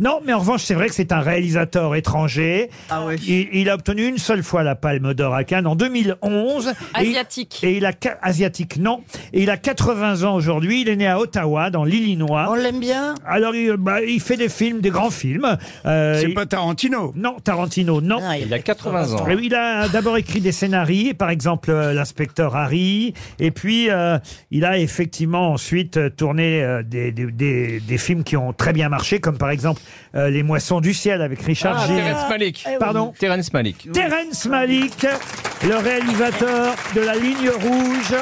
Non, mais en revanche, c'est vrai que c'est un réalisateur étranger. il, il a obtenu une seule fois la Palme d'Or à Cannes en 2011. Asiatique. Et il a qua- asiatique, non. Et il a 80 ans aujourd'hui. Il est né à Ottawa, dans l'Illinois. On l'aime bien. Alors, il, bah, il fait des films, des grands films. c'est pas Tarantino. Non, Tarantino, non. Il a 80 ans. Et oui, il a d'abord écrit des scénarios, par exemple euh, l'inspecteur Harry, et puis euh, il a effectivement ensuite euh, tourné euh, des, des- des- des films qui ont très bien marché, comme par exemple euh, Les Moissons du ciel avec Richard Ah, Gere. Terrence Malick. Pardon Terrence Malick. Terence Malik, le réalisateur Euh, de La Ligne Rouge.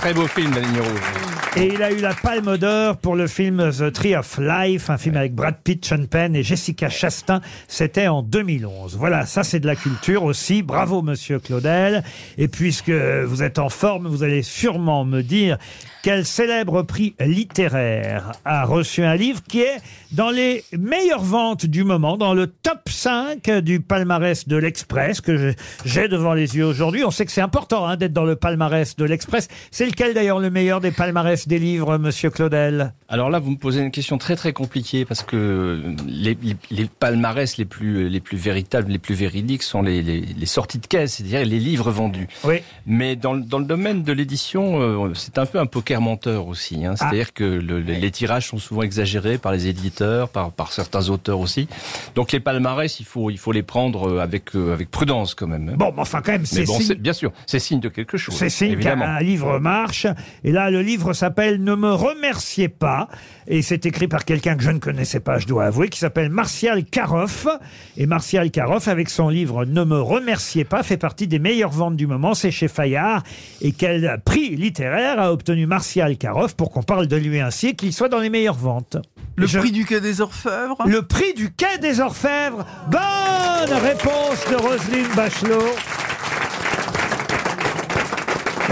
Très beau film, La Ligne Rouge. Et il a eu la palme d'or pour le film The Tree of Life, un film avec Brad Pitt, Sean Penn et Jessica Chastain. C'était en 2011. Voilà, ça c'est de la culture aussi. Bravo monsieur Claudel. Et puisque vous êtes en forme, vous allez sûrement me dire quel célèbre prix littéraire a reçu un livre qui est dans les meilleures ventes du moment, dans le top 5 du palmarès de l'Express que je- j'ai devant les yeux aujourd'hui. On sait que c'est important hein, d'être dans le palmarès de l'Express. C'est lequel d'ailleurs le meilleur des palmarès des livres, monsieur Claudel Alors là, vous me posez une question très très compliquée parce que les, les- les palmarès les plus, les plus véritables, les plus véridiques sont les, les- les sorties de caisse, c'est-à-dire les livres vendus. Oui. Mais dans, le- dans le domaine de l'édition, euh, c'est un peu un poker menteur aussi. Ah. hein. C'est-à-dire que le- le- les tirages sont souvent exagérés par les éditeurs, par, par certains auteurs aussi. Donc les palmarès, il faut, il faut les prendre euh, avec, euh, avec prudence quand même. hein. Bon, mais enfin, quand même, c'est Mais bon, signe- c'est- bien sûr, c'est signe de quelque chose. C'est signe évidemment. qu'un livre marche. Et là, le livre s'appelle Ne me remerciez pas. Et c'est écrit par quelqu'un que je ne connaissais pas, je dois avouer, qui s'appelle Martial Karoff. Et Martial Karoff, avec son livre Ne me remerciez pas, fait partie des meilleures ventes du moment. C'est chez Fayard. Et quel prix littéraire a obtenu Martial Karoff pour qu'on parle de lui ainsi et qu'il soit dans les meilleures ventes Le prix du Quai des Orfèvres Le prix du Quai des Orfèvres. Bonne réponse de Roselyne Bachelot.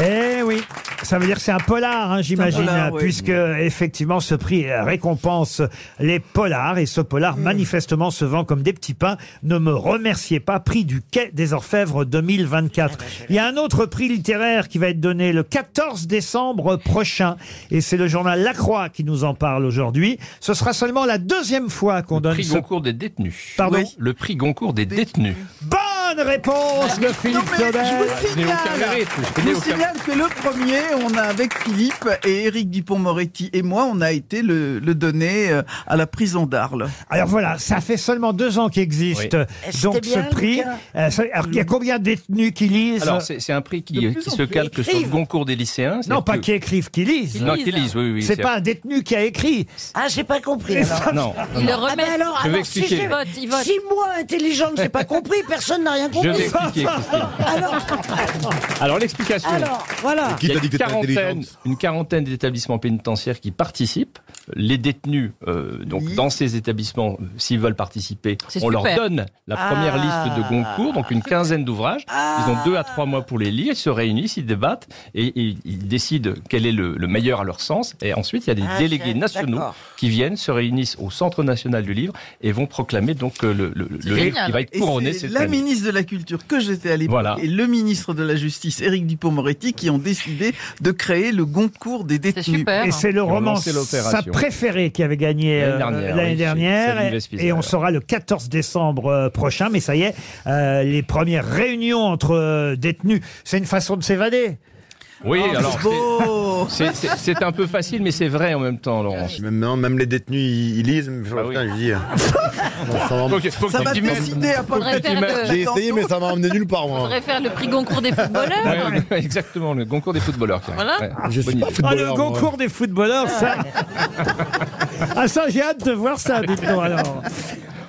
Eh oui. Ça veut dire que c'est un polar, hein, j'imagine, polar, oui. puisque effectivement ce prix euh, récompense les polars et ce polar Mm. manifestement se vend comme des petits pains. Ne me remerciez pas, prix du Quai des Orfèvres Ah, 2024. bah, Il y a un autre prix littéraire qui va être donné le 14 décembre prochain et c'est le journal La Croix qui nous en parle aujourd'hui. Ce sera seulement la deuxième fois qu'on donne prix ce Goncourt des détenus. Pardon Le prix Goncourt des détenus. Bonne Bonne réponse de Non, Philippe mais Claudel. je vous signale, je vous signale que le premier, on a avec Philippe et Éric Dupont-Moretti et moi, on a été le, le donner euh, à la prison d'Arles. Alors voilà, ça fait seulement deux ans qu'existe Oui. euh, Et c'était donc bien, ce prix. Lucas Euh, ça- alors, il y a combien de détenus qui lisent Alors, c'est c'est un prix De qui, euh, plus qui en se plus. calque sur le Écrivent. concours des lycéens. Non, c'est-à-dire pas que- qui écrivent, qui lisent. Non, qui lisent, oui, oui. C'est pas un détenu qui a écrit. Ah, j'ai pas compris. Non, alors. non, non. Ah, bah alors, Je vais alors, si expliquer. j'ai- Il vote, il vote. Si moi, intelligente, j'ai pas compris, personne n'a rien compris. vais expliquer, Christine. Alors, Alors l'explication. Alors, voilà. Il y a Qui t'a dit une que t'étais quarantaine, intelligente une quarantaine d'établissements pénitentiaires qui participent. Les détenus, euh, donc dans ces établissements, euh, s'ils veulent participer, C'est on leur super. donne la première Ah. liste de concours, donc une quinzaine d'ouvrages. Ils ont deux à trois mois pour les lire. Ils se réunissent, ils débattent et, et ils décident quel est le, le meilleur à leur sens. Et ensuite, il y a des Ah, délégués c'est- nationaux d'accord. qui viennent, se réunissent au Centre national du livre et vont proclamer donc euh, le, le- le livre qui va être Et couronné c'est cette la année. ministre de la Culture que j'étais à l'époque Voilà. et le ministre de la Justice, Éric Dupont-Moretti, qui ont décidé de créer le Goncourt des détenus. Et c'est le roman sa préférée qui avait gagné euh, L'année dernière, l'année oui, chez dernière. Sylvie et, Vespizer. on saura le 14 décembre euh, prochain. Mais ça y est, euh, les premières réunions entre euh, détenus, c'est une façon de s'évader. Oui, Oh, alors c'est c'est- beau [LAUGHS] c'est- c'est c'est un peu facile, mais c'est vrai en même temps, Laurence. Ah Même, non, même les détenus, ils, ils lisent. mais putain, [LAUGHS] je dis, euh, Faut que- faut que Ça tu va t'y mettes. décider à Faudrait partir faire de- J'ai essayé, mais ça m'a emmené nulle part, On moi. pourrait faire le prix Goncourt des footballeurs. Ouais, ouais, [LAUGHS] exactement, le concours des footballeurs. tiens. Voilà. Ouais, Je bonne suis pas idée. Ah, le concours des footballeurs, [LAUGHS] ça. ah, ça, j'ai hâte de voir ça, [LAUGHS] dites-nous alors.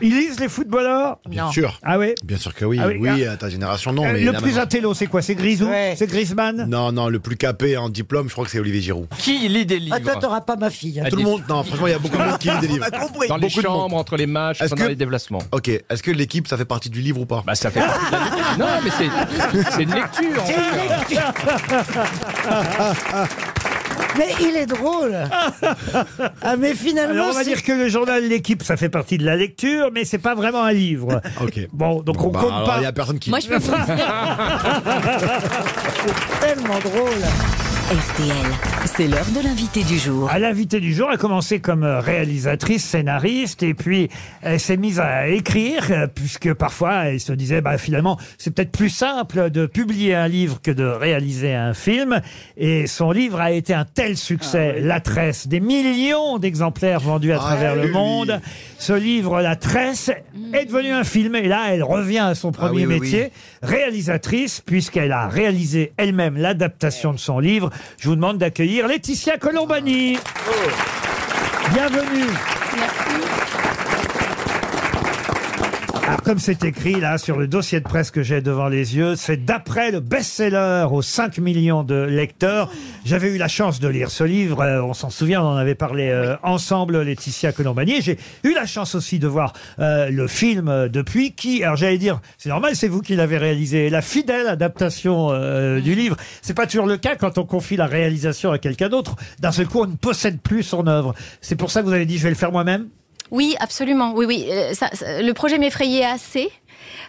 Ils lisent les footballeurs Bien sûr. Ah oui Bien sûr que oui. Ah oui, oui, ah. à ta génération, non. Euh, mais le la plus maman- intello, c'est quoi C'est Grisou C'est Griezmann Non, non, le plus capé en diplôme, je crois que c'est Olivier Giroud. Qui lit des livres ah, toi, t'auras pas ma fille. hein. Tout le monde, Ah, non, franchement, il y a beaucoup de monde [LAUGHS] [LAUGHS] qui lit des livres. Dans les Beaucoup de monde. chambres, entre les matchs, Est-ce pendant que- les déplacements. Ok, est-ce que l'équipe, ça fait partie du livre ou pas Bah, ça fait partie de la lecture. Non, mais c'est- c'est une lecture. en C'est fait. une lecture. Mais il est drôle. Ah, mais finalement. Alors on va c'est- dire que le journal L'équipe, ça fait partie de la lecture, mais c'est pas vraiment [LAUGHS] un livre. Bon, donc on Bah, compte alors, pas. il y a personne qui- Moi, je peux vous [LAUGHS] C'est tellement drôle. RTL, c'est l'heure de l'invité du jour. À Ah, l'invité du jour, elle a commencé comme euh, réalisatrice, scénariste, et puis elle s'est mise à écrire, euh, puisque parfois elle se disait, bah, finalement, c'est peut-être plus simple de publier un livre que de réaliser un film. Et son livre a été un tel succès, Ah, La Tresse, des millions d'exemplaires vendus à travers le oui. Mm. monde. Ce livre, La Tresse, est devenu un film, et là, elle revient à son premier Ah oui, oui, métier réalisatrice, puisqu'elle a réalisé elle-même l'adaptation de son livre. Je vous demande d'accueillir Laetitia Colombani. Oh. Bienvenue. Alors, comme c'est écrit là sur le dossier de presse que j'ai devant les yeux, c'est d'après le best-seller aux 5 millions de lecteurs. J'avais eu la chance de lire ce livre, euh, on s'en souvient, on en avait parlé euh, ensemble, Laetitia Colombani. Et J'ai eu la chance aussi de voir euh, le film euh, depuis qui, alors j'allais dire, c'est normal, c'est vous qui l'avez réalisé, la fidèle adaptation euh, du livre. C'est pas toujours le cas quand on confie la réalisation à quelqu'un d'autre. D'un seul coup, on ne possède plus son œuvre. C'est pour ça que vous avez dit, je vais le faire moi-même. Oui, absolument. Oui, oui. Euh, ça- ça- le projet m'effrayait assez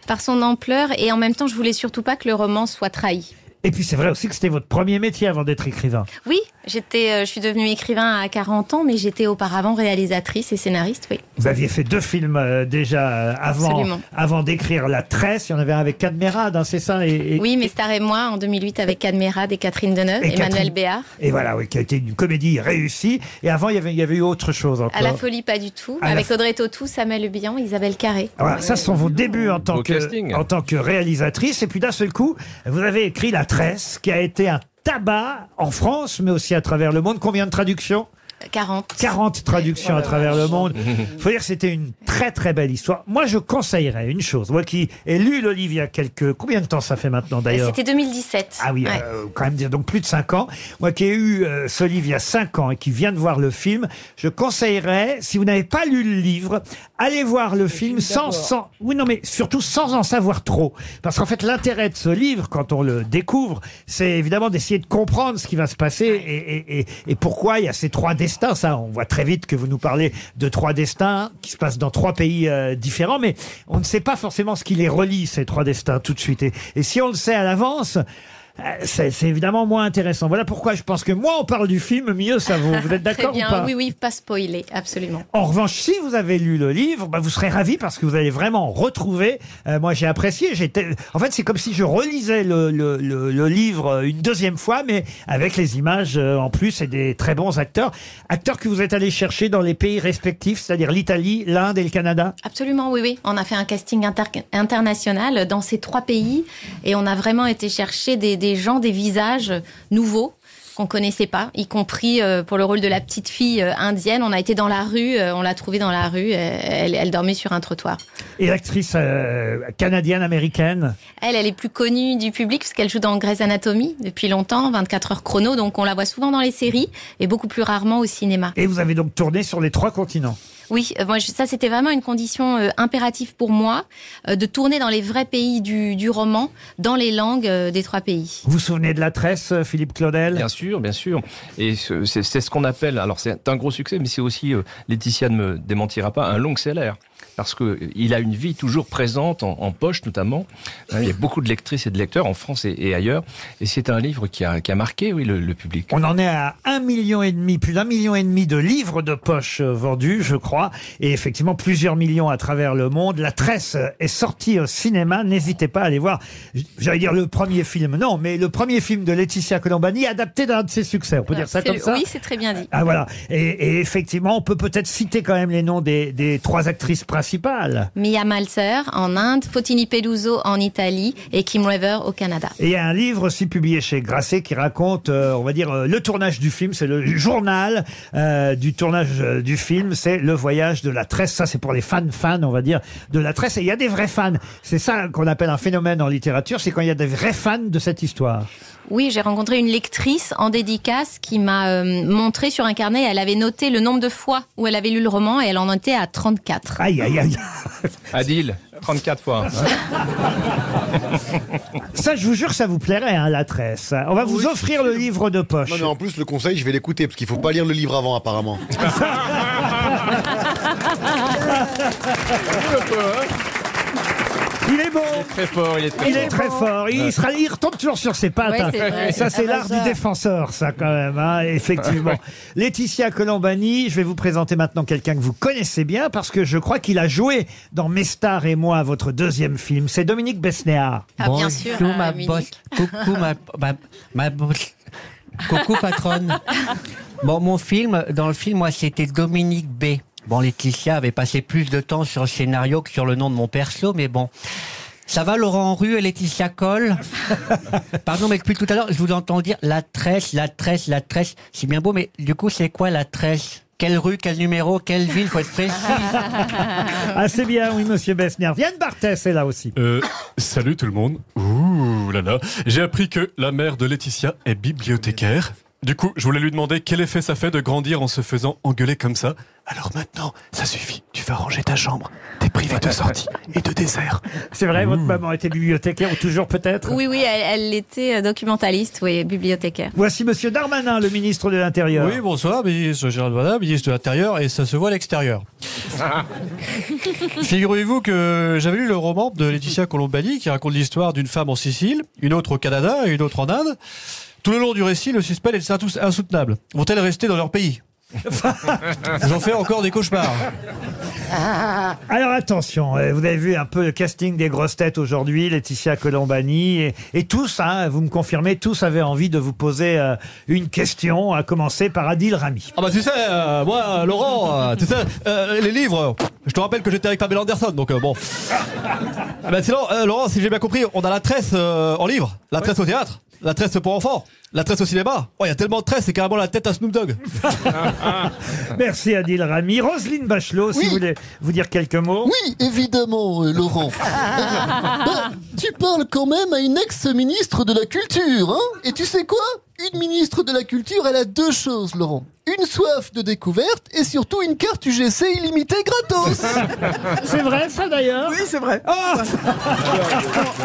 par son ampleur et en même temps, je voulais surtout pas que le roman soit trahi. Et puis c'est vrai aussi que c'était votre premier métier avant d'être écrivain. Oui, j'étais, euh, je suis devenue écrivain à 40 ans, mais j'étais auparavant réalisatrice et scénariste, oui. Vous aviez fait deux films euh, déjà euh, avant, Absolument. avant d'écrire La Tresse. Il y en avait un avec Cadmerade, hein, c'est ça et, et- Oui, mais Star et moi, en 2008, avec Cadmerade et Catherine Deneuve, et Emmanuel Catherine- Béard. Et voilà, oui, qui a été une comédie réussie. Et avant, il y avait, il y avait eu autre chose encore. À la folie, pas du tout. À la avec fo- Audrey Tautou, Samuel Le Bihan, Isabelle Carré. Ah, Voilà, ça, ce sont vos débuts en tant, Beau que, casting. en tant que réalisatrice. Et puis d'un seul coup, vous avez écrit La Tresse, qui a été un tabac en France, mais aussi à travers le monde. Combien de traductions 40. 40 traductions à travers le monde. Il faut dire que c'était une très très belle histoire. Moi, je conseillerais une chose. Moi qui ai lu le livre il y a quelques... Combien de temps ça fait maintenant d'ailleurs C'était 2017. Ah oui, Ouais. euh, quand même dire donc plus de 5 ans. Moi qui ai eu euh, ce livre il y a 5 ans et qui vient de voir le film, je conseillerais, si vous n'avez pas lu le livre, allez voir le, film sans, sans, oui non mais surtout sans en savoir trop. Parce qu'en fait l'intérêt de ce livre, quand on le découvre, c'est évidemment d'essayer de comprendre ce qui va se passer et, et- et- et pourquoi il y a ces trois destins. Ça, on voit très vite que vous nous parlez de trois destins qui se passent dans trois pays euh, différents, mais on ne sait pas forcément ce qui les relie, ces trois destins, tout de suite. Et, et si on le sait à l'avance, euh, c'est c'est évidemment moins intéressant. Voilà pourquoi je pense que moins on parle du film, mieux ça vaut. Vous êtes [LAUGHS] d'accord Très bien, ou pas oui, oui, pas spoiler, absolument. En revanche, si vous avez lu le livre, bah, vous serez ravi parce que vous allez vraiment retrouver. euh, moi, j'ai apprécié. J'étais. En fait, c'est comme si je relisais le, le- le- le livre euh, une deuxième fois, mais avec les images euh, en plus et des très bons acteurs, acteurs que vous êtes allés chercher dans les pays respectifs, c'est-à-dire l'Italie, l'Inde et le Canada. Absolument, oui, oui. On a fait un casting inter- international dans ces trois pays et on a vraiment été chercher des, des gens, des visages nouveaux qu'on connaissait pas, y compris euh, pour le rôle de la petite fille euh, indienne. On a été dans la rue, euh, on l'a trouvée dans la rue, euh, elle, elle dormait sur un trottoir. Et l'actrice euh, canadienne-américaine. Elle, elle est plus connue du public parce qu'elle joue dans Grey's Anatomy depuis longtemps, 24 heures chrono, donc on la voit souvent dans les séries et beaucoup plus rarement au cinéma. Et vous avez donc tourné sur les trois continents. Oui, euh, moi je- ça c'était vraiment une condition euh, impérative pour moi euh, de tourner dans les vrais pays du, du roman, dans les langues euh, des trois pays. Vous vous souvenez de la tresse, euh, Philippe Claudel Bien sûr, bien sûr. Et ce- c'est c'est ce qu'on appelle, alors c'est un gros succès, mais c'est aussi, euh, Laetitia ne me démentira pas, un long seller. Parce que euh, il a une vie toujours présente, en, en poche notamment. Hein, Il y a beaucoup de lectrices et de lecteurs en France et, et ailleurs. Et c'est un livre qui a, qui a marqué oui, le, le public. On en est à un million et demi, plus d'un million et demi de livres de poche euh, vendus, je crois, et effectivement plusieurs millions à travers le monde. La tresse euh, est sortie au cinéma. N'hésitez pas à aller voir. j- J'allais dire le premier film, non, mais le premier film de Laetitia Colombani, adapté d'un de ses succès. On peut dire ça C'est- comme ça. Oui, c'est très bien dit. Ah voilà. Et, et effectivement, on peut peut-être citer quand même les noms des, des trois actrices principales. Mia Malzer en Inde, Fotini Peluso en Italie et Kim River au Canada. Et il y a un livre aussi publié chez Grasset qui raconte, euh, on va dire, euh, le tournage du film. C'est le journal euh, du tournage euh, du film. C'est le voyage de la tresse. Ça, c'est pour les fans, fans, on va dire, de la tresse. Et il y a des vrais fans. C'est ça qu'on appelle un phénomène en littérature. C'est quand il y a des vrais fans de cette histoire. Oui, j'ai rencontré une lectrice en dédicace qui m'a euh, montré sur un carnet, elle avait noté le nombre de fois où elle avait lu le roman et elle en était à 34. Aïe, aïe, aïe. Adil, 34 fois. hein. Ça, je vous jure, ça vous plairait, hein, la tresse. On va vous Oui, offrir le livre de poche. Non, mais en plus, le conseil, je vais l'écouter parce qu'il faut pas lire le livre avant, apparemment. Il est bon. Très fort, il est très Il est très fort. Il, Ouais. sera, il retombe toujours sur ses pattes. Ouais, hein. c'est vrai. Ça, c'est Ah bah l'art ça. du défenseur, ça, quand [LAUGHS] même, hein, effectivement. Laetitia Colombani, je vais vous présenter maintenant quelqu'un que vous connaissez bien parce que je crois qu'il a joué dans Mes stars et moi, votre deuxième film. C'est Dominique Besnéard. Ah, bien sûr, Bonjour, à ma Munich. boss. Coucou, ma, ma, ma boss. Coucou, [LAUGHS] patronne. Bon, mon film, dans le film, moi, c'était Dominique B. Bon, Laetitia avait passé plus de temps sur le scénario que sur le nom de mon perso, mais bon. Ça va, Laurent Rue et Laetitia [LAUGHS] Coll Pardon, mais depuis tout à l'heure, je vous entends dire la tresse, la tresse, la tresse. C'est bien beau, mais du coup, c'est quoi la tresse Quelle rue, quel numéro, quelle ville Faut être [LAUGHS] précis. Ah, c'est bien, oui, monsieur Besnéard. Yann Barthès est là aussi. Euh, salut tout le monde. Ouh là là. J'ai appris que la mère de Laetitia est bibliothécaire. Du coup, je voulais lui demander quel effet ça fait de grandir en se faisant engueuler comme ça. Alors maintenant, ça suffit. Tu vas ranger ta chambre. T'es privé de [LAUGHS] sortie et de dessert. Mmh. C'est vrai, votre maman était bibliothécaire ou toujours peut-être Oui, oui, elle, elle était euh, documentaliste, oui, bibliothécaire. Voici monsieur Darmanin, le ministre de l'Intérieur. Oui, bonsoir, ministre Gérald Darmanin, ministre de l'Intérieur, et ça se voit à l'extérieur. Figurez-vous que j'avais lu le roman de Laetitia Colombani qui raconte l'histoire d'une femme en Sicile, une autre au Canada et une autre en Inde. Tout le long du récit, le suspect est insou- insoutenable. Vont-elles rester dans leur pays J'en fais encore des [LAUGHS] cauchemars. Alors attention, euh, vous avez vu un peu le casting des grosses têtes aujourd'hui, Laetitia Colombani, et, et tous, hein, vous me confirmez, tous avaient envie de vous poser euh, une question, à commencer par Adil Rami. Ah bah tu sais, euh, moi, euh, Laurent, euh, tu sais, euh, les livres, euh, je te rappelle que j'étais avec Pamela Anderson, donc euh, bon. Ah bah sinon, euh, Laurent, si j'ai bien compris, on a la tresse euh, en livre, la tresse au théâtre, la tresse pour enfants, la tresse au cinéma. Oh, il y a tellement de tresses, c'est carrément la tête à Snoop Dogg. Ah. [LAUGHS] Merci Adil Rami. Roselyne Bachelot, si vous voulez vous dire quelques mots. Oui, évidemment, euh, Laurent. [LAUGHS] Ben, tu parles quand même à une ex-ministre de la Culture, hein Et tu sais quoi Une ministre de la Culture, elle a deux choses, Laurent. Une soif de découverte et surtout une carte UGC illimitée gratos [LAUGHS] C'est vrai, ça, d'ailleurs Ah, Oui, c'est vrai. [LAUGHS]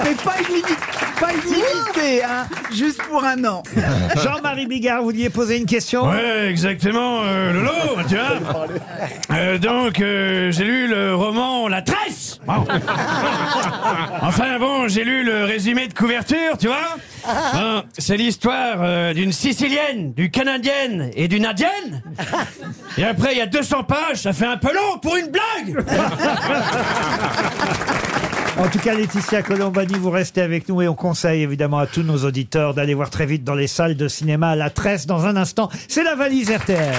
Mais pas illimité, pas illimité, hein, juste pour un an. [LAUGHS] Jean-Marie Bigard, vous vouliez poser une question Ouais, exactement, euh, Lolo, tu vois. Euh, donc, euh, j'ai lu le roman La Tresse. Bon. Enfin bon, j'ai lu le résumé de couverture, tu vois. Hein, c'est l'histoire euh, d'une Sicilienne, d'une Canadienne et d'une Indienne. Et après, il y a 200 pages, ça fait un peu long pour une blague En tout cas, Laetitia Colombani, vous restez avec nous et on conseille évidemment à tous nos auditeurs d'aller voir très vite dans les salles de cinéma à la Tresse dans un instant. C'est la valise RTL.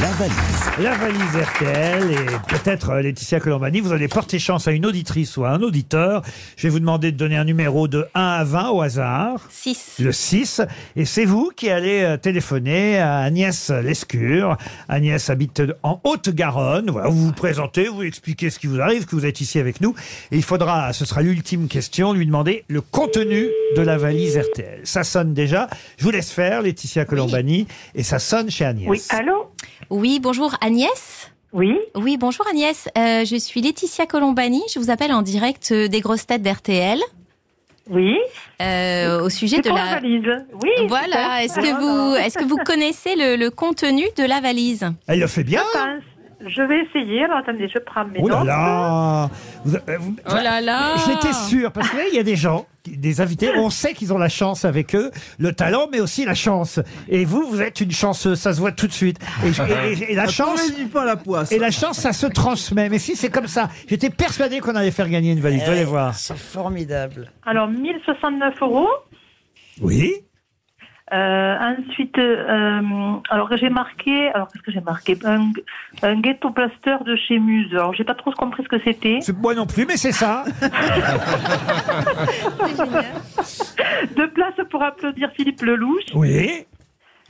La valise. La valise RTL et peut-être euh, Laetitia Colombani, vous allez porter chance à une auditrice ou à un auditeur. Je vais vous demander de donner un numéro de 1 à 20 au hasard. 6. Le 6. Et c'est vous qui allez euh, téléphoner à Agnès Lescure. Agnès habite en Haute-Garonne. Voilà, vous vous présentez, vous expliquez ce qui vous arrive, que vous êtes ici avec nous. Et il faudra, ce sera l'ultime question, lui demander le contenu de la valise RTL. Ça sonne déjà. Je vous laisse faire, Laetitia Colombani. Et ça sonne chez Agnès. allô Oui, bonjour Agnès. Oui. Oui, bonjour Agnès. Euh, je suis Laetitia Colombani. Je vous appelle en direct euh, des grosses têtes d'RTL. Oui. Euh, au sujet C'est de pour la... la valise. Oui, super. Voilà. Est-ce que vous, est-ce que vous connaissez le, le contenu de la valise Elle le fait bien. Je pense. Je vais essayer. Alors, attendez, je prends mes Oh là notes. là Vous- euh, vous- Oh là là J'étais sûr, parce que là, il y a des gens, qui- des invités, on sait qu'ils ont la chance avec eux, le talent, mais aussi la chance. Et vous, vous êtes une chanceuse, ça se voit tout de suite. Et, je- et- et- et la Ah, chance... t'aurais dit pas la poisse. Et la chance, ça se transmet. Mais si, c'est comme ça. J'étais persuadé qu'on allait faire gagner une valise. Eh Vous allez ouais, voir. C'est formidable. Alors, 1069 euros. Oui Euh, ensuite, euh, alors j'ai marqué, alors qu'est-ce que j'ai marqué un, un ghetto blaster de chez Muse. Alors j'ai pas trop compris ce que c'était. Moi non plus, mais [LAUGHS] c'est ça. Deux places pour applaudir Philippe Lelouch. Oui.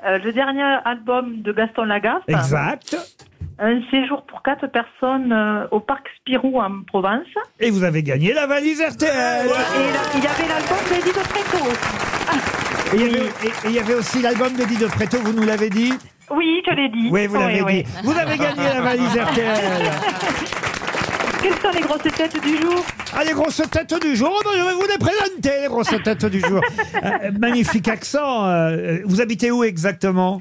Euh, le dernier album de Gaston Lagaffe. Exact. Un séjour pour quatre personnes euh, au parc Spirou en Provence. Et vous avez gagné la valise RTL. Et là, il y avait l'album d'Eddie de Préco. Ah. Et il y avait- et- et il y avait aussi l'album d'Eddie de Preto, vous nous l'avez dit Oui, je l'ai dit. Oui, vous l'avez Oui, dit. oui. [LAUGHS] Vous avez gagné la valise RTL. Quelles sont les grosses têtes du jour Ah, les grosses têtes du jour, Oh, ben, je vais vous les présenter, les grosses têtes [LAUGHS] du jour. Euh, magnifique accent. euh, vous habitez où exactement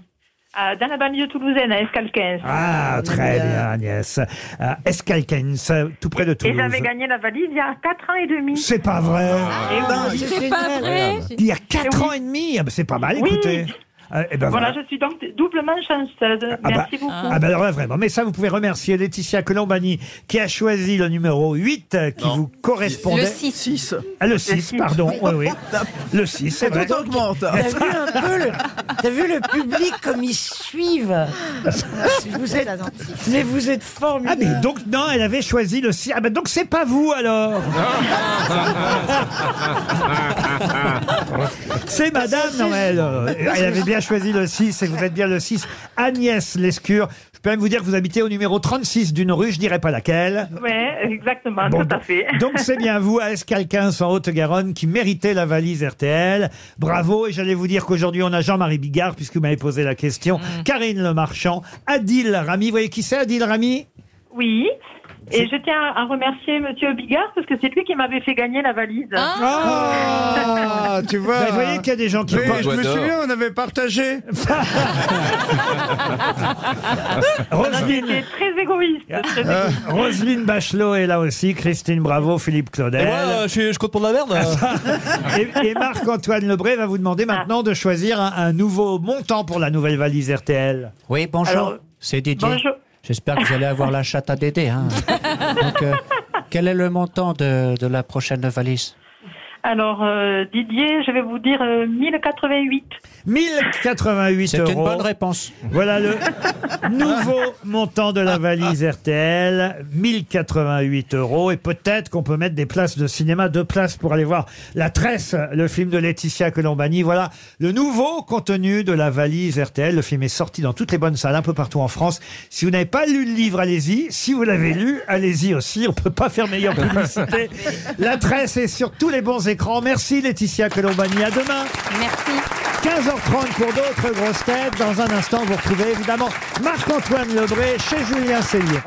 Euh, Dans la banlieue toulousaine, à Escale 15. Euh, Ah, très bien, Agnès. Euh, Escalquens, euh, tout près de Et Toulouse. j'avais gagné la valise il y a 4 ans et demi. C'est pas vrai. Eh oui, Non, c'est c'est pas vrai. Il y a 4 ans et demi. Ah, ben, C'est pas mal, Oui. écoutez. Euh, eh ben, Voilà, je suis donc doublement chanceuse. Ah bah- Merci beaucoup. Ah bah alors là, vraiment. Mais ça, vous pouvez remercier Laetitia Colombani qui a choisi le numéro 8 euh, qui vous correspondait. Le 6. Ah, le 6, pardon. Oui, oui. Le 6, c'est vrai. Tout augmente. T'as vu un peu le, t'as vu le public comme ils [LAUGHS] suivent. Vous êtes, mais vous êtes Ah, formidable. mais donc, non, elle avait choisi le 6. Ah, bah donc, c'est pas vous, [LAUGHS] alors. C'est madame, non, elle, euh, elle avait bien choisi le 6 et vous êtes bien le 6. Agnès Lescure. Je peux même vous dire que vous habitez au numéro 36 d'une rue, je dirais pas laquelle. Ouais, exactement, Bon, tout à fait. Donc c'est bien vous, AS Calquins en Haute-Garonne, qui méritez la valise RTL. Bravo, et j'allais vous dire qu'aujourd'hui on a Jean-Marie Bigard, puisque vous m'avez posé la question, Karine Le Marchand, Adil Rami, vous voyez qui c'est Adil Rami Oui. Et je tiens à remercier Monsieur Bigard parce que c'est lui qui m'avait fait gagner la valise. Ah. Ah, tu vois. Ben, vous voyez qu'il y a des gens qui Mais parlent. Je me J'adore. souviens, on [LAUGHS] avait partagé. Roselyne, C'est très égoïste. très euh, égoïste. Roselyne Bachelot est là aussi, Christine Bravo, Philippe Claudel. Et moi, euh, je, suis- je compte pour de la merde. euh. [LAUGHS] Et, et Marc-Antoine Lebré va vous demander maintenant de choisir un, un nouveau montant pour la nouvelle valise RTL. Oui, bonjour. Alors, c'est Didier. bonjour. J'espère que vous allez avoir la chatte à Dédé. hein. Donc, euh, quel est le montant de, de la prochaine valise Alors, euh, Didier, je vais vous dire euh, 1088. 1088 euros. C'est une bonne réponse. [LAUGHS] Voilà le nouveau montant de la valise RTL, 1088 euros. Et peut-être qu'on peut mettre des places de cinéma, deux places pour aller voir La Tresse, le film de Laetitia Colombani. Voilà le nouveau contenu de la valise RTL. Le film est sorti dans toutes les bonnes salles, un peu partout en France. Si vous n'avez pas lu le livre, allez-y. Si vous l'avez lu, allez-y aussi. On peut pas faire meilleure publicité. La Tresse est sur tous les bons écrans. Merci Laetitia Colombani. À demain. Merci. 15h30 pour d'autres grosses têtes. Dans un instant, vous retrouvez évidemment Marc-Antoine Lebré chez Julien Cellier.